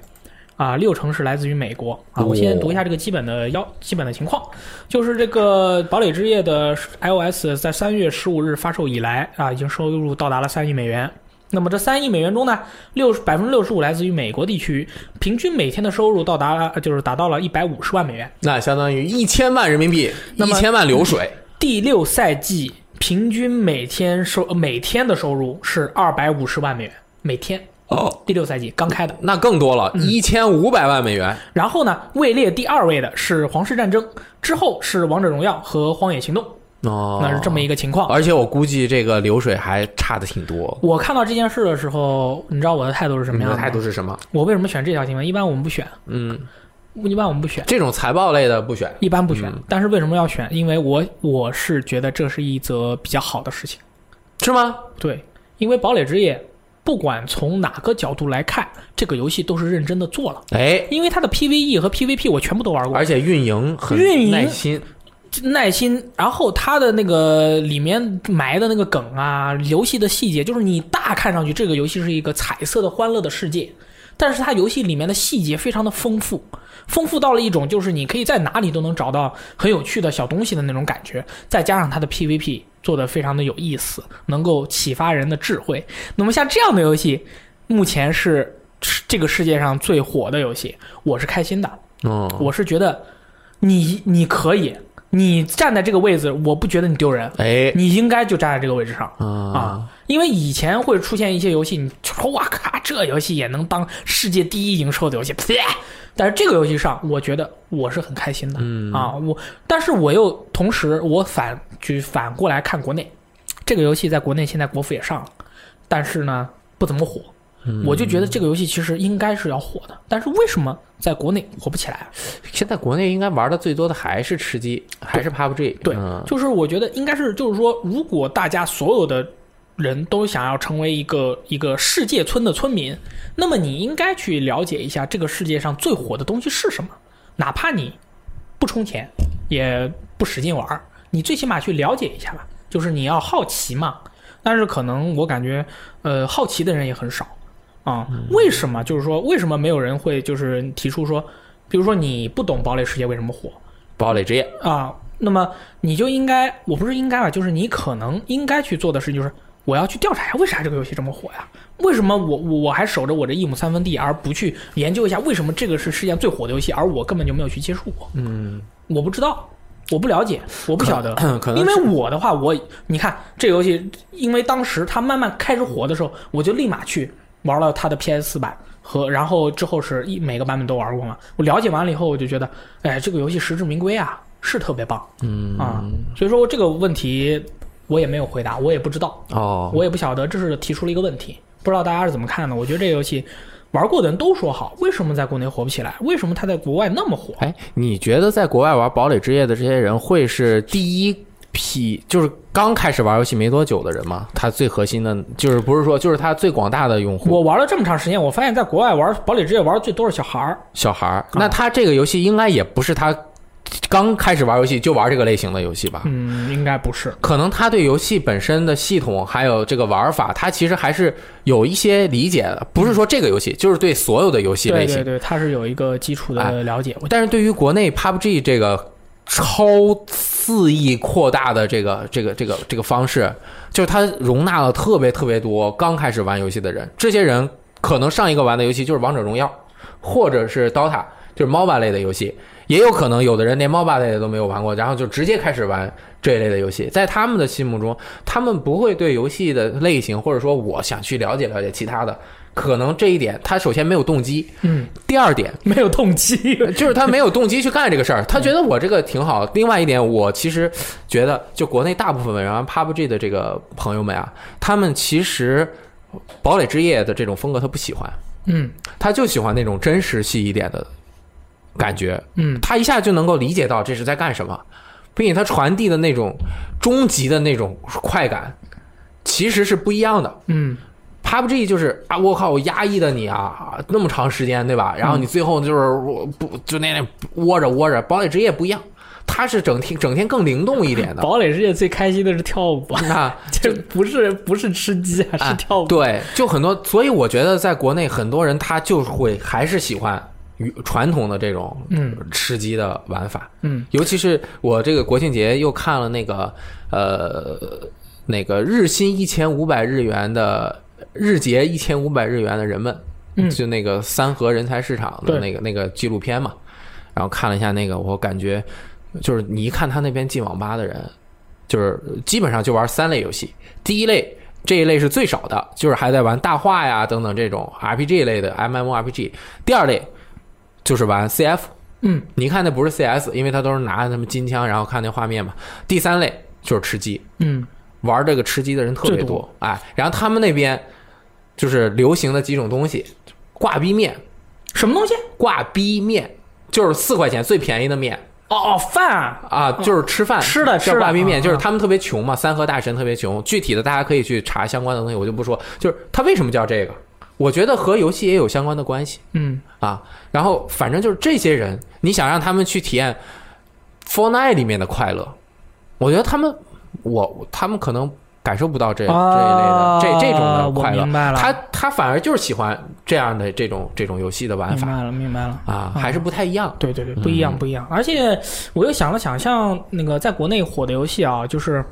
[SPEAKER 1] 啊，六成是来自于美国啊！我先读一下这个基本的要基本的情况，就是这个《堡垒之夜》的 iOS 在三月十五日发售以来啊，已经收入到达了三亿美元。那么这三亿美元中呢，六百分之六十五来自于美国地区，平均每天的收入到达了呃就是达到了一百五十万美元。
[SPEAKER 2] 那相当于一千万人民币，
[SPEAKER 1] 那
[SPEAKER 2] 一
[SPEAKER 1] 么
[SPEAKER 2] 千万流水，
[SPEAKER 1] 第六赛季平均每天收呃每天的收入是二百五十万美元，每天。
[SPEAKER 2] 哦，
[SPEAKER 1] 第六赛季刚开的，
[SPEAKER 2] 那更多
[SPEAKER 1] 嗯
[SPEAKER 2] 了，一千五百万美元。
[SPEAKER 1] 然后呢，位列第二位的是《皇室战争》，之后是《王者荣耀》和《荒野行动》，
[SPEAKER 2] 哦，
[SPEAKER 1] 那是这么一个情况。
[SPEAKER 2] 而且我估计这个流水还差的挺多。
[SPEAKER 1] 我看到这件事的时候，你知道我的态度是什么
[SPEAKER 2] 你
[SPEAKER 1] 样的
[SPEAKER 2] 的
[SPEAKER 1] 吗
[SPEAKER 2] 嗯态度？是什么？
[SPEAKER 1] 我为什么选这条新闻？一般我们不选，
[SPEAKER 2] 嗯，
[SPEAKER 1] 一般我们不选，
[SPEAKER 2] 这种财报类的不选，
[SPEAKER 1] 一般不选。
[SPEAKER 2] 嗯
[SPEAKER 1] 但是为什么要选？因为我我是觉得这是一则比较好的事情。
[SPEAKER 2] 是吗？
[SPEAKER 1] 对，因为堡垒之夜，不管从哪个角度来看，这个游戏都是认真的做了。
[SPEAKER 2] 哎，
[SPEAKER 1] 因为它的 PVE 和 PVP 我全部都玩过
[SPEAKER 2] 而，且运营很
[SPEAKER 1] 运营
[SPEAKER 2] 耐心，
[SPEAKER 1] 耐心，然后它的那个里面埋的那个梗啊，游戏的细节，就是你大看上去这个游戏是一个彩色的欢乐的世界，但是它游戏里面的细节非常的丰富，丰富到了一种就是你可以在哪里都能找到很有趣的小东西的那种感觉，再加上它的 PVP 做的非常的有意思，能够启发人的智慧。那么像这样的游戏，目前是这个世界上最火的游戏，我是开心的。
[SPEAKER 2] 嗯，
[SPEAKER 1] 我是觉得你你可以，你站在这个位置，我不觉得你丢人，
[SPEAKER 2] 哎，
[SPEAKER 1] 你应该就站在这个位置上。
[SPEAKER 2] 啊，
[SPEAKER 1] 啊，因为以前会出现一些游戏，你就说哇咔，这游戏也能当世界第一营收的游戏， 呸！但是这个游戏上，我觉得我是很开心的、
[SPEAKER 2] 嗯
[SPEAKER 1] 啊。我，但是我又同时我反去反过来看国内，这个游戏在国内现在国服也上了，但是呢不怎么火。
[SPEAKER 2] 嗯
[SPEAKER 1] 我就觉得这个游戏其实应该是要火的，但是为什么在国内火不起来？啊
[SPEAKER 2] 现在国内应该玩的最多的还是吃鸡，还是 PUBG，
[SPEAKER 1] 对
[SPEAKER 2] 嗯，
[SPEAKER 1] 就是我觉得应该是，就是说，如果大家所有的人都想要成为一个一个世界村的村民，那么你应该去了解一下这个世界上最火的东西是什么，哪怕你不充钱，也不使劲玩儿，你最起码去了解一下吧，就是你要好奇嘛。但是可能我感觉，呃，好奇的人也很少啊、为什么？就是说，为什么没有人会就是提出说，比如说你不懂堡垒世界为什么火，
[SPEAKER 2] 堡垒之夜，
[SPEAKER 1] 啊，那么你就应该，我不是应该吧，就是你可能应该去做的事，就是我要去调查一下为啥这个游戏这么火呀？为什么我我我还守着我这一亩三分地，而不去研究一下为什么这个是世界上最火的游戏，而我根本就没有去接触过？嗯，我不知道，我不了解，我不晓得。
[SPEAKER 2] 可能
[SPEAKER 1] 因
[SPEAKER 2] 是
[SPEAKER 1] 为我的话，我你看这游戏，因为当时它慢慢开始火的时候，我就立马去玩了它的 PS 四版和，然后之后是一每个版本都玩过嘛。我了解完了以后，我就觉得，哎，这个游戏实至名归啊，是特别棒
[SPEAKER 2] 嗯
[SPEAKER 1] 啊。所以说这个问题我也没有回答，我也不知道，
[SPEAKER 2] 哦，
[SPEAKER 1] 我也不晓得，这是提出了一个问题，不知道大家是怎么看的。我觉得这个游戏玩过的人都说好，为什么在国内火不起来？为什么它在国外那么火？
[SPEAKER 2] 哎，你觉得在国外玩堡垒之夜的这些人会是第一批，就是刚开始玩游戏没多久的人吗？他最核心的，就是不是说就是他最广大的用户
[SPEAKER 1] 我玩了这么长时间，我发现在国外玩堡垒之夜玩的最多是小孩儿。
[SPEAKER 2] 小孩
[SPEAKER 1] 啊
[SPEAKER 2] 儿，那他这个游戏应该也不是他刚开始玩游戏就玩这个类型的游戏吧？
[SPEAKER 1] 嗯，应该不是。
[SPEAKER 2] 可能他对游戏本身的系统还有这个玩法，他其实还是有一些理解的，不是说这个游戏，就是对所有的游戏
[SPEAKER 1] 对
[SPEAKER 2] 类型
[SPEAKER 1] 对。对，它是有一个基础
[SPEAKER 2] 哎
[SPEAKER 1] 的了解。我
[SPEAKER 2] 但是对于国内 PUBG 这个超肆意扩大的这个这个这个这个方式，就是它容纳了特别特别多刚开始玩游戏的人，这些人可能上一个玩的游戏就是王者荣耀，或者是 DOTA，就是 MOBA 类的游戏。也有可能有的人连 MOBA 类的都没有玩过，然后就直接开始玩这一类的游戏。在他们的心目中，他们不会对游戏的类型，或者说我想去了解了解其他的，可能这一点他首先没有动机，
[SPEAKER 1] 嗯，
[SPEAKER 2] 第二点
[SPEAKER 1] 没有动机。
[SPEAKER 2] 就是他没有动机去干这个事儿，他觉得我这个挺好。另外一点，我其实觉得，就国内大部分玩 PUBG 的这个朋友们啊，他们其实堡垒之夜的这种风格他不喜欢，
[SPEAKER 1] 嗯
[SPEAKER 2] 他就喜欢那种真实系一点的感觉，
[SPEAKER 1] 嗯，
[SPEAKER 2] 他一下就能够理解到这是在干什么，并且他传递的那种终极的那种快感，其实是不一样的。
[SPEAKER 1] 嗯
[SPEAKER 2] PUBG 就是啊，我靠，我压抑的你啊，那么长时间，对吧？然后你最后就是我不就那那窝着窝着，堡垒之夜不一样，它是整天整天更灵动一 点的。
[SPEAKER 1] 堡垒世界最开心的是跳舞，
[SPEAKER 2] 那
[SPEAKER 1] 这不是不是吃鸡啊，
[SPEAKER 2] 哎
[SPEAKER 1] 是跳舞。
[SPEAKER 2] 对，就很多，所以我觉得在国内很多人他就会还是喜欢与传统的这种
[SPEAKER 1] 嗯
[SPEAKER 2] 吃鸡的玩法，
[SPEAKER 1] 嗯
[SPEAKER 2] 尤其是我这个国庆节又看了那个呃那个日薪一千五百日元的日结一千五百日元的人们，
[SPEAKER 1] 嗯
[SPEAKER 2] 就那个三和人才市场的
[SPEAKER 1] 对
[SPEAKER 2] 那个那个纪录片嘛，然后看了一下那个，我感觉就是你一看他那边进网吧的人，就是基本上就玩三类游戏，第一类。这一类是最少的，就是还在玩大话呀等等这种 RPG 类的 MMORPG。第二类就是玩 CF，
[SPEAKER 1] 嗯
[SPEAKER 2] 你看那不是 CS，因为他都是拿他们金枪，然后看那画面嘛。第三类就是吃鸡，
[SPEAKER 1] 嗯
[SPEAKER 2] 玩这个吃鸡的人特别
[SPEAKER 1] 最
[SPEAKER 2] 多，
[SPEAKER 1] 多
[SPEAKER 2] 哎，然后他们那边就是流行的几种东西，挂逼面，
[SPEAKER 1] 什么东西？
[SPEAKER 2] 挂逼面。就是四块钱最便宜的面
[SPEAKER 1] 哦哦，饭啊，
[SPEAKER 2] 啊，就是吃饭
[SPEAKER 1] 吃的
[SPEAKER 2] 叫
[SPEAKER 1] 吃的
[SPEAKER 2] 挂壁面，
[SPEAKER 1] 嗯
[SPEAKER 2] 就是
[SPEAKER 1] 嗯
[SPEAKER 2] 他们特别穷嘛，三和大神特别穷。具体的大家可以去查相关的东西，我就不说。就是它为什么叫这个？我觉得和游戏也有相关的关系
[SPEAKER 1] 嗯，
[SPEAKER 2] 啊。然后反正就是这些人，你想让他们去体验《Fortnite》里面的快乐，我觉得他们我他们可能感受不到这、
[SPEAKER 1] 啊
[SPEAKER 2] 这一类的这这种的快
[SPEAKER 1] 我
[SPEAKER 2] 乐
[SPEAKER 1] 明。白了，
[SPEAKER 2] 他他反而就是喜欢这样的这种这种游戏的玩
[SPEAKER 1] 明
[SPEAKER 2] 法
[SPEAKER 1] 白了，明白了。
[SPEAKER 2] 啊，
[SPEAKER 1] 嗯
[SPEAKER 2] 还是不太一样。
[SPEAKER 1] 对对对，不一样
[SPEAKER 2] 嗯
[SPEAKER 1] 不一样。而且我又想了想，像那个在国内火的游戏啊，就是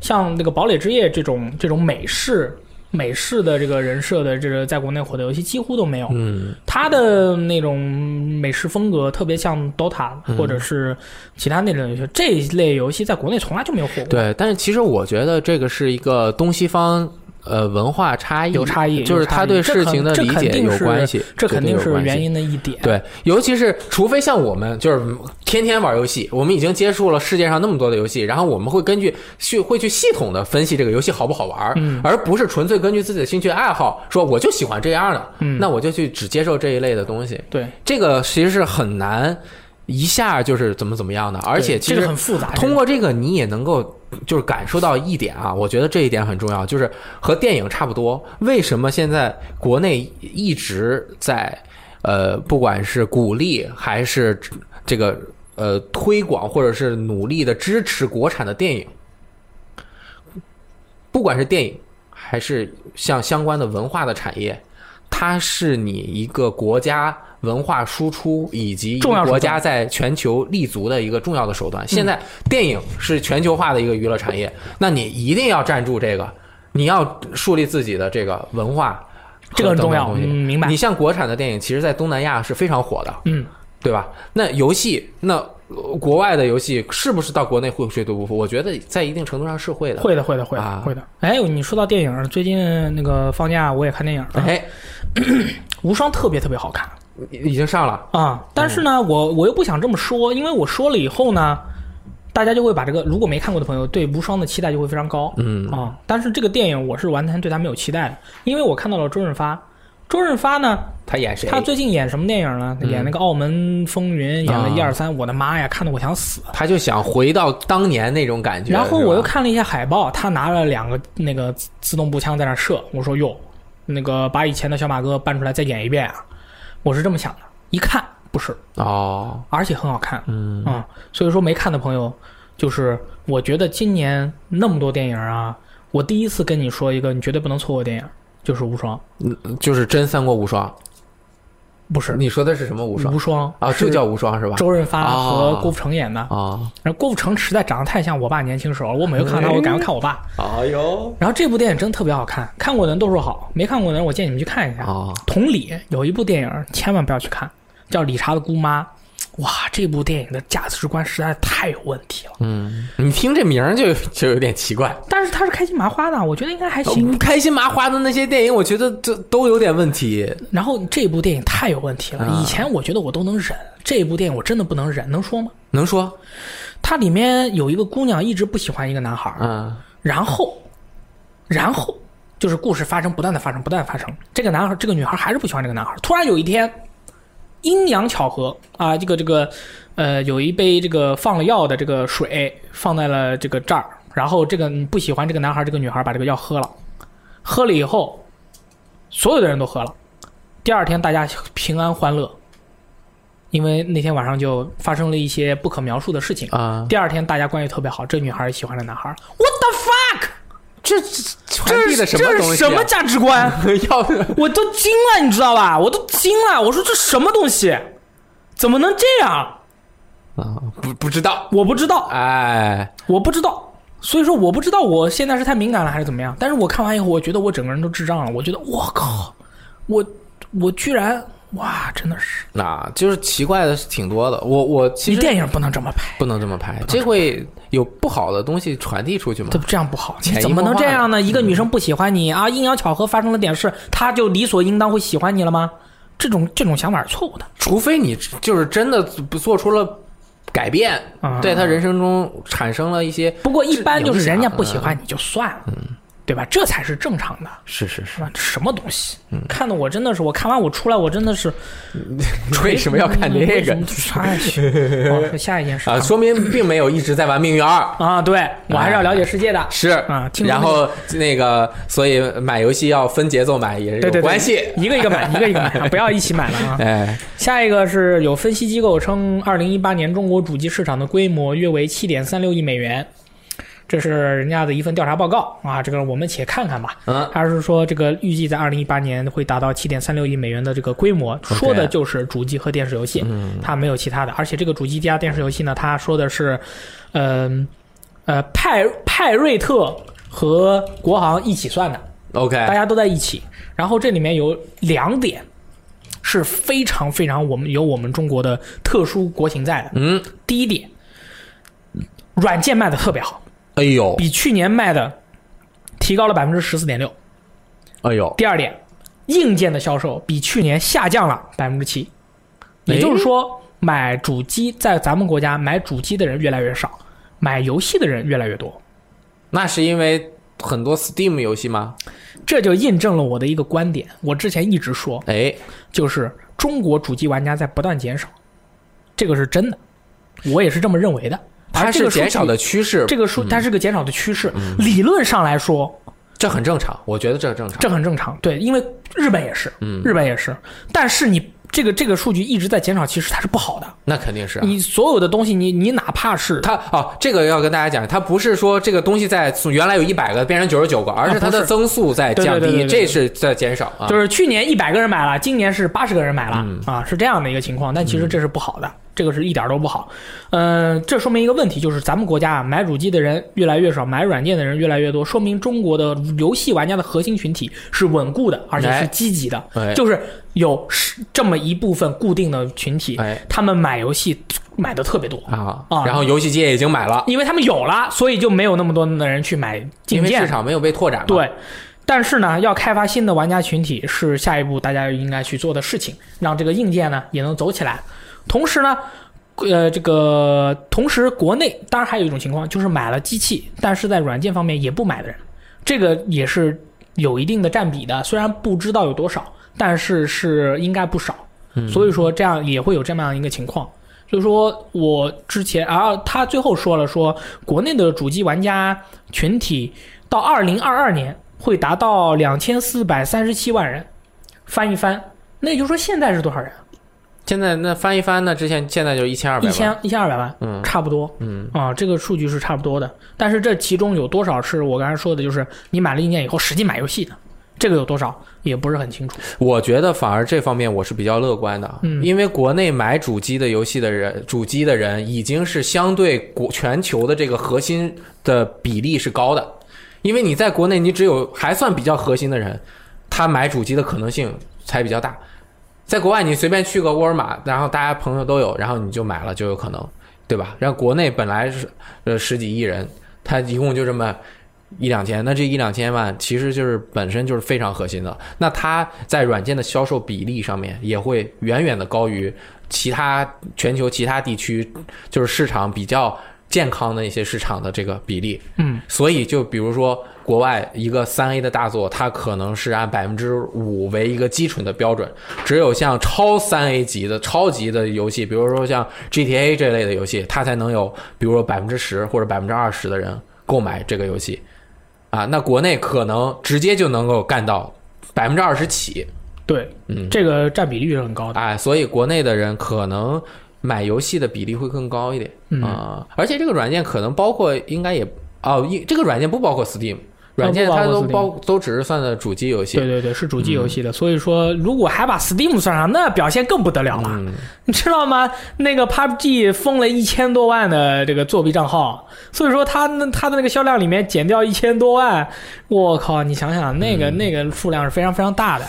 [SPEAKER 1] 像那个《堡垒之夜》这种这种美式美式的这个人设的这个在国内火的游戏几乎都没有。
[SPEAKER 2] 嗯
[SPEAKER 1] 它的那种美式风格特别像 DOTA
[SPEAKER 2] 嗯
[SPEAKER 1] 或者是其他那种游戏，这一类游戏在国内从来就没有火过。
[SPEAKER 2] 对，但是其实我觉得这个是一个东西方呃文化差异，
[SPEAKER 1] 有差异
[SPEAKER 2] 就是
[SPEAKER 1] 有差
[SPEAKER 2] 他
[SPEAKER 1] 异这
[SPEAKER 2] 对事
[SPEAKER 1] 肯
[SPEAKER 2] 情的
[SPEAKER 1] 这
[SPEAKER 2] 理
[SPEAKER 1] 肯
[SPEAKER 2] 解
[SPEAKER 1] 定
[SPEAKER 2] 有
[SPEAKER 1] 是
[SPEAKER 2] 关系，
[SPEAKER 1] 这
[SPEAKER 2] 绝
[SPEAKER 1] 肯
[SPEAKER 2] 对
[SPEAKER 1] 定
[SPEAKER 2] 有
[SPEAKER 1] 是
[SPEAKER 2] 关
[SPEAKER 1] 原
[SPEAKER 2] 系。
[SPEAKER 1] 因的一点。
[SPEAKER 2] 对，尤其是除非像我们就是天天玩游戏，我们已经接触了世界上那么多的游戏，然后我们会根据去会去系统的分析这个游戏好不好玩，
[SPEAKER 1] 嗯
[SPEAKER 2] 而不是纯粹根据自己的兴趣爱好说我就喜欢这样的，
[SPEAKER 1] 嗯
[SPEAKER 2] 那我就去只接受这一类的东西。
[SPEAKER 1] 对，
[SPEAKER 2] 这个其实是很难一下就是怎么怎么样的，而且
[SPEAKER 1] 对
[SPEAKER 2] 其
[SPEAKER 1] 这个
[SPEAKER 2] 实
[SPEAKER 1] 很复杂。
[SPEAKER 2] 通过这个你也能够就是感受到一点啊，我觉得这一点很重要，就是和电影差不多。为什么现在国内一直在呃，不管是鼓励还是这个呃推广，或者是努力的支持国产的电影，不管是电影还是像相关的文化的产业，它是你一个国家文化输出以及一个
[SPEAKER 1] 重要手段嗯
[SPEAKER 2] 国家在全球立足的一个重要的手段。现在电影是全球化的一个娱乐产业，那你一定要站住这个，你要树立自己的这个文化和
[SPEAKER 1] 这个很重要
[SPEAKER 2] 等等东西
[SPEAKER 1] 嗯明白
[SPEAKER 2] 你像国产的电影，其实在东南亚是非常火的，
[SPEAKER 1] 嗯，
[SPEAKER 2] 对吧？那游戏那。呃国外的游戏是不是到国内会水土不服？我觉得在一定程度上是会的。
[SPEAKER 1] 会的，会的，会的，
[SPEAKER 2] 啊
[SPEAKER 1] 会的。哎，你说到电影，最近那个放假我也看电影了，《
[SPEAKER 2] 哎，
[SPEAKER 1] 无双》特别特别好看
[SPEAKER 2] 已经上了。
[SPEAKER 1] 啊。但是
[SPEAKER 2] 嗯
[SPEAKER 1] 呢，我我又不想这么说，因为我说了以后呢，大家就会把这个如果没看过的朋友对《无双》的期待就会非常高
[SPEAKER 2] 嗯
[SPEAKER 1] 啊。但是这个电影我是完全对它没有期待的，因为我看到了周润发。周润发呢，
[SPEAKER 2] 他演谁？
[SPEAKER 1] 他最近演什么电影呢？
[SPEAKER 2] 嗯
[SPEAKER 1] 演那个《澳门风云》，演了
[SPEAKER 2] 啊
[SPEAKER 1] 一二三，我的妈呀，看得我想死。
[SPEAKER 2] 他就想回到当年那种感觉。
[SPEAKER 1] 然后
[SPEAKER 2] 是吧
[SPEAKER 1] 我又看了一下海报，他拿了两个那个自自动步枪在那儿射，我说哟，那个把以前的小马哥搬出来再演一遍啊，我是这么想的。一看不是，
[SPEAKER 2] 哦，
[SPEAKER 1] 而且很好看，
[SPEAKER 2] 嗯
[SPEAKER 1] 嗯，所以说没看的朋友，就是我觉得今年那么多电影啊，我第一次跟你说一个你绝对不能错过的电影，就是《无双》，
[SPEAKER 2] 就是真三国无双。
[SPEAKER 1] 不是
[SPEAKER 2] 你说的是什么无双
[SPEAKER 1] 无双
[SPEAKER 2] 啊？
[SPEAKER 1] 是
[SPEAKER 2] 就叫无双是吧？
[SPEAKER 1] 周润发和
[SPEAKER 2] 哦
[SPEAKER 1] 郭富城演的，
[SPEAKER 2] 啊，
[SPEAKER 1] 然后郭富城实在长得太像我爸年轻时候了，我每次看他，我感觉看我爸。
[SPEAKER 2] 哎呦，
[SPEAKER 1] 然后这部电影真的特别好看，看过的人都说好，没看过的人我建议你们去看一下。
[SPEAKER 2] 哦
[SPEAKER 1] 同理，有一部电影千万不要去看，叫《理查的姑妈》。哇，这部电影的价值观实在太有问题了。
[SPEAKER 2] 嗯，你听这名儿就就有点奇怪。
[SPEAKER 1] 但是它是开心麻花的，我觉得应该还行。
[SPEAKER 2] 开心麻花的那些电影，我觉得这都有点问题。
[SPEAKER 1] 然后这部电影太有问题了，
[SPEAKER 2] 啊
[SPEAKER 1] 以前我觉得我都能忍，这部电影我真的不能忍，能说吗？
[SPEAKER 2] 能说？
[SPEAKER 1] 它里面有一个姑娘一直不喜欢一个男孩儿，
[SPEAKER 2] 嗯
[SPEAKER 1] 然后，然后就是故事发生，不断的发生，不断的发生。这个男孩，这个女孩还是不喜欢这个男孩。突然有一天，阴阳巧合啊、这个这个，呃，有一杯这个放了药的这个水放在了这个这儿，然后这个不喜欢这个男孩，这个女孩把这个药喝了，喝了以后，所有的人都喝了。第二天大家平安欢乐，因为那天晚上就发生了一些不可描述的事情。
[SPEAKER 2] 啊，
[SPEAKER 1] 第二天大家关系特别好，这女孩喜欢这男孩。What the fuck！
[SPEAKER 2] 这这传
[SPEAKER 1] 这
[SPEAKER 2] 递
[SPEAKER 1] 是
[SPEAKER 2] 的
[SPEAKER 1] 这
[SPEAKER 2] 么
[SPEAKER 1] 是
[SPEAKER 2] 东西
[SPEAKER 1] 什
[SPEAKER 2] 啊？
[SPEAKER 1] 么价值观？
[SPEAKER 2] 要是
[SPEAKER 1] 我都惊了，你知道吧？我都惊了，我说这什么东西？怎么能这样？
[SPEAKER 2] 啊，不不知道。
[SPEAKER 1] 我不知道，
[SPEAKER 2] 哎，
[SPEAKER 1] 我不知道。所以说我不知道我现在是太敏感了还是怎么样，但是我看完以后，我觉得我整个人都智障了。我觉得我靠，我我居然哇，真的是
[SPEAKER 2] 那就是奇怪的是挺多的。我我其
[SPEAKER 1] 你
[SPEAKER 2] 实
[SPEAKER 1] 电影不能这么拍，
[SPEAKER 2] 不能这么拍，这会有不好的东西传递出去嘛
[SPEAKER 1] 这？这样不好，你
[SPEAKER 2] 潜移
[SPEAKER 1] 怎么
[SPEAKER 2] 默
[SPEAKER 1] 能
[SPEAKER 2] 化
[SPEAKER 1] 这
[SPEAKER 2] 的嗯
[SPEAKER 1] 样呢？一个女生不喜欢你啊，阴阳巧合发生了点事，她就理所应当会喜欢你了吗？这种这种想法是错误的。
[SPEAKER 2] 除非你就是真的不做出了改变
[SPEAKER 1] 啊，
[SPEAKER 2] 在他人生中产生了一些
[SPEAKER 1] 不过一般就是人家
[SPEAKER 2] 影响嗯
[SPEAKER 1] 不喜欢你就算了，对吧？这才是正常的，
[SPEAKER 2] 是是是
[SPEAKER 1] 是，吧？什么东西？
[SPEAKER 2] 嗯
[SPEAKER 1] 看的我真的是，我看完我出来，我真的是
[SPEAKER 2] 为什么要看这个
[SPEAKER 1] 啥去？好说哎下一件事
[SPEAKER 2] 啊？说明并没有一直在玩《命运二》。
[SPEAKER 1] 啊，对我还是要了解世界的。
[SPEAKER 2] 是
[SPEAKER 1] 啊听说
[SPEAKER 2] 然后那个，所以买游戏要分节奏买也是
[SPEAKER 1] 对对对，
[SPEAKER 2] 有关系。
[SPEAKER 1] 一个一个买，一个一个买，啊不要一起买了啊！
[SPEAKER 2] 哎，
[SPEAKER 1] 下一个是有分析机构称，二零一八年中国主机市场的规模约为七点三六亿美元，这是人家的一份调查报告啊。这个我们且看看吧。
[SPEAKER 2] 嗯，
[SPEAKER 1] 他是说这个预计在二零一八年会达到七点三六亿美元的这个规模，说的就是主机和电视游戏，它没有其他的。而且这个主机加电视游戏呢，它说的是，嗯呃派派瑞特和国行一起算的。
[SPEAKER 2] OK，
[SPEAKER 1] 大家都在一起。然后这里面有两点是非常非常我们有我们中国的特殊国情在的。
[SPEAKER 2] 嗯，
[SPEAKER 1] 第一点，软件卖的特别好，
[SPEAKER 2] 哎呦，
[SPEAKER 1] 比去年卖的提高了百分之十四点六。
[SPEAKER 2] 哎呦，
[SPEAKER 1] 第二点，硬件的销售比去年下降了百分之七，也就是说，买主机在咱们国家买主机的人越来越少，买游戏的人越来越多。
[SPEAKER 2] 那是因为很多 Steam 游戏吗？
[SPEAKER 1] 这就印证了我的一个观点，我之前一直说，
[SPEAKER 2] 哎，
[SPEAKER 1] 就是中国主机玩家在不断减少，这个是真的，我也是这么认为的。
[SPEAKER 2] 它
[SPEAKER 1] 啊而这
[SPEAKER 2] 是
[SPEAKER 1] 个数据
[SPEAKER 2] 减少嗯的，趋势，
[SPEAKER 1] 这个数它是个减少的趋势，理论上来说
[SPEAKER 2] 这很正常，我觉得这很正常。
[SPEAKER 1] 这很正常，对，因为日本也是，
[SPEAKER 2] 嗯
[SPEAKER 1] 日本也是，但是你。这个这个数据一直在减少，其实它是不好的。
[SPEAKER 2] 那肯定是啊、
[SPEAKER 1] 你所有的东西你，你哪怕是
[SPEAKER 2] 它哦，这个要跟大家讲，它不是说这个东西在从原来有一百个变成九十九个，而是它
[SPEAKER 1] 啊不
[SPEAKER 2] 的
[SPEAKER 1] 是
[SPEAKER 2] 增速在
[SPEAKER 1] 对对
[SPEAKER 2] 降
[SPEAKER 1] 对
[SPEAKER 2] 低，
[SPEAKER 1] 对对
[SPEAKER 2] 这是在减少啊。
[SPEAKER 1] 就是去年一百个人买了，今年是八十个人买了、
[SPEAKER 2] 嗯
[SPEAKER 1] 啊，是这样的一个情况。但其实这是不好的，这个是一点儿都不好。嗯、这说明一个问题，就是咱们国家啊，买主机的人越来越少，买软件的人越来越多，说明中国的游戏玩家的核心群体是稳固的，而且
[SPEAKER 2] 哎
[SPEAKER 1] 是积极的，
[SPEAKER 2] 哎
[SPEAKER 1] 就是有是这么一部分固定的群体，
[SPEAKER 2] 哎
[SPEAKER 1] 他们买游戏买的特别多。
[SPEAKER 2] 啊
[SPEAKER 1] 啊，
[SPEAKER 2] 然后游戏界已经买了，
[SPEAKER 1] 因为他们有了，所以就没有那么多的人去买
[SPEAKER 2] 因
[SPEAKER 1] 硬
[SPEAKER 2] 为
[SPEAKER 1] 件
[SPEAKER 2] 市。场没有被拓展嘛。
[SPEAKER 1] 对，但是呢，要开发新的玩家群体是下一步大家应该去做的事情，让这个硬件呢也能走起来。同时呢，呃，这个同时国内当然还有一种情况，就是买了机器，但是在软件方面也不买的人，这个也是有一定的占比的，虽然不知道有多少，但是是应该不少。
[SPEAKER 2] 嗯
[SPEAKER 1] 所以说这样也会有这么样一个情况。所以说我之前，啊，他最后说了说，国内的主机玩家群体到二零二二年会达到两千四百三十七万人，翻一翻，那也就是说现在是多少人？
[SPEAKER 2] 现在那翻一翻呢，之前现在就一千二百，
[SPEAKER 1] 一千一千二百万，
[SPEAKER 2] 嗯
[SPEAKER 1] 差不多，
[SPEAKER 2] 嗯
[SPEAKER 1] 啊，这个数据是差不多的。但是这其中有多少是我刚才说的，就是你买了硬件以后实际买游戏的，这个有多少也不是很清楚。
[SPEAKER 2] 我觉得反而这方面我是比较乐观的，啊
[SPEAKER 1] 嗯
[SPEAKER 2] 因为国内买主机的游戏的人，主机的人已经是相对国全球的这个核心的比例是高的，因为你在国内你只有还算比较核心的人，他买主机的可能性才比较大。在国外，你随便去个沃尔玛，然后大家朋友都有，然后你就买了就有可能，对吧？然后国内本来是呃十几亿人，他一共就这么一两千，那这一两千万其实就是本身就是非常核心的。那它在软件的销售比例上面也会远远的高于其他全球其他地区，就是市场比较健康的一些市场的这个比例。
[SPEAKER 1] 嗯，
[SPEAKER 2] 所以就比如说国外一个三 A 的大作，它可能是按百分之五为一个基准的标准，只有像超三 A 级的超级的游戏，比如说像 GTA 这类的游戏，它才能有比如说百分之十或者百分之二十的人购买这个游戏。啊，那国内可能直接就能够干到百分之二十起，
[SPEAKER 1] 对，
[SPEAKER 2] 嗯
[SPEAKER 1] 这个占比率是很高的。
[SPEAKER 2] 哎，所以国内的人可能买游戏的比例会更高一点
[SPEAKER 1] 嗯
[SPEAKER 2] 啊、而且这个软件可能包括应该也哦，一这个软件不包括 Steam，软件它
[SPEAKER 1] 不包括
[SPEAKER 2] 都哦包都只是算的主机游
[SPEAKER 1] 对
[SPEAKER 2] 戏。
[SPEAKER 1] 对对，是主机游戏的，所以说如果还把 Steam 算上，那表现更不得了了，你知道吗？那个 PUBG 封了一千多万的这个作弊账号，所以说它那它的那个销量里面减掉一千多万，我靠，你想想那个、那个数量是非常非常大的。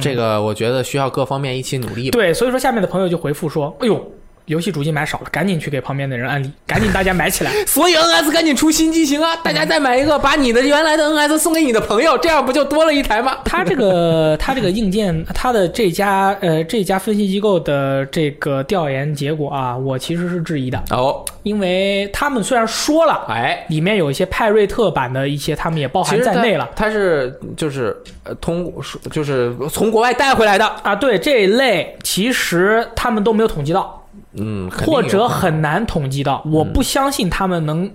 [SPEAKER 2] 这个我觉得需要各方面一起努力吧。
[SPEAKER 1] 对，所以说下面的朋友就回复说：“哎呦，游戏主机买少了，赶紧去给旁边的人安利，赶紧大家买起来。
[SPEAKER 2] 所以 NS 赶紧出新机型啊！大家再买一个，把你的原来的 NS 送给你的朋友，这样不就多了一台吗？
[SPEAKER 1] 他这个他这个硬件，他的这家呃这家分析机构的这个调研结果啊，我其实是质疑的，
[SPEAKER 2] 哦，
[SPEAKER 1] 因为他们虽然说了
[SPEAKER 2] 哎，
[SPEAKER 1] 里面有一些派瑞特版的一些，他们也包
[SPEAKER 2] 其
[SPEAKER 1] 含
[SPEAKER 2] 实
[SPEAKER 1] 哦在
[SPEAKER 2] 它
[SPEAKER 1] 内了。
[SPEAKER 2] 它是就是呃通就是从国外带回来的，
[SPEAKER 1] 啊，对这一类，其实他们都没有统计到，
[SPEAKER 2] 嗯，肯定有
[SPEAKER 1] 或者很难统计到。
[SPEAKER 2] 嗯
[SPEAKER 1] 我不相信他们能，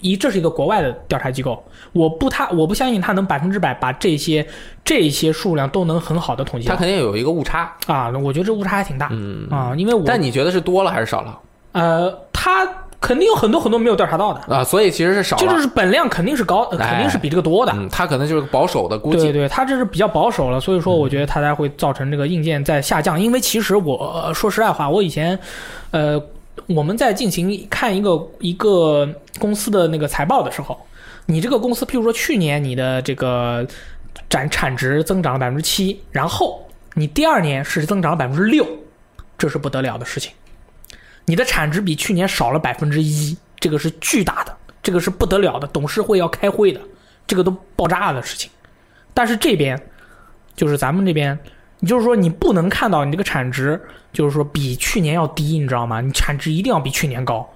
[SPEAKER 1] 一这是一个国外的调查机构，我不他我不相信他能百分之百把这些这些数量都能很好的统计
[SPEAKER 2] 它
[SPEAKER 1] 到
[SPEAKER 2] 肯定有一个误差，
[SPEAKER 1] 啊。我觉得这误差还挺大，
[SPEAKER 2] 嗯
[SPEAKER 1] 啊，因为我
[SPEAKER 2] 但你觉得是多了还是少了
[SPEAKER 1] 呃，他肯定有很多很多没有调查到的，
[SPEAKER 2] 啊？所以其实是少了，
[SPEAKER 1] 就是本量肯定是高，呃肯定是比这个多的。
[SPEAKER 2] 嗯，它可能就是保守的估
[SPEAKER 1] 对
[SPEAKER 2] 计，嗯
[SPEAKER 1] 对，它这是比较保守了，所以说我觉得它才会造成这个硬件在下降。因为其实我、呃说实在话，我以前，呃，我们在进行看一个一个公司的那个财报的时候，你这个公司，譬如说去年你的这个产产值增长了百分之七，然后你第二年是增长了百分之六，这是不得了的事情。你的产值比去年少了百分之一，这个是巨大的，这个是不得了的，董事会要开会的，这个都爆炸的事情。但是这边就是咱们这边，你就是说你不能看到你这个产值，就是说比去年要低，你知道吗？你产值一定要比去年高。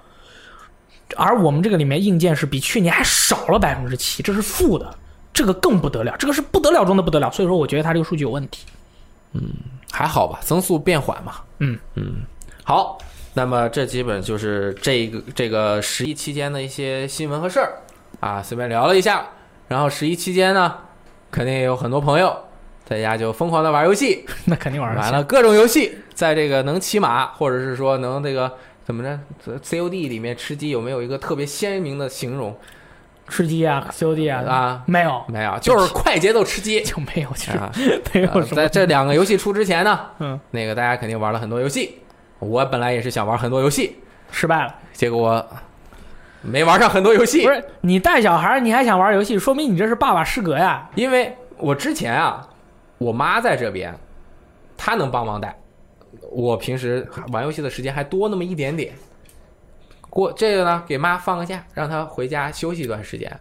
[SPEAKER 1] 而我们这个里面硬件是比去年还少了百分之七，这是负的，这个更不得了，这个是不得了中的不得了。所以说，我觉得它这个数据有问题。
[SPEAKER 2] 还好吧，增速变缓嘛。
[SPEAKER 1] 嗯
[SPEAKER 2] 嗯，好，那么这基本就是这一个这个十一期间的一些新闻和事儿啊，随便聊了一下。然后十一期间呢，肯定也有很多朋友在家就疯狂的玩游戏，
[SPEAKER 1] 那肯定玩
[SPEAKER 2] 玩
[SPEAKER 1] 儿了，
[SPEAKER 2] 了各种游戏，在这个能骑马，或者是说能这个怎么着，COD 里面吃鸡有没有一个特别鲜明的形容
[SPEAKER 1] 吃鸡啊，COD 啊，
[SPEAKER 2] 啊？
[SPEAKER 1] 没有
[SPEAKER 2] 没有，就是快节奏吃鸡。
[SPEAKER 1] 就没有，其实
[SPEAKER 2] 啊，
[SPEAKER 1] 没有
[SPEAKER 2] 呃
[SPEAKER 1] 什么
[SPEAKER 2] 在。这两个游戏出之前呢，
[SPEAKER 1] 嗯，
[SPEAKER 2] 那个大家肯定玩了很多游戏，我本来也是想玩很多游戏，
[SPEAKER 1] 失败了。
[SPEAKER 2] 结果没玩上很多游戏
[SPEAKER 1] 不，是你带小孩儿，你还想玩游戏，说明你这是爸爸失格呀。
[SPEAKER 2] 因为我之前啊，我妈在这边，她能帮忙带，我平时玩游戏的时间还多那么一点点。过这个呢，给妈放个假，让她回家休息一段时间。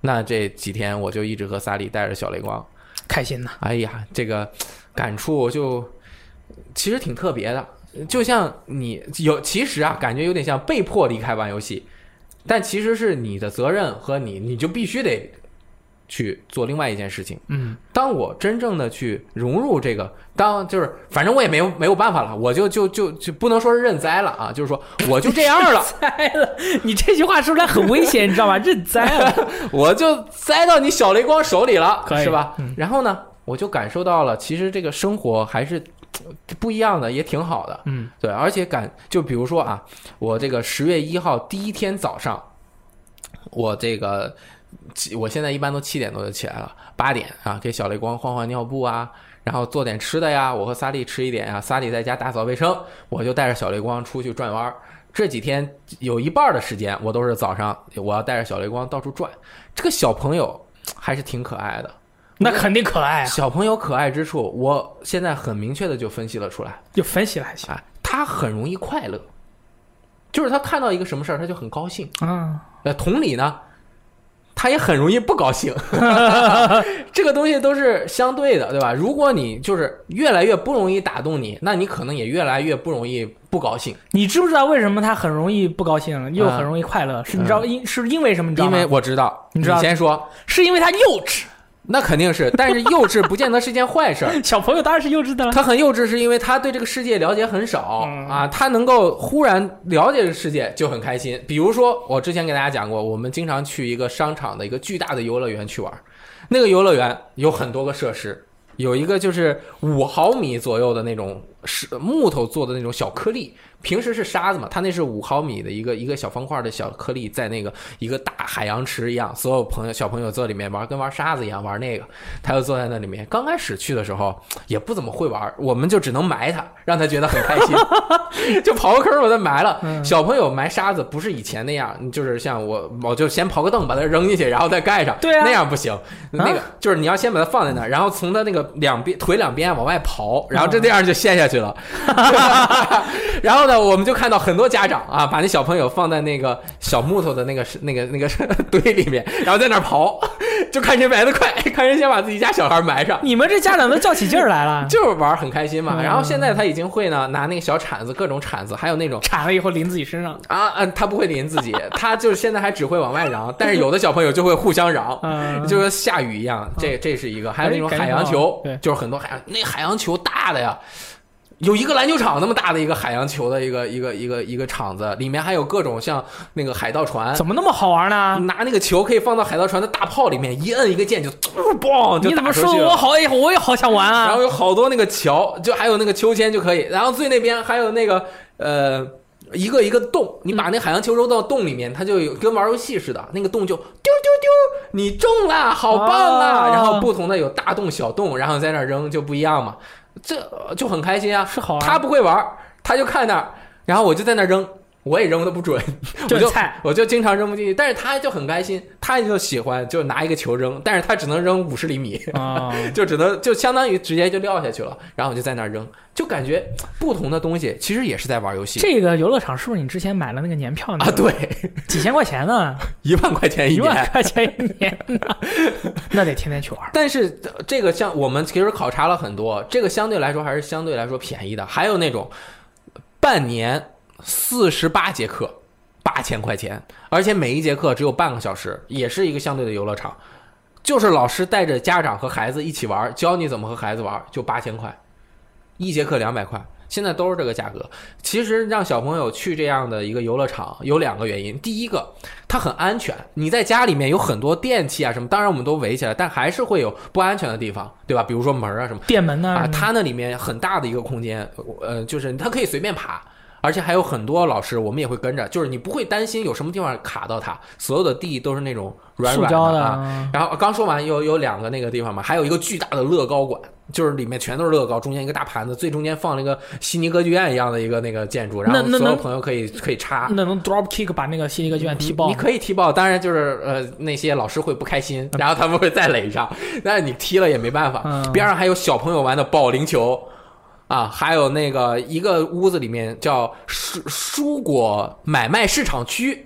[SPEAKER 2] 那这几天我就一直和萨利带着小雷光
[SPEAKER 1] 开心呐，
[SPEAKER 2] 哎呀，这个感触就其实挺特别的，就像你有其实啊，感觉有点像被迫离开玩游戏，但其实是你的责任和你，你就必须得去做另外一件事情。
[SPEAKER 1] 嗯，
[SPEAKER 2] 当我真正的去融入这个，当就是反正我也没有没有办法了，我就就就就不能说是认栽了啊，就是说我就这样了，
[SPEAKER 1] 栽了， 你这句话说出来很危险，你知道吗？认栽了，
[SPEAKER 2] 我就栽到你小雷光手里了，
[SPEAKER 1] 可以
[SPEAKER 2] 是吧？
[SPEAKER 1] 嗯
[SPEAKER 2] 然后呢，我就感受到了，其实这个生活还是呃不一样的，也挺好的。
[SPEAKER 1] 嗯
[SPEAKER 2] 对，而且感就比如说啊，我这个十月一号第一天早上，我这个起我现在一般都七点多就起来了，八点啊给小雷光换换尿布啊，然后做点吃的呀，我和萨利吃一点啊，萨利在家打扫卫生，我就带着小雷光出去转弯儿。这几天有一半的时间，我都是早上我要带着小雷光到处转。这个小朋友还是挺可爱的，
[SPEAKER 1] 那肯定可爱啊，
[SPEAKER 2] 小朋友可爱之处，我现在很明确的就分析了出来。
[SPEAKER 1] 就分析了还行
[SPEAKER 2] 啊，他很容易快乐，就是他看到一个什么事儿，他就很高兴。
[SPEAKER 1] 啊，
[SPEAKER 2] 呃，同理呢，他也很容易不高 兴。这个东西都是相对的，对吧？如果你就是越来越不容易打动你，那你可能也越来越不容易不高兴。
[SPEAKER 1] 你知不知道为什么他很容易不高兴，又很容易快乐？是你知道因是啊因为什么？你知道
[SPEAKER 2] 因
[SPEAKER 1] 吗
[SPEAKER 2] 为？我知道，
[SPEAKER 1] 你知道
[SPEAKER 2] 先说，
[SPEAKER 1] 是因为他幼稚，
[SPEAKER 2] 那肯定是，但是幼稚不见得是件坏事儿。
[SPEAKER 1] 小朋友当然是幼稚的 了。
[SPEAKER 2] 他很幼稚，是因为他对这个世界了解很少、
[SPEAKER 1] 嗯
[SPEAKER 2] 啊，他能够忽然了解这个世界就很开心。比如说，我之前给大家讲过，我们经常去一个商场的一个巨大的游乐园去玩，那个游乐园有很多个设施，有一个就是五毫米左右的那种石木头做的那种小颗粒，平时是沙子嘛，它那是五毫米的一个一个小方块的小颗粒，在那个一个大海洋池一样，所有朋友小朋友坐里面玩，跟玩沙子一样玩那个，他就坐在那里面。刚开始去的时候也不怎么会玩，我们就只能埋他，让他觉得很开 心，就刨个坑把他埋了。
[SPEAKER 1] 嗯
[SPEAKER 2] 小朋友埋沙子不是以前那样，就是像我，我就先刨个凳把它扔进去，然后再盖上，
[SPEAKER 1] 对啊
[SPEAKER 2] 那样不行。
[SPEAKER 1] 嗯
[SPEAKER 2] 那个就是你要先把它放在那儿，然后从它那个两边腿两边往外刨，然后这这样就陷下去去了。然后呢，我们就看到很多家长啊，把那小朋友放在那个小木头的那个是那个那个堆里面，然后在那儿刨，就看谁埋得快，看谁先把自己家小孩埋上。
[SPEAKER 1] 你们这家长都较起劲儿来 了，
[SPEAKER 2] 就是玩儿很开心嘛，
[SPEAKER 1] 嗯
[SPEAKER 2] 然后现在他已经会呢，拿那个小铲子，各种铲子，还有那种
[SPEAKER 1] 铲了以后淋自己身上。
[SPEAKER 2] 啊啊，他不会淋自己，他就是现在还只会往外嚷，但是有的小朋友就会互相嚷，
[SPEAKER 1] 嗯，哎
[SPEAKER 2] 就跟下雨一样，这这是一个，还有那种
[SPEAKER 1] 感觉
[SPEAKER 2] 海洋
[SPEAKER 1] 很好
[SPEAKER 2] 球
[SPEAKER 1] 对，
[SPEAKER 2] 就是很多海洋那海洋球大的呀，有一个篮球场那么大的一个海洋球的一个一个一个一个场子，里面还有各种像那个海盗船。
[SPEAKER 1] 怎么那么好玩呢？
[SPEAKER 2] 拿那个球可以放到海盗船的大炮里面，一摁一个键就嘟嘣就
[SPEAKER 1] 你怎
[SPEAKER 2] 打
[SPEAKER 1] 么
[SPEAKER 2] 出去
[SPEAKER 1] 说
[SPEAKER 2] 了
[SPEAKER 1] 我好也我也好想玩
[SPEAKER 2] 然
[SPEAKER 1] 啊
[SPEAKER 2] 后！有好多那个桥，就还有那个秋千就可以，然后最那边还有那个呃一个一个洞，你把那海洋球揉到洞里面，它就有跟玩游戏似的，那个洞就丢丢丢，你中了，好棒啊！
[SPEAKER 1] 哦
[SPEAKER 2] 然后不同的有大洞小洞，然后在那儿扔就不一样嘛，这呃就很开心啊。
[SPEAKER 1] 是好玩，
[SPEAKER 2] 他不会玩，他就看那儿，然后我就在那儿扔。我也扔的 不准，我
[SPEAKER 1] 就
[SPEAKER 2] 就是
[SPEAKER 1] 菜，
[SPEAKER 2] 我就经常扔不进去，但是他就很开心，他就喜欢就拿一个球扔，但是他只能扔五十厘米，
[SPEAKER 1] 啊，
[SPEAKER 2] 就只能就相当于直接就撂下去了，然后我就在那儿扔，就感觉不同的东西其实也是在玩游戏
[SPEAKER 1] 这个游乐场是不是你之前买了那个年票 呢？
[SPEAKER 2] 啊，对，
[SPEAKER 1] 几千块钱呢，
[SPEAKER 2] 一万块钱一
[SPEAKER 1] 一万
[SPEAKER 2] 年。
[SPEAKER 1] 块钱一年呢， 那得天天去玩。
[SPEAKER 2] 但是呃这个像我们其实考察了很多，这个相对来说还是相对来说便宜的。还有那种半年四十八节课，八千块钱，而且每一节课只有半个小时，也是一个相对的游乐场，就是老师带着家长和孩子一起玩，教你怎么和孩子玩，就八千块，一节课两百块。现在都是这个价格。其实让小朋友去这样的一个游乐场有两个原因，第一个，它很安全。你在家里面有很多电器啊什么，当然我们都围起来，但还是会有不安全的地方，对吧？比如说门啊什么。
[SPEAKER 1] 电门呢？
[SPEAKER 2] 啊，它那里面很大的一个空间，呃，就是它可以随便爬，而且还有很多老师，我们也会跟着，就是你不会担心有什么地方卡到它，所有的地都是那种软
[SPEAKER 1] 塑
[SPEAKER 2] 软
[SPEAKER 1] 胶的
[SPEAKER 2] 啊。
[SPEAKER 1] 啊，
[SPEAKER 2] 然后刚说完有有两个那个地方嘛，还有一个巨大的乐高馆，就是里面全都是乐高，中间一个大盘子，最中间放了一个悉尼歌剧院一样的一个那个建筑，然后
[SPEAKER 1] 那那
[SPEAKER 2] 所有
[SPEAKER 1] 能
[SPEAKER 2] 朋友可以可以插。
[SPEAKER 1] 那能 drop kick 把那个悉尼歌剧院踢爆
[SPEAKER 2] 你可以踢爆，当然就是呃那些老师会不开心，然后他们会再垒上， 但是你踢了也没办法。
[SPEAKER 1] 嗯
[SPEAKER 2] 边上还有小朋友玩的保龄球，啊，还有那个一个屋子里面叫蔬蔬果买卖市场区。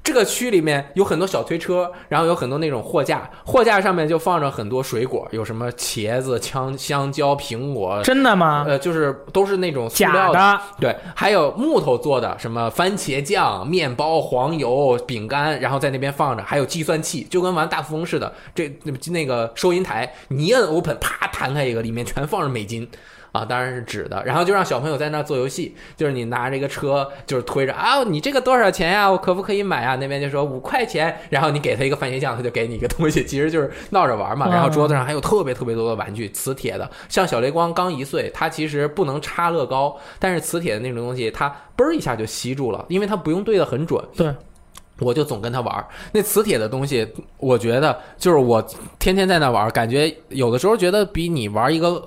[SPEAKER 2] 这个区里面有很多小推车，然后有很多那种货架，货架上面就放着很多水果，有什么茄子、香香蕉、苹果，
[SPEAKER 1] 真的吗？
[SPEAKER 2] 呃，就是都是那种塑
[SPEAKER 1] 假
[SPEAKER 2] 料
[SPEAKER 1] 的，
[SPEAKER 2] 对，还有木头做的，什么番茄酱、面包、黄油、饼干，然后在那边放着，还有计算器，就跟玩大富翁似的。这那个收银台，你一摁 open，啪弹开一个，里面全放着美金。啊，当然是纸的，然后就让小朋友在那儿做游戏，就是你拿着一个车，就是推着啊，你这个多少钱呀、我可不可以买啊？那边就说五块钱，然后你给他一个番茄酱，他就给你一个东西，其实就是闹着玩嘛。然后桌子上还有特别特别多的玩具，磁铁的，像小雷光刚一岁，他其实不能插乐高，但是磁铁的那种东西，它嘣儿一下就吸住了，因为它不用对的很准。
[SPEAKER 1] 对，
[SPEAKER 2] 我就总跟他玩儿那磁铁的东西，我觉得就是我天天在那玩儿，感觉有的时候觉得比你玩一个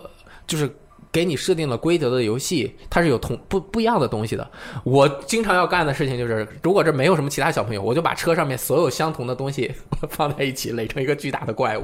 [SPEAKER 2] 就是给你设定了规则的游戏，它是有同不不一样的东西的。我经常要干的事情就是，如果这没有什么其他小朋友，我就把车上面所有相同的东西放在一起，垒成一个巨大的怪物。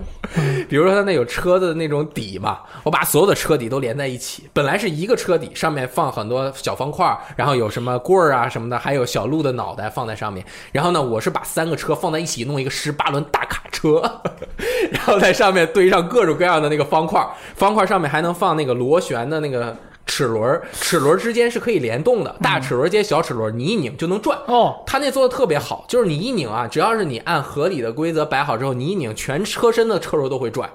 [SPEAKER 2] 比如说它那有车的那种底嘛，我把所有的车底都连在一起，本来是一个车底，上面放很多小方块儿，然后有什么棍儿啊什么的，还有小鹿的脑袋放在上面。然后呢，我是把三个车放在一起，弄一个十八轮大卡车， 然后在上面堆上各种各样的那个方块儿，方块儿上面还能放那个螺旋的那个。齿轮儿，齿轮儿之间是可以联动的，大齿轮儿接小齿轮儿，你一拧就能转。
[SPEAKER 1] 哦，
[SPEAKER 2] 他那做的特别好，就是你一拧啊，只要是你按合理的规则摆好之后，你一拧，全车身的车轴都会转，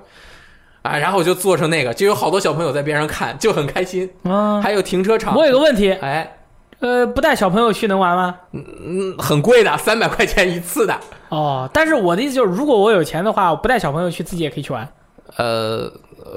[SPEAKER 2] 啊，然后我就做成那个，就有好多小朋友在边上看，就很开心。
[SPEAKER 1] 嗯，
[SPEAKER 2] 还有停车场
[SPEAKER 1] 我，有个问题，
[SPEAKER 2] 哎，
[SPEAKER 1] 呃，不带小朋友去能玩吗？
[SPEAKER 2] 嗯，很贵的，三百块钱一次的，
[SPEAKER 1] 哦，但是我的意思就是，如果我有钱的话，我不带小朋友去，自己也可以去玩。
[SPEAKER 2] 呃，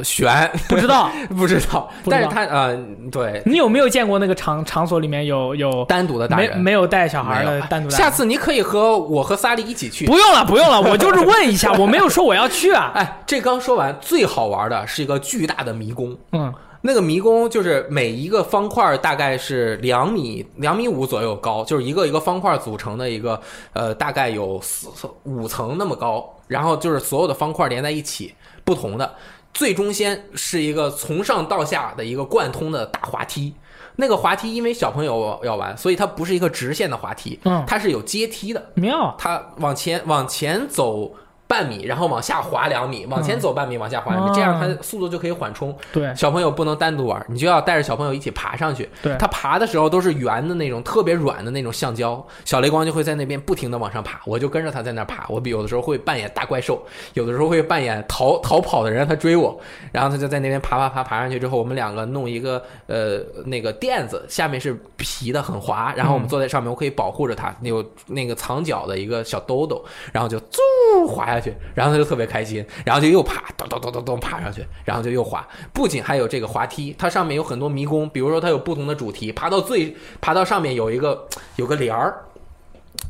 [SPEAKER 2] 悬，
[SPEAKER 1] 不知道
[SPEAKER 2] 不知道，
[SPEAKER 1] 不知道
[SPEAKER 2] 但是他呃，对，
[SPEAKER 1] 你有没有见过那个场场所里面有有
[SPEAKER 2] 单独的大
[SPEAKER 1] 没
[SPEAKER 2] 人
[SPEAKER 1] 没有带小孩
[SPEAKER 2] 没
[SPEAKER 1] 的
[SPEAKER 2] 有啊
[SPEAKER 1] 单独的？
[SPEAKER 2] 下次你可以和我和萨利一起去。
[SPEAKER 1] 不用了，不 用了，我就是问一下，我没有说我要去啊。
[SPEAKER 2] 哎，这刚说完，最好玩的是一个巨大的迷宫。
[SPEAKER 1] 嗯，
[SPEAKER 2] 那个迷宫就是每一个方块大概是两米两米五左右高，就是一个一个方块组成的一个呃大概有四四五层那么高，然后就是所有的方块连在一起不同的。最中间是一个从上到下的一个贯通的大滑梯。那个滑梯因为小朋友要玩，所以它不是一个直线的滑梯，
[SPEAKER 1] 嗯
[SPEAKER 2] 它是有阶梯的。
[SPEAKER 1] 妙，啊
[SPEAKER 2] 它往前往前走半米，然后往下滑两米，往前走半米，往下滑两米，
[SPEAKER 1] 哦
[SPEAKER 2] 这样它速度就可以缓冲。
[SPEAKER 1] 对
[SPEAKER 2] 小朋友不能单独玩，你就要带着小朋友一起爬上去。
[SPEAKER 1] 对，
[SPEAKER 2] 他爬的时候都是圆的那种，特别软的那种橡胶。小雷光就会在那边不停的往上爬，我就跟着他在那儿爬。我比有的时候会扮演大怪兽，有的时候会扮演逃逃跑的人，让他追我。然后他就在那边爬爬爬爬上去之后，我们两个弄一个呃那个垫子，下面是皮的，很滑。然后我们坐在上面，我可以保护着他，有那个藏脚的一个小兜兜，然后就嗖滑下去，然后他就特别开心，然后就又爬，咚咚咚咚咚爬上去，然后就又滑。不仅还有这个滑梯，它上面有很多迷宫，比如说它有不同的主题，爬到最爬到上面有一个有个帘儿。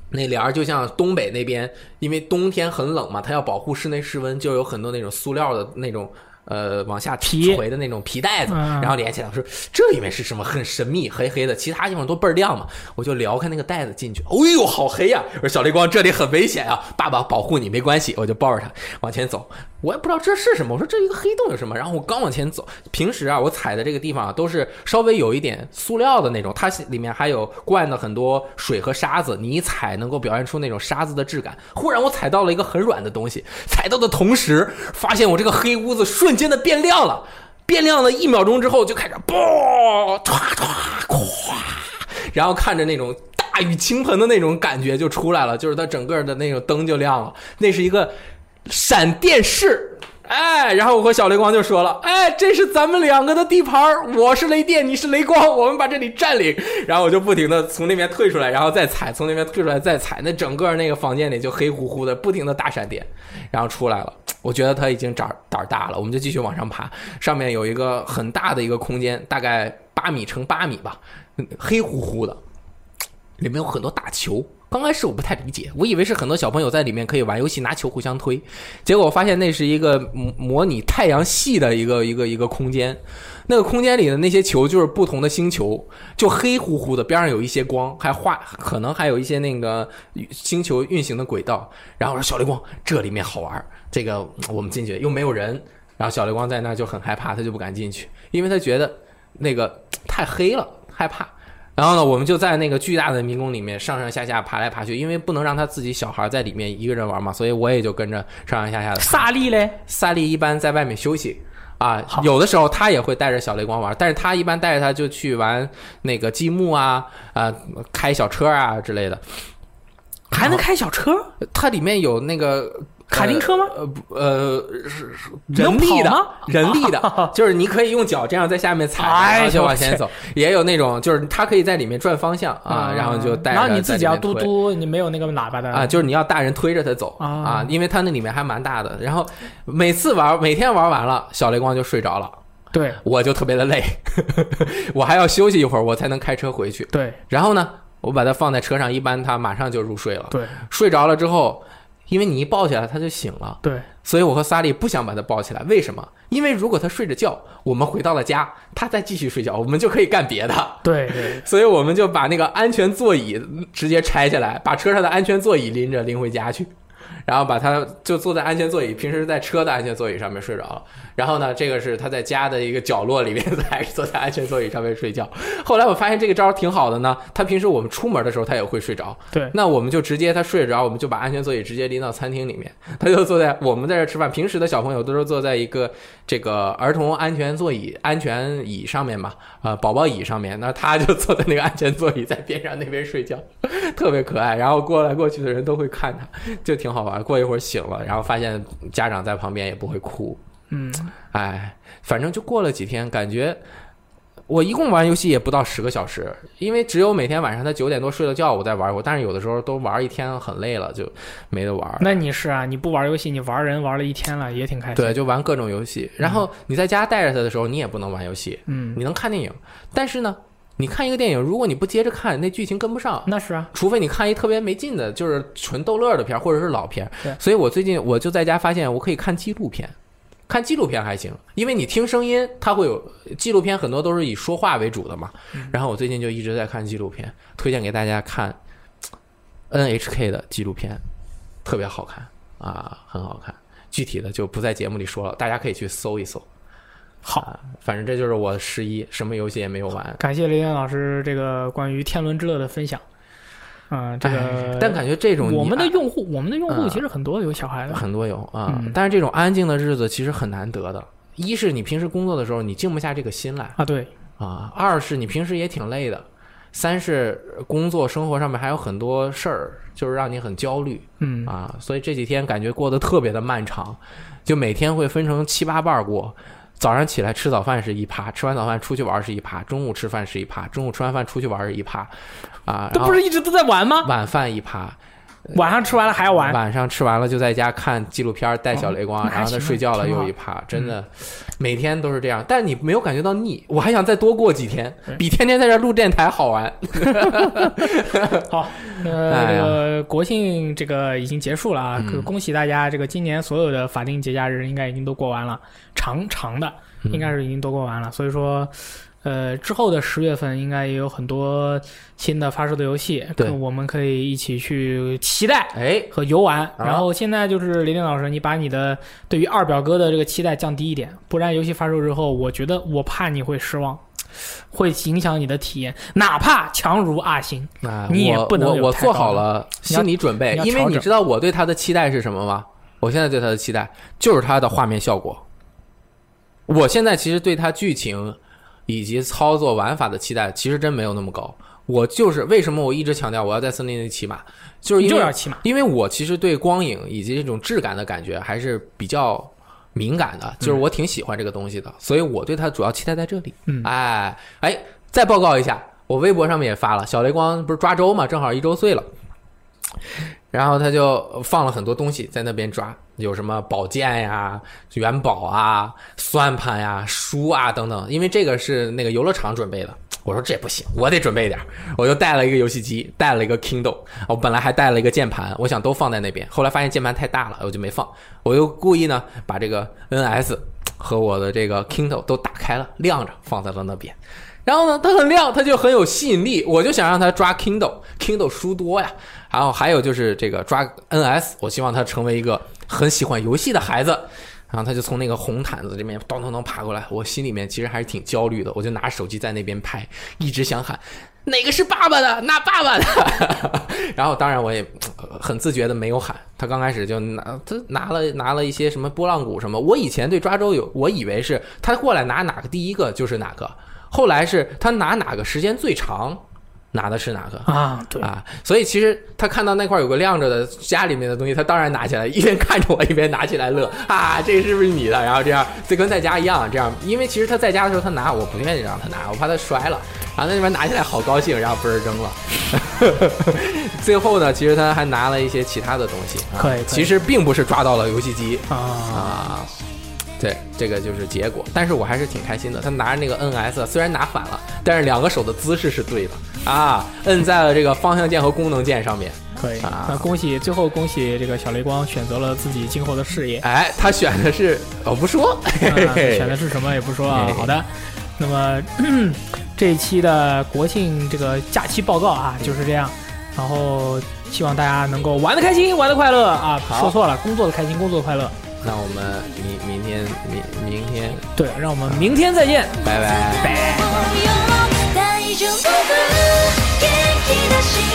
[SPEAKER 2] 那帘儿就像东北那边，因为冬天很冷嘛，它要保护室内室温，就有很多那种塑料的那种呃往下
[SPEAKER 1] 皮
[SPEAKER 2] 垂的那种皮带子，
[SPEAKER 1] 嗯
[SPEAKER 2] 然后连起来。我说这里面是什么？很神秘，黑黑的，其他地方都倍儿亮嘛。我就撩开那个袋子进去，哦呦，好黑呀、我说小雷光，这里很危险啊，爸爸保护你没关系。我就抱着他往前走，我也不知道这是什么。我说这一个黑洞有什么？然后我刚往前走，平时啊，我踩的这个地方啊，都是稍微有一点塑料的那种，它里面还有灌的很多水和沙子，你一踩能够表现出那种沙子的质感。忽然我踩到了一个很软的东西，踩到的同时，发现我这个黑屋子瞬间的变亮了。变亮了一秒钟之后，就开始啵唰唰咵，然后看着那种大雨倾盆的那种感觉就出来了，就是它整个的那种灯就亮了，那是一个闪电式。哎，然后我和小雷光就说了，哎，这是咱们两个的地盘儿，我是雷电，你是雷光，我们把这里占领。然后我就不停的从那边退出来，然后再踩，从那边退出来再踩，那整个那个房间里就黑乎乎的，不停的打闪电，然后出来了。我觉得他已经胆儿胆儿大了，我们就继续往上爬。上面有一个很大的一个空间，大概八米乘八米吧，嗯黑乎乎的，里面有很多大球。刚开始我不太理解，我以为是很多小朋友在里面可以玩游戏拿球互相推，结果我发现那是一个模模拟太阳系的一个一个一个空间。那个空间里的那些球就是不同的星球，就黑乎乎的，边上有一些光，还画可能还有一些那个星球运行的轨道。然后我说小雷光，这里面好玩儿，这个嗯我们进去又没有人。然后小雷光在那儿就很害怕，他就不敢进去，因为他觉得那个嘖太黑了，害怕。然后呢，我们就在那个巨大的迷宫里面上上下下爬来爬去，因为不能让他自己小孩在里面一个人玩嘛，所以我也就跟着上上下下的。
[SPEAKER 1] 萨利嘞，
[SPEAKER 2] 萨利一般在外面休息啊
[SPEAKER 1] 好，
[SPEAKER 2] 有的时候他也会带着小雷光玩，但是他一般带着他就去玩那个积木啊啊、开小车啊之类的。
[SPEAKER 1] 还能开小车，
[SPEAKER 2] 它里面有那个
[SPEAKER 1] 卡丁车吗？
[SPEAKER 2] 呃不呃，是是人
[SPEAKER 1] 能
[SPEAKER 2] 力
[SPEAKER 1] 跑
[SPEAKER 2] 的
[SPEAKER 1] 吗，
[SPEAKER 2] 人 力的，就是你可以用脚这样在下面踩，
[SPEAKER 1] 哎
[SPEAKER 2] 然后就
[SPEAKER 1] 呦
[SPEAKER 2] 往
[SPEAKER 1] 我
[SPEAKER 2] 前
[SPEAKER 1] 去
[SPEAKER 2] 走。也有那种就是它可以在里面转方向啊，然后就带
[SPEAKER 1] 嗯
[SPEAKER 2] 着
[SPEAKER 1] 然后你
[SPEAKER 2] 在
[SPEAKER 1] 自
[SPEAKER 2] 里
[SPEAKER 1] 己要
[SPEAKER 2] 面
[SPEAKER 1] 嘟
[SPEAKER 2] 推
[SPEAKER 1] 嘟，你没有那个喇叭的
[SPEAKER 2] 啊，，就是你要大人推着他走
[SPEAKER 1] 啊
[SPEAKER 2] 啊，因为他那里面还蛮大的。然后每次玩，每天玩完了，小雷光就睡着了，
[SPEAKER 1] 对
[SPEAKER 2] 我就特别的累， 我还要休息一会儿，我才能开车回去。
[SPEAKER 1] 对
[SPEAKER 2] 然后呢，我把它放在车上，一般它马上就入睡了。
[SPEAKER 1] 对
[SPEAKER 2] 睡着了之后，因为你一抱起来它就醒了，
[SPEAKER 1] 对，
[SPEAKER 2] 所以我和萨利不想把它抱起来。为什么？因为如果它睡着觉，我们回到了家，它再继续睡觉，我们就可以干别的。
[SPEAKER 1] 对 对，
[SPEAKER 2] 所以我们就把那个安全座椅直接拆下来，把车上的安全座椅拎着拎回家去，然后把它就坐在安全座椅，平时是在车的安全座椅上面睡着了。然后呢，这个是他在家的一个角落里面， 还是坐在安全座椅上面睡觉。后来我发现这个招儿挺好的呢，他平时我们出门的时候他也会睡着，
[SPEAKER 1] 对
[SPEAKER 2] 那我们就直接他睡着，我们就把安全座椅直接拎到餐厅里面，他就坐在我们在这吃饭。平时的小朋友都是坐在一个这个儿童安全座椅、安全椅上面嘛，啊、宝宝椅上面。那他就坐在那个安全座椅在边上那边睡觉， 特别可爱。然后过来过去的人都会看他，就挺好玩。过一会儿醒了，然后发现家长在旁边也不会哭，
[SPEAKER 1] 嗯，
[SPEAKER 2] 哎，反正就过了几天，感觉我一共玩游戏也不到十个小时，因为只有每天晚上他九点多睡了觉，我再玩过。但是有的时候都玩一天很累了，就没得玩。
[SPEAKER 1] 那你是啊，你不玩游戏，你玩人玩了一天了，也挺开心。
[SPEAKER 2] 对，，就玩各种游戏。然后你在家带着他的时候，你也不能玩游戏，
[SPEAKER 1] 嗯，
[SPEAKER 2] 你能看电影，但是呢，你看一个电影，如果你不接着看，那剧情跟不上。
[SPEAKER 1] 那是啊，
[SPEAKER 2] 除非你看一特别没劲的，就是纯逗乐的片儿，或者是老片儿
[SPEAKER 1] 对。
[SPEAKER 2] 所以我最近我就在家发现，我可以看纪录片，看纪录片还行，因为你听声音，它会有纪录片很多都是以说话为主的嘛。
[SPEAKER 1] 嗯
[SPEAKER 2] 然后我最近就一直在看纪录片，推荐给大家看 NHK 的纪录片，特别好看啊，很好看。具体的就不在节目里说了，大家可以去搜一搜。
[SPEAKER 1] 好，
[SPEAKER 2] 啊，反正这就是我十一什么游戏也没有玩，
[SPEAKER 1] 感谢雷电老师这个关于天伦之乐的分享。嗯，这个
[SPEAKER 2] 哎，但感觉这种你
[SPEAKER 1] 我们的
[SPEAKER 2] 啊
[SPEAKER 1] 用户，我们的用户
[SPEAKER 2] 嗯
[SPEAKER 1] 其实很多有小孩的，
[SPEAKER 2] 很多有啊，
[SPEAKER 1] 嗯
[SPEAKER 2] 但是这种安静的日子其实很难得的。一是你平时工作的时候你静不下这个心来
[SPEAKER 1] 啊，对，
[SPEAKER 2] 啊，二是你平时也挺累的，三是工作生活上面还有很多事儿，就是让你很焦虑
[SPEAKER 1] 嗯，
[SPEAKER 2] 啊，所以这几天感觉过得特别的漫长，就每天会分成七八瓣儿过。早上起来吃早饭是一趴，吃完早饭出去玩儿是一趴，中午吃饭是一趴，中午吃完饭出去玩儿是一趴，啊，
[SPEAKER 1] 这
[SPEAKER 2] 然后
[SPEAKER 1] 不是一直都在玩吗？
[SPEAKER 2] 晚饭一趴，
[SPEAKER 1] 哎晚上吃完了还要玩，
[SPEAKER 2] 晚上吃完了就在家看纪录片儿，带小雷光，
[SPEAKER 1] 哦那还
[SPEAKER 2] 然后他
[SPEAKER 1] 行
[SPEAKER 2] 睡觉了
[SPEAKER 1] 挺好嗯
[SPEAKER 2] 又一趴，真的，每天都是这样。但你没有感觉到腻，我还想再多过几天，比天天在这儿录电台好玩。
[SPEAKER 1] 好，
[SPEAKER 2] 哎
[SPEAKER 1] 呃，
[SPEAKER 2] 呀
[SPEAKER 1] 这个国庆这个已经结束了啊，
[SPEAKER 2] 嗯
[SPEAKER 1] 可恭喜大家！这个今年所有的法定节假日应该已经都过完了，长长的
[SPEAKER 2] 嗯
[SPEAKER 1] 应该是已经都过完了，所以说。呃，之后的十月份应该也有很多新的发售的游戏，
[SPEAKER 2] 对
[SPEAKER 1] 可我们可以一起去期待
[SPEAKER 2] 哎，
[SPEAKER 1] 和游玩。然后现在就是雷电老师，你把你的对于二表哥的这个期待降低一点，不然游戏发售之后，我觉得我怕你会失望，会影响你的体验，哪怕强如阿星。
[SPEAKER 2] 啊
[SPEAKER 1] 你也
[SPEAKER 2] 我
[SPEAKER 1] 不能
[SPEAKER 2] 我
[SPEAKER 1] 有
[SPEAKER 2] 我
[SPEAKER 1] 太
[SPEAKER 2] 做
[SPEAKER 1] 高
[SPEAKER 2] 好
[SPEAKER 1] 的
[SPEAKER 2] 了
[SPEAKER 1] 你要
[SPEAKER 2] 心理准备
[SPEAKER 1] 你，要
[SPEAKER 2] 因为
[SPEAKER 1] 调
[SPEAKER 2] 你
[SPEAKER 1] 整
[SPEAKER 2] 知道我对他的期待是什么吗？我现在对他的期待就是他的画面效果。我现在其实对他剧情以及操作玩法的期待，其实真没有那么高。我就是为什么我一直强调我要在森林里骑马，就是
[SPEAKER 1] 你
[SPEAKER 2] 因
[SPEAKER 1] 就
[SPEAKER 2] 为
[SPEAKER 1] 要骑马，
[SPEAKER 2] 因为我其实对光影以及这种质感的感觉还是比较敏感的，就是我挺喜欢这个东西的，所以我对它主要期待在这里。
[SPEAKER 1] 嗯
[SPEAKER 2] 哎哎，再报告一下，我微博上面也发了，小雷光不是抓周嘛，正好一周岁了。然后他就放了很多东西在那边抓，有什么宝剑呀、元宝啊、算盘呀、书啊等等。因为这个是那个游乐场准备的，我说这也不行，我得准备点儿。我就带了一个游戏机，带了一个 Kindle，我本来还带了一个键盘，我想都放在那边。后来发现键盘太大了，我就没放。我又故意呢把这个 NS 和我的这个 Kindle 都打开了，亮着放在了那边。然后呢，它很亮，它就很有吸引力。我就想让它抓 Kindle，Kindle 书多呀。然后还有就是这个抓 NS，我希望它成为一个很喜欢游戏的孩子。然后他就从那个红毯子这边咚咚咚爬过来，我心里面其实还是挺焦虑的，我就拿手机在那边拍，一直想喊哪个是爸爸的，那爸爸的。 然后当然我也呃很自觉的没有喊，他刚开始就拿他拿了拿了一些什么拨浪鼓什么，我以前对抓周有我以为是他过来拿哪个第一个就是哪个，后来是他拿哪个时间最长拿的是哪个。
[SPEAKER 1] 啊，对，
[SPEAKER 2] 啊，所以其实他看到那块有个亮着的家里面的东西，他当然拿起来，一边看着我一边拿起来乐啊，这是不是你的？然后这样就跟在家一样，这样，因为其实他在家的时候他拿，我不愿意让他拿，我怕他摔了。然后那边拿起来好高兴，然后嘣儿扔了。 最后呢，其实他还拿了一些其他的东西，啊、
[SPEAKER 1] 可以可以
[SPEAKER 2] 其实并不是抓到了游戏机
[SPEAKER 1] 啊，
[SPEAKER 2] 啊。对，这个就是结果，但是我还是挺开心的。他拿着那个 NS，虽然拿反了，但是两个手的姿势是对的啊，摁在了这个方向键和功能键上面。
[SPEAKER 1] 可以。
[SPEAKER 2] 啊
[SPEAKER 1] 那恭喜，最后恭喜这个小雷光选择了自己今后的事业，
[SPEAKER 2] 哎，他选的是，我、不说，嘿
[SPEAKER 1] 啊
[SPEAKER 2] 嘿嘿
[SPEAKER 1] 选的是什么也不说啊
[SPEAKER 2] 嘿。
[SPEAKER 1] 好的，那么 这一期的国庆这个假期报告啊就是这样，然后希望大家能够玩的开心，玩的快乐啊。
[SPEAKER 2] 好
[SPEAKER 1] 说错了，工作的开心，工作的快乐。
[SPEAKER 2] 那我们明明天明明天，
[SPEAKER 1] 对，让我们明天再见。
[SPEAKER 2] 拜拜。
[SPEAKER 3] 大丈夫元気だし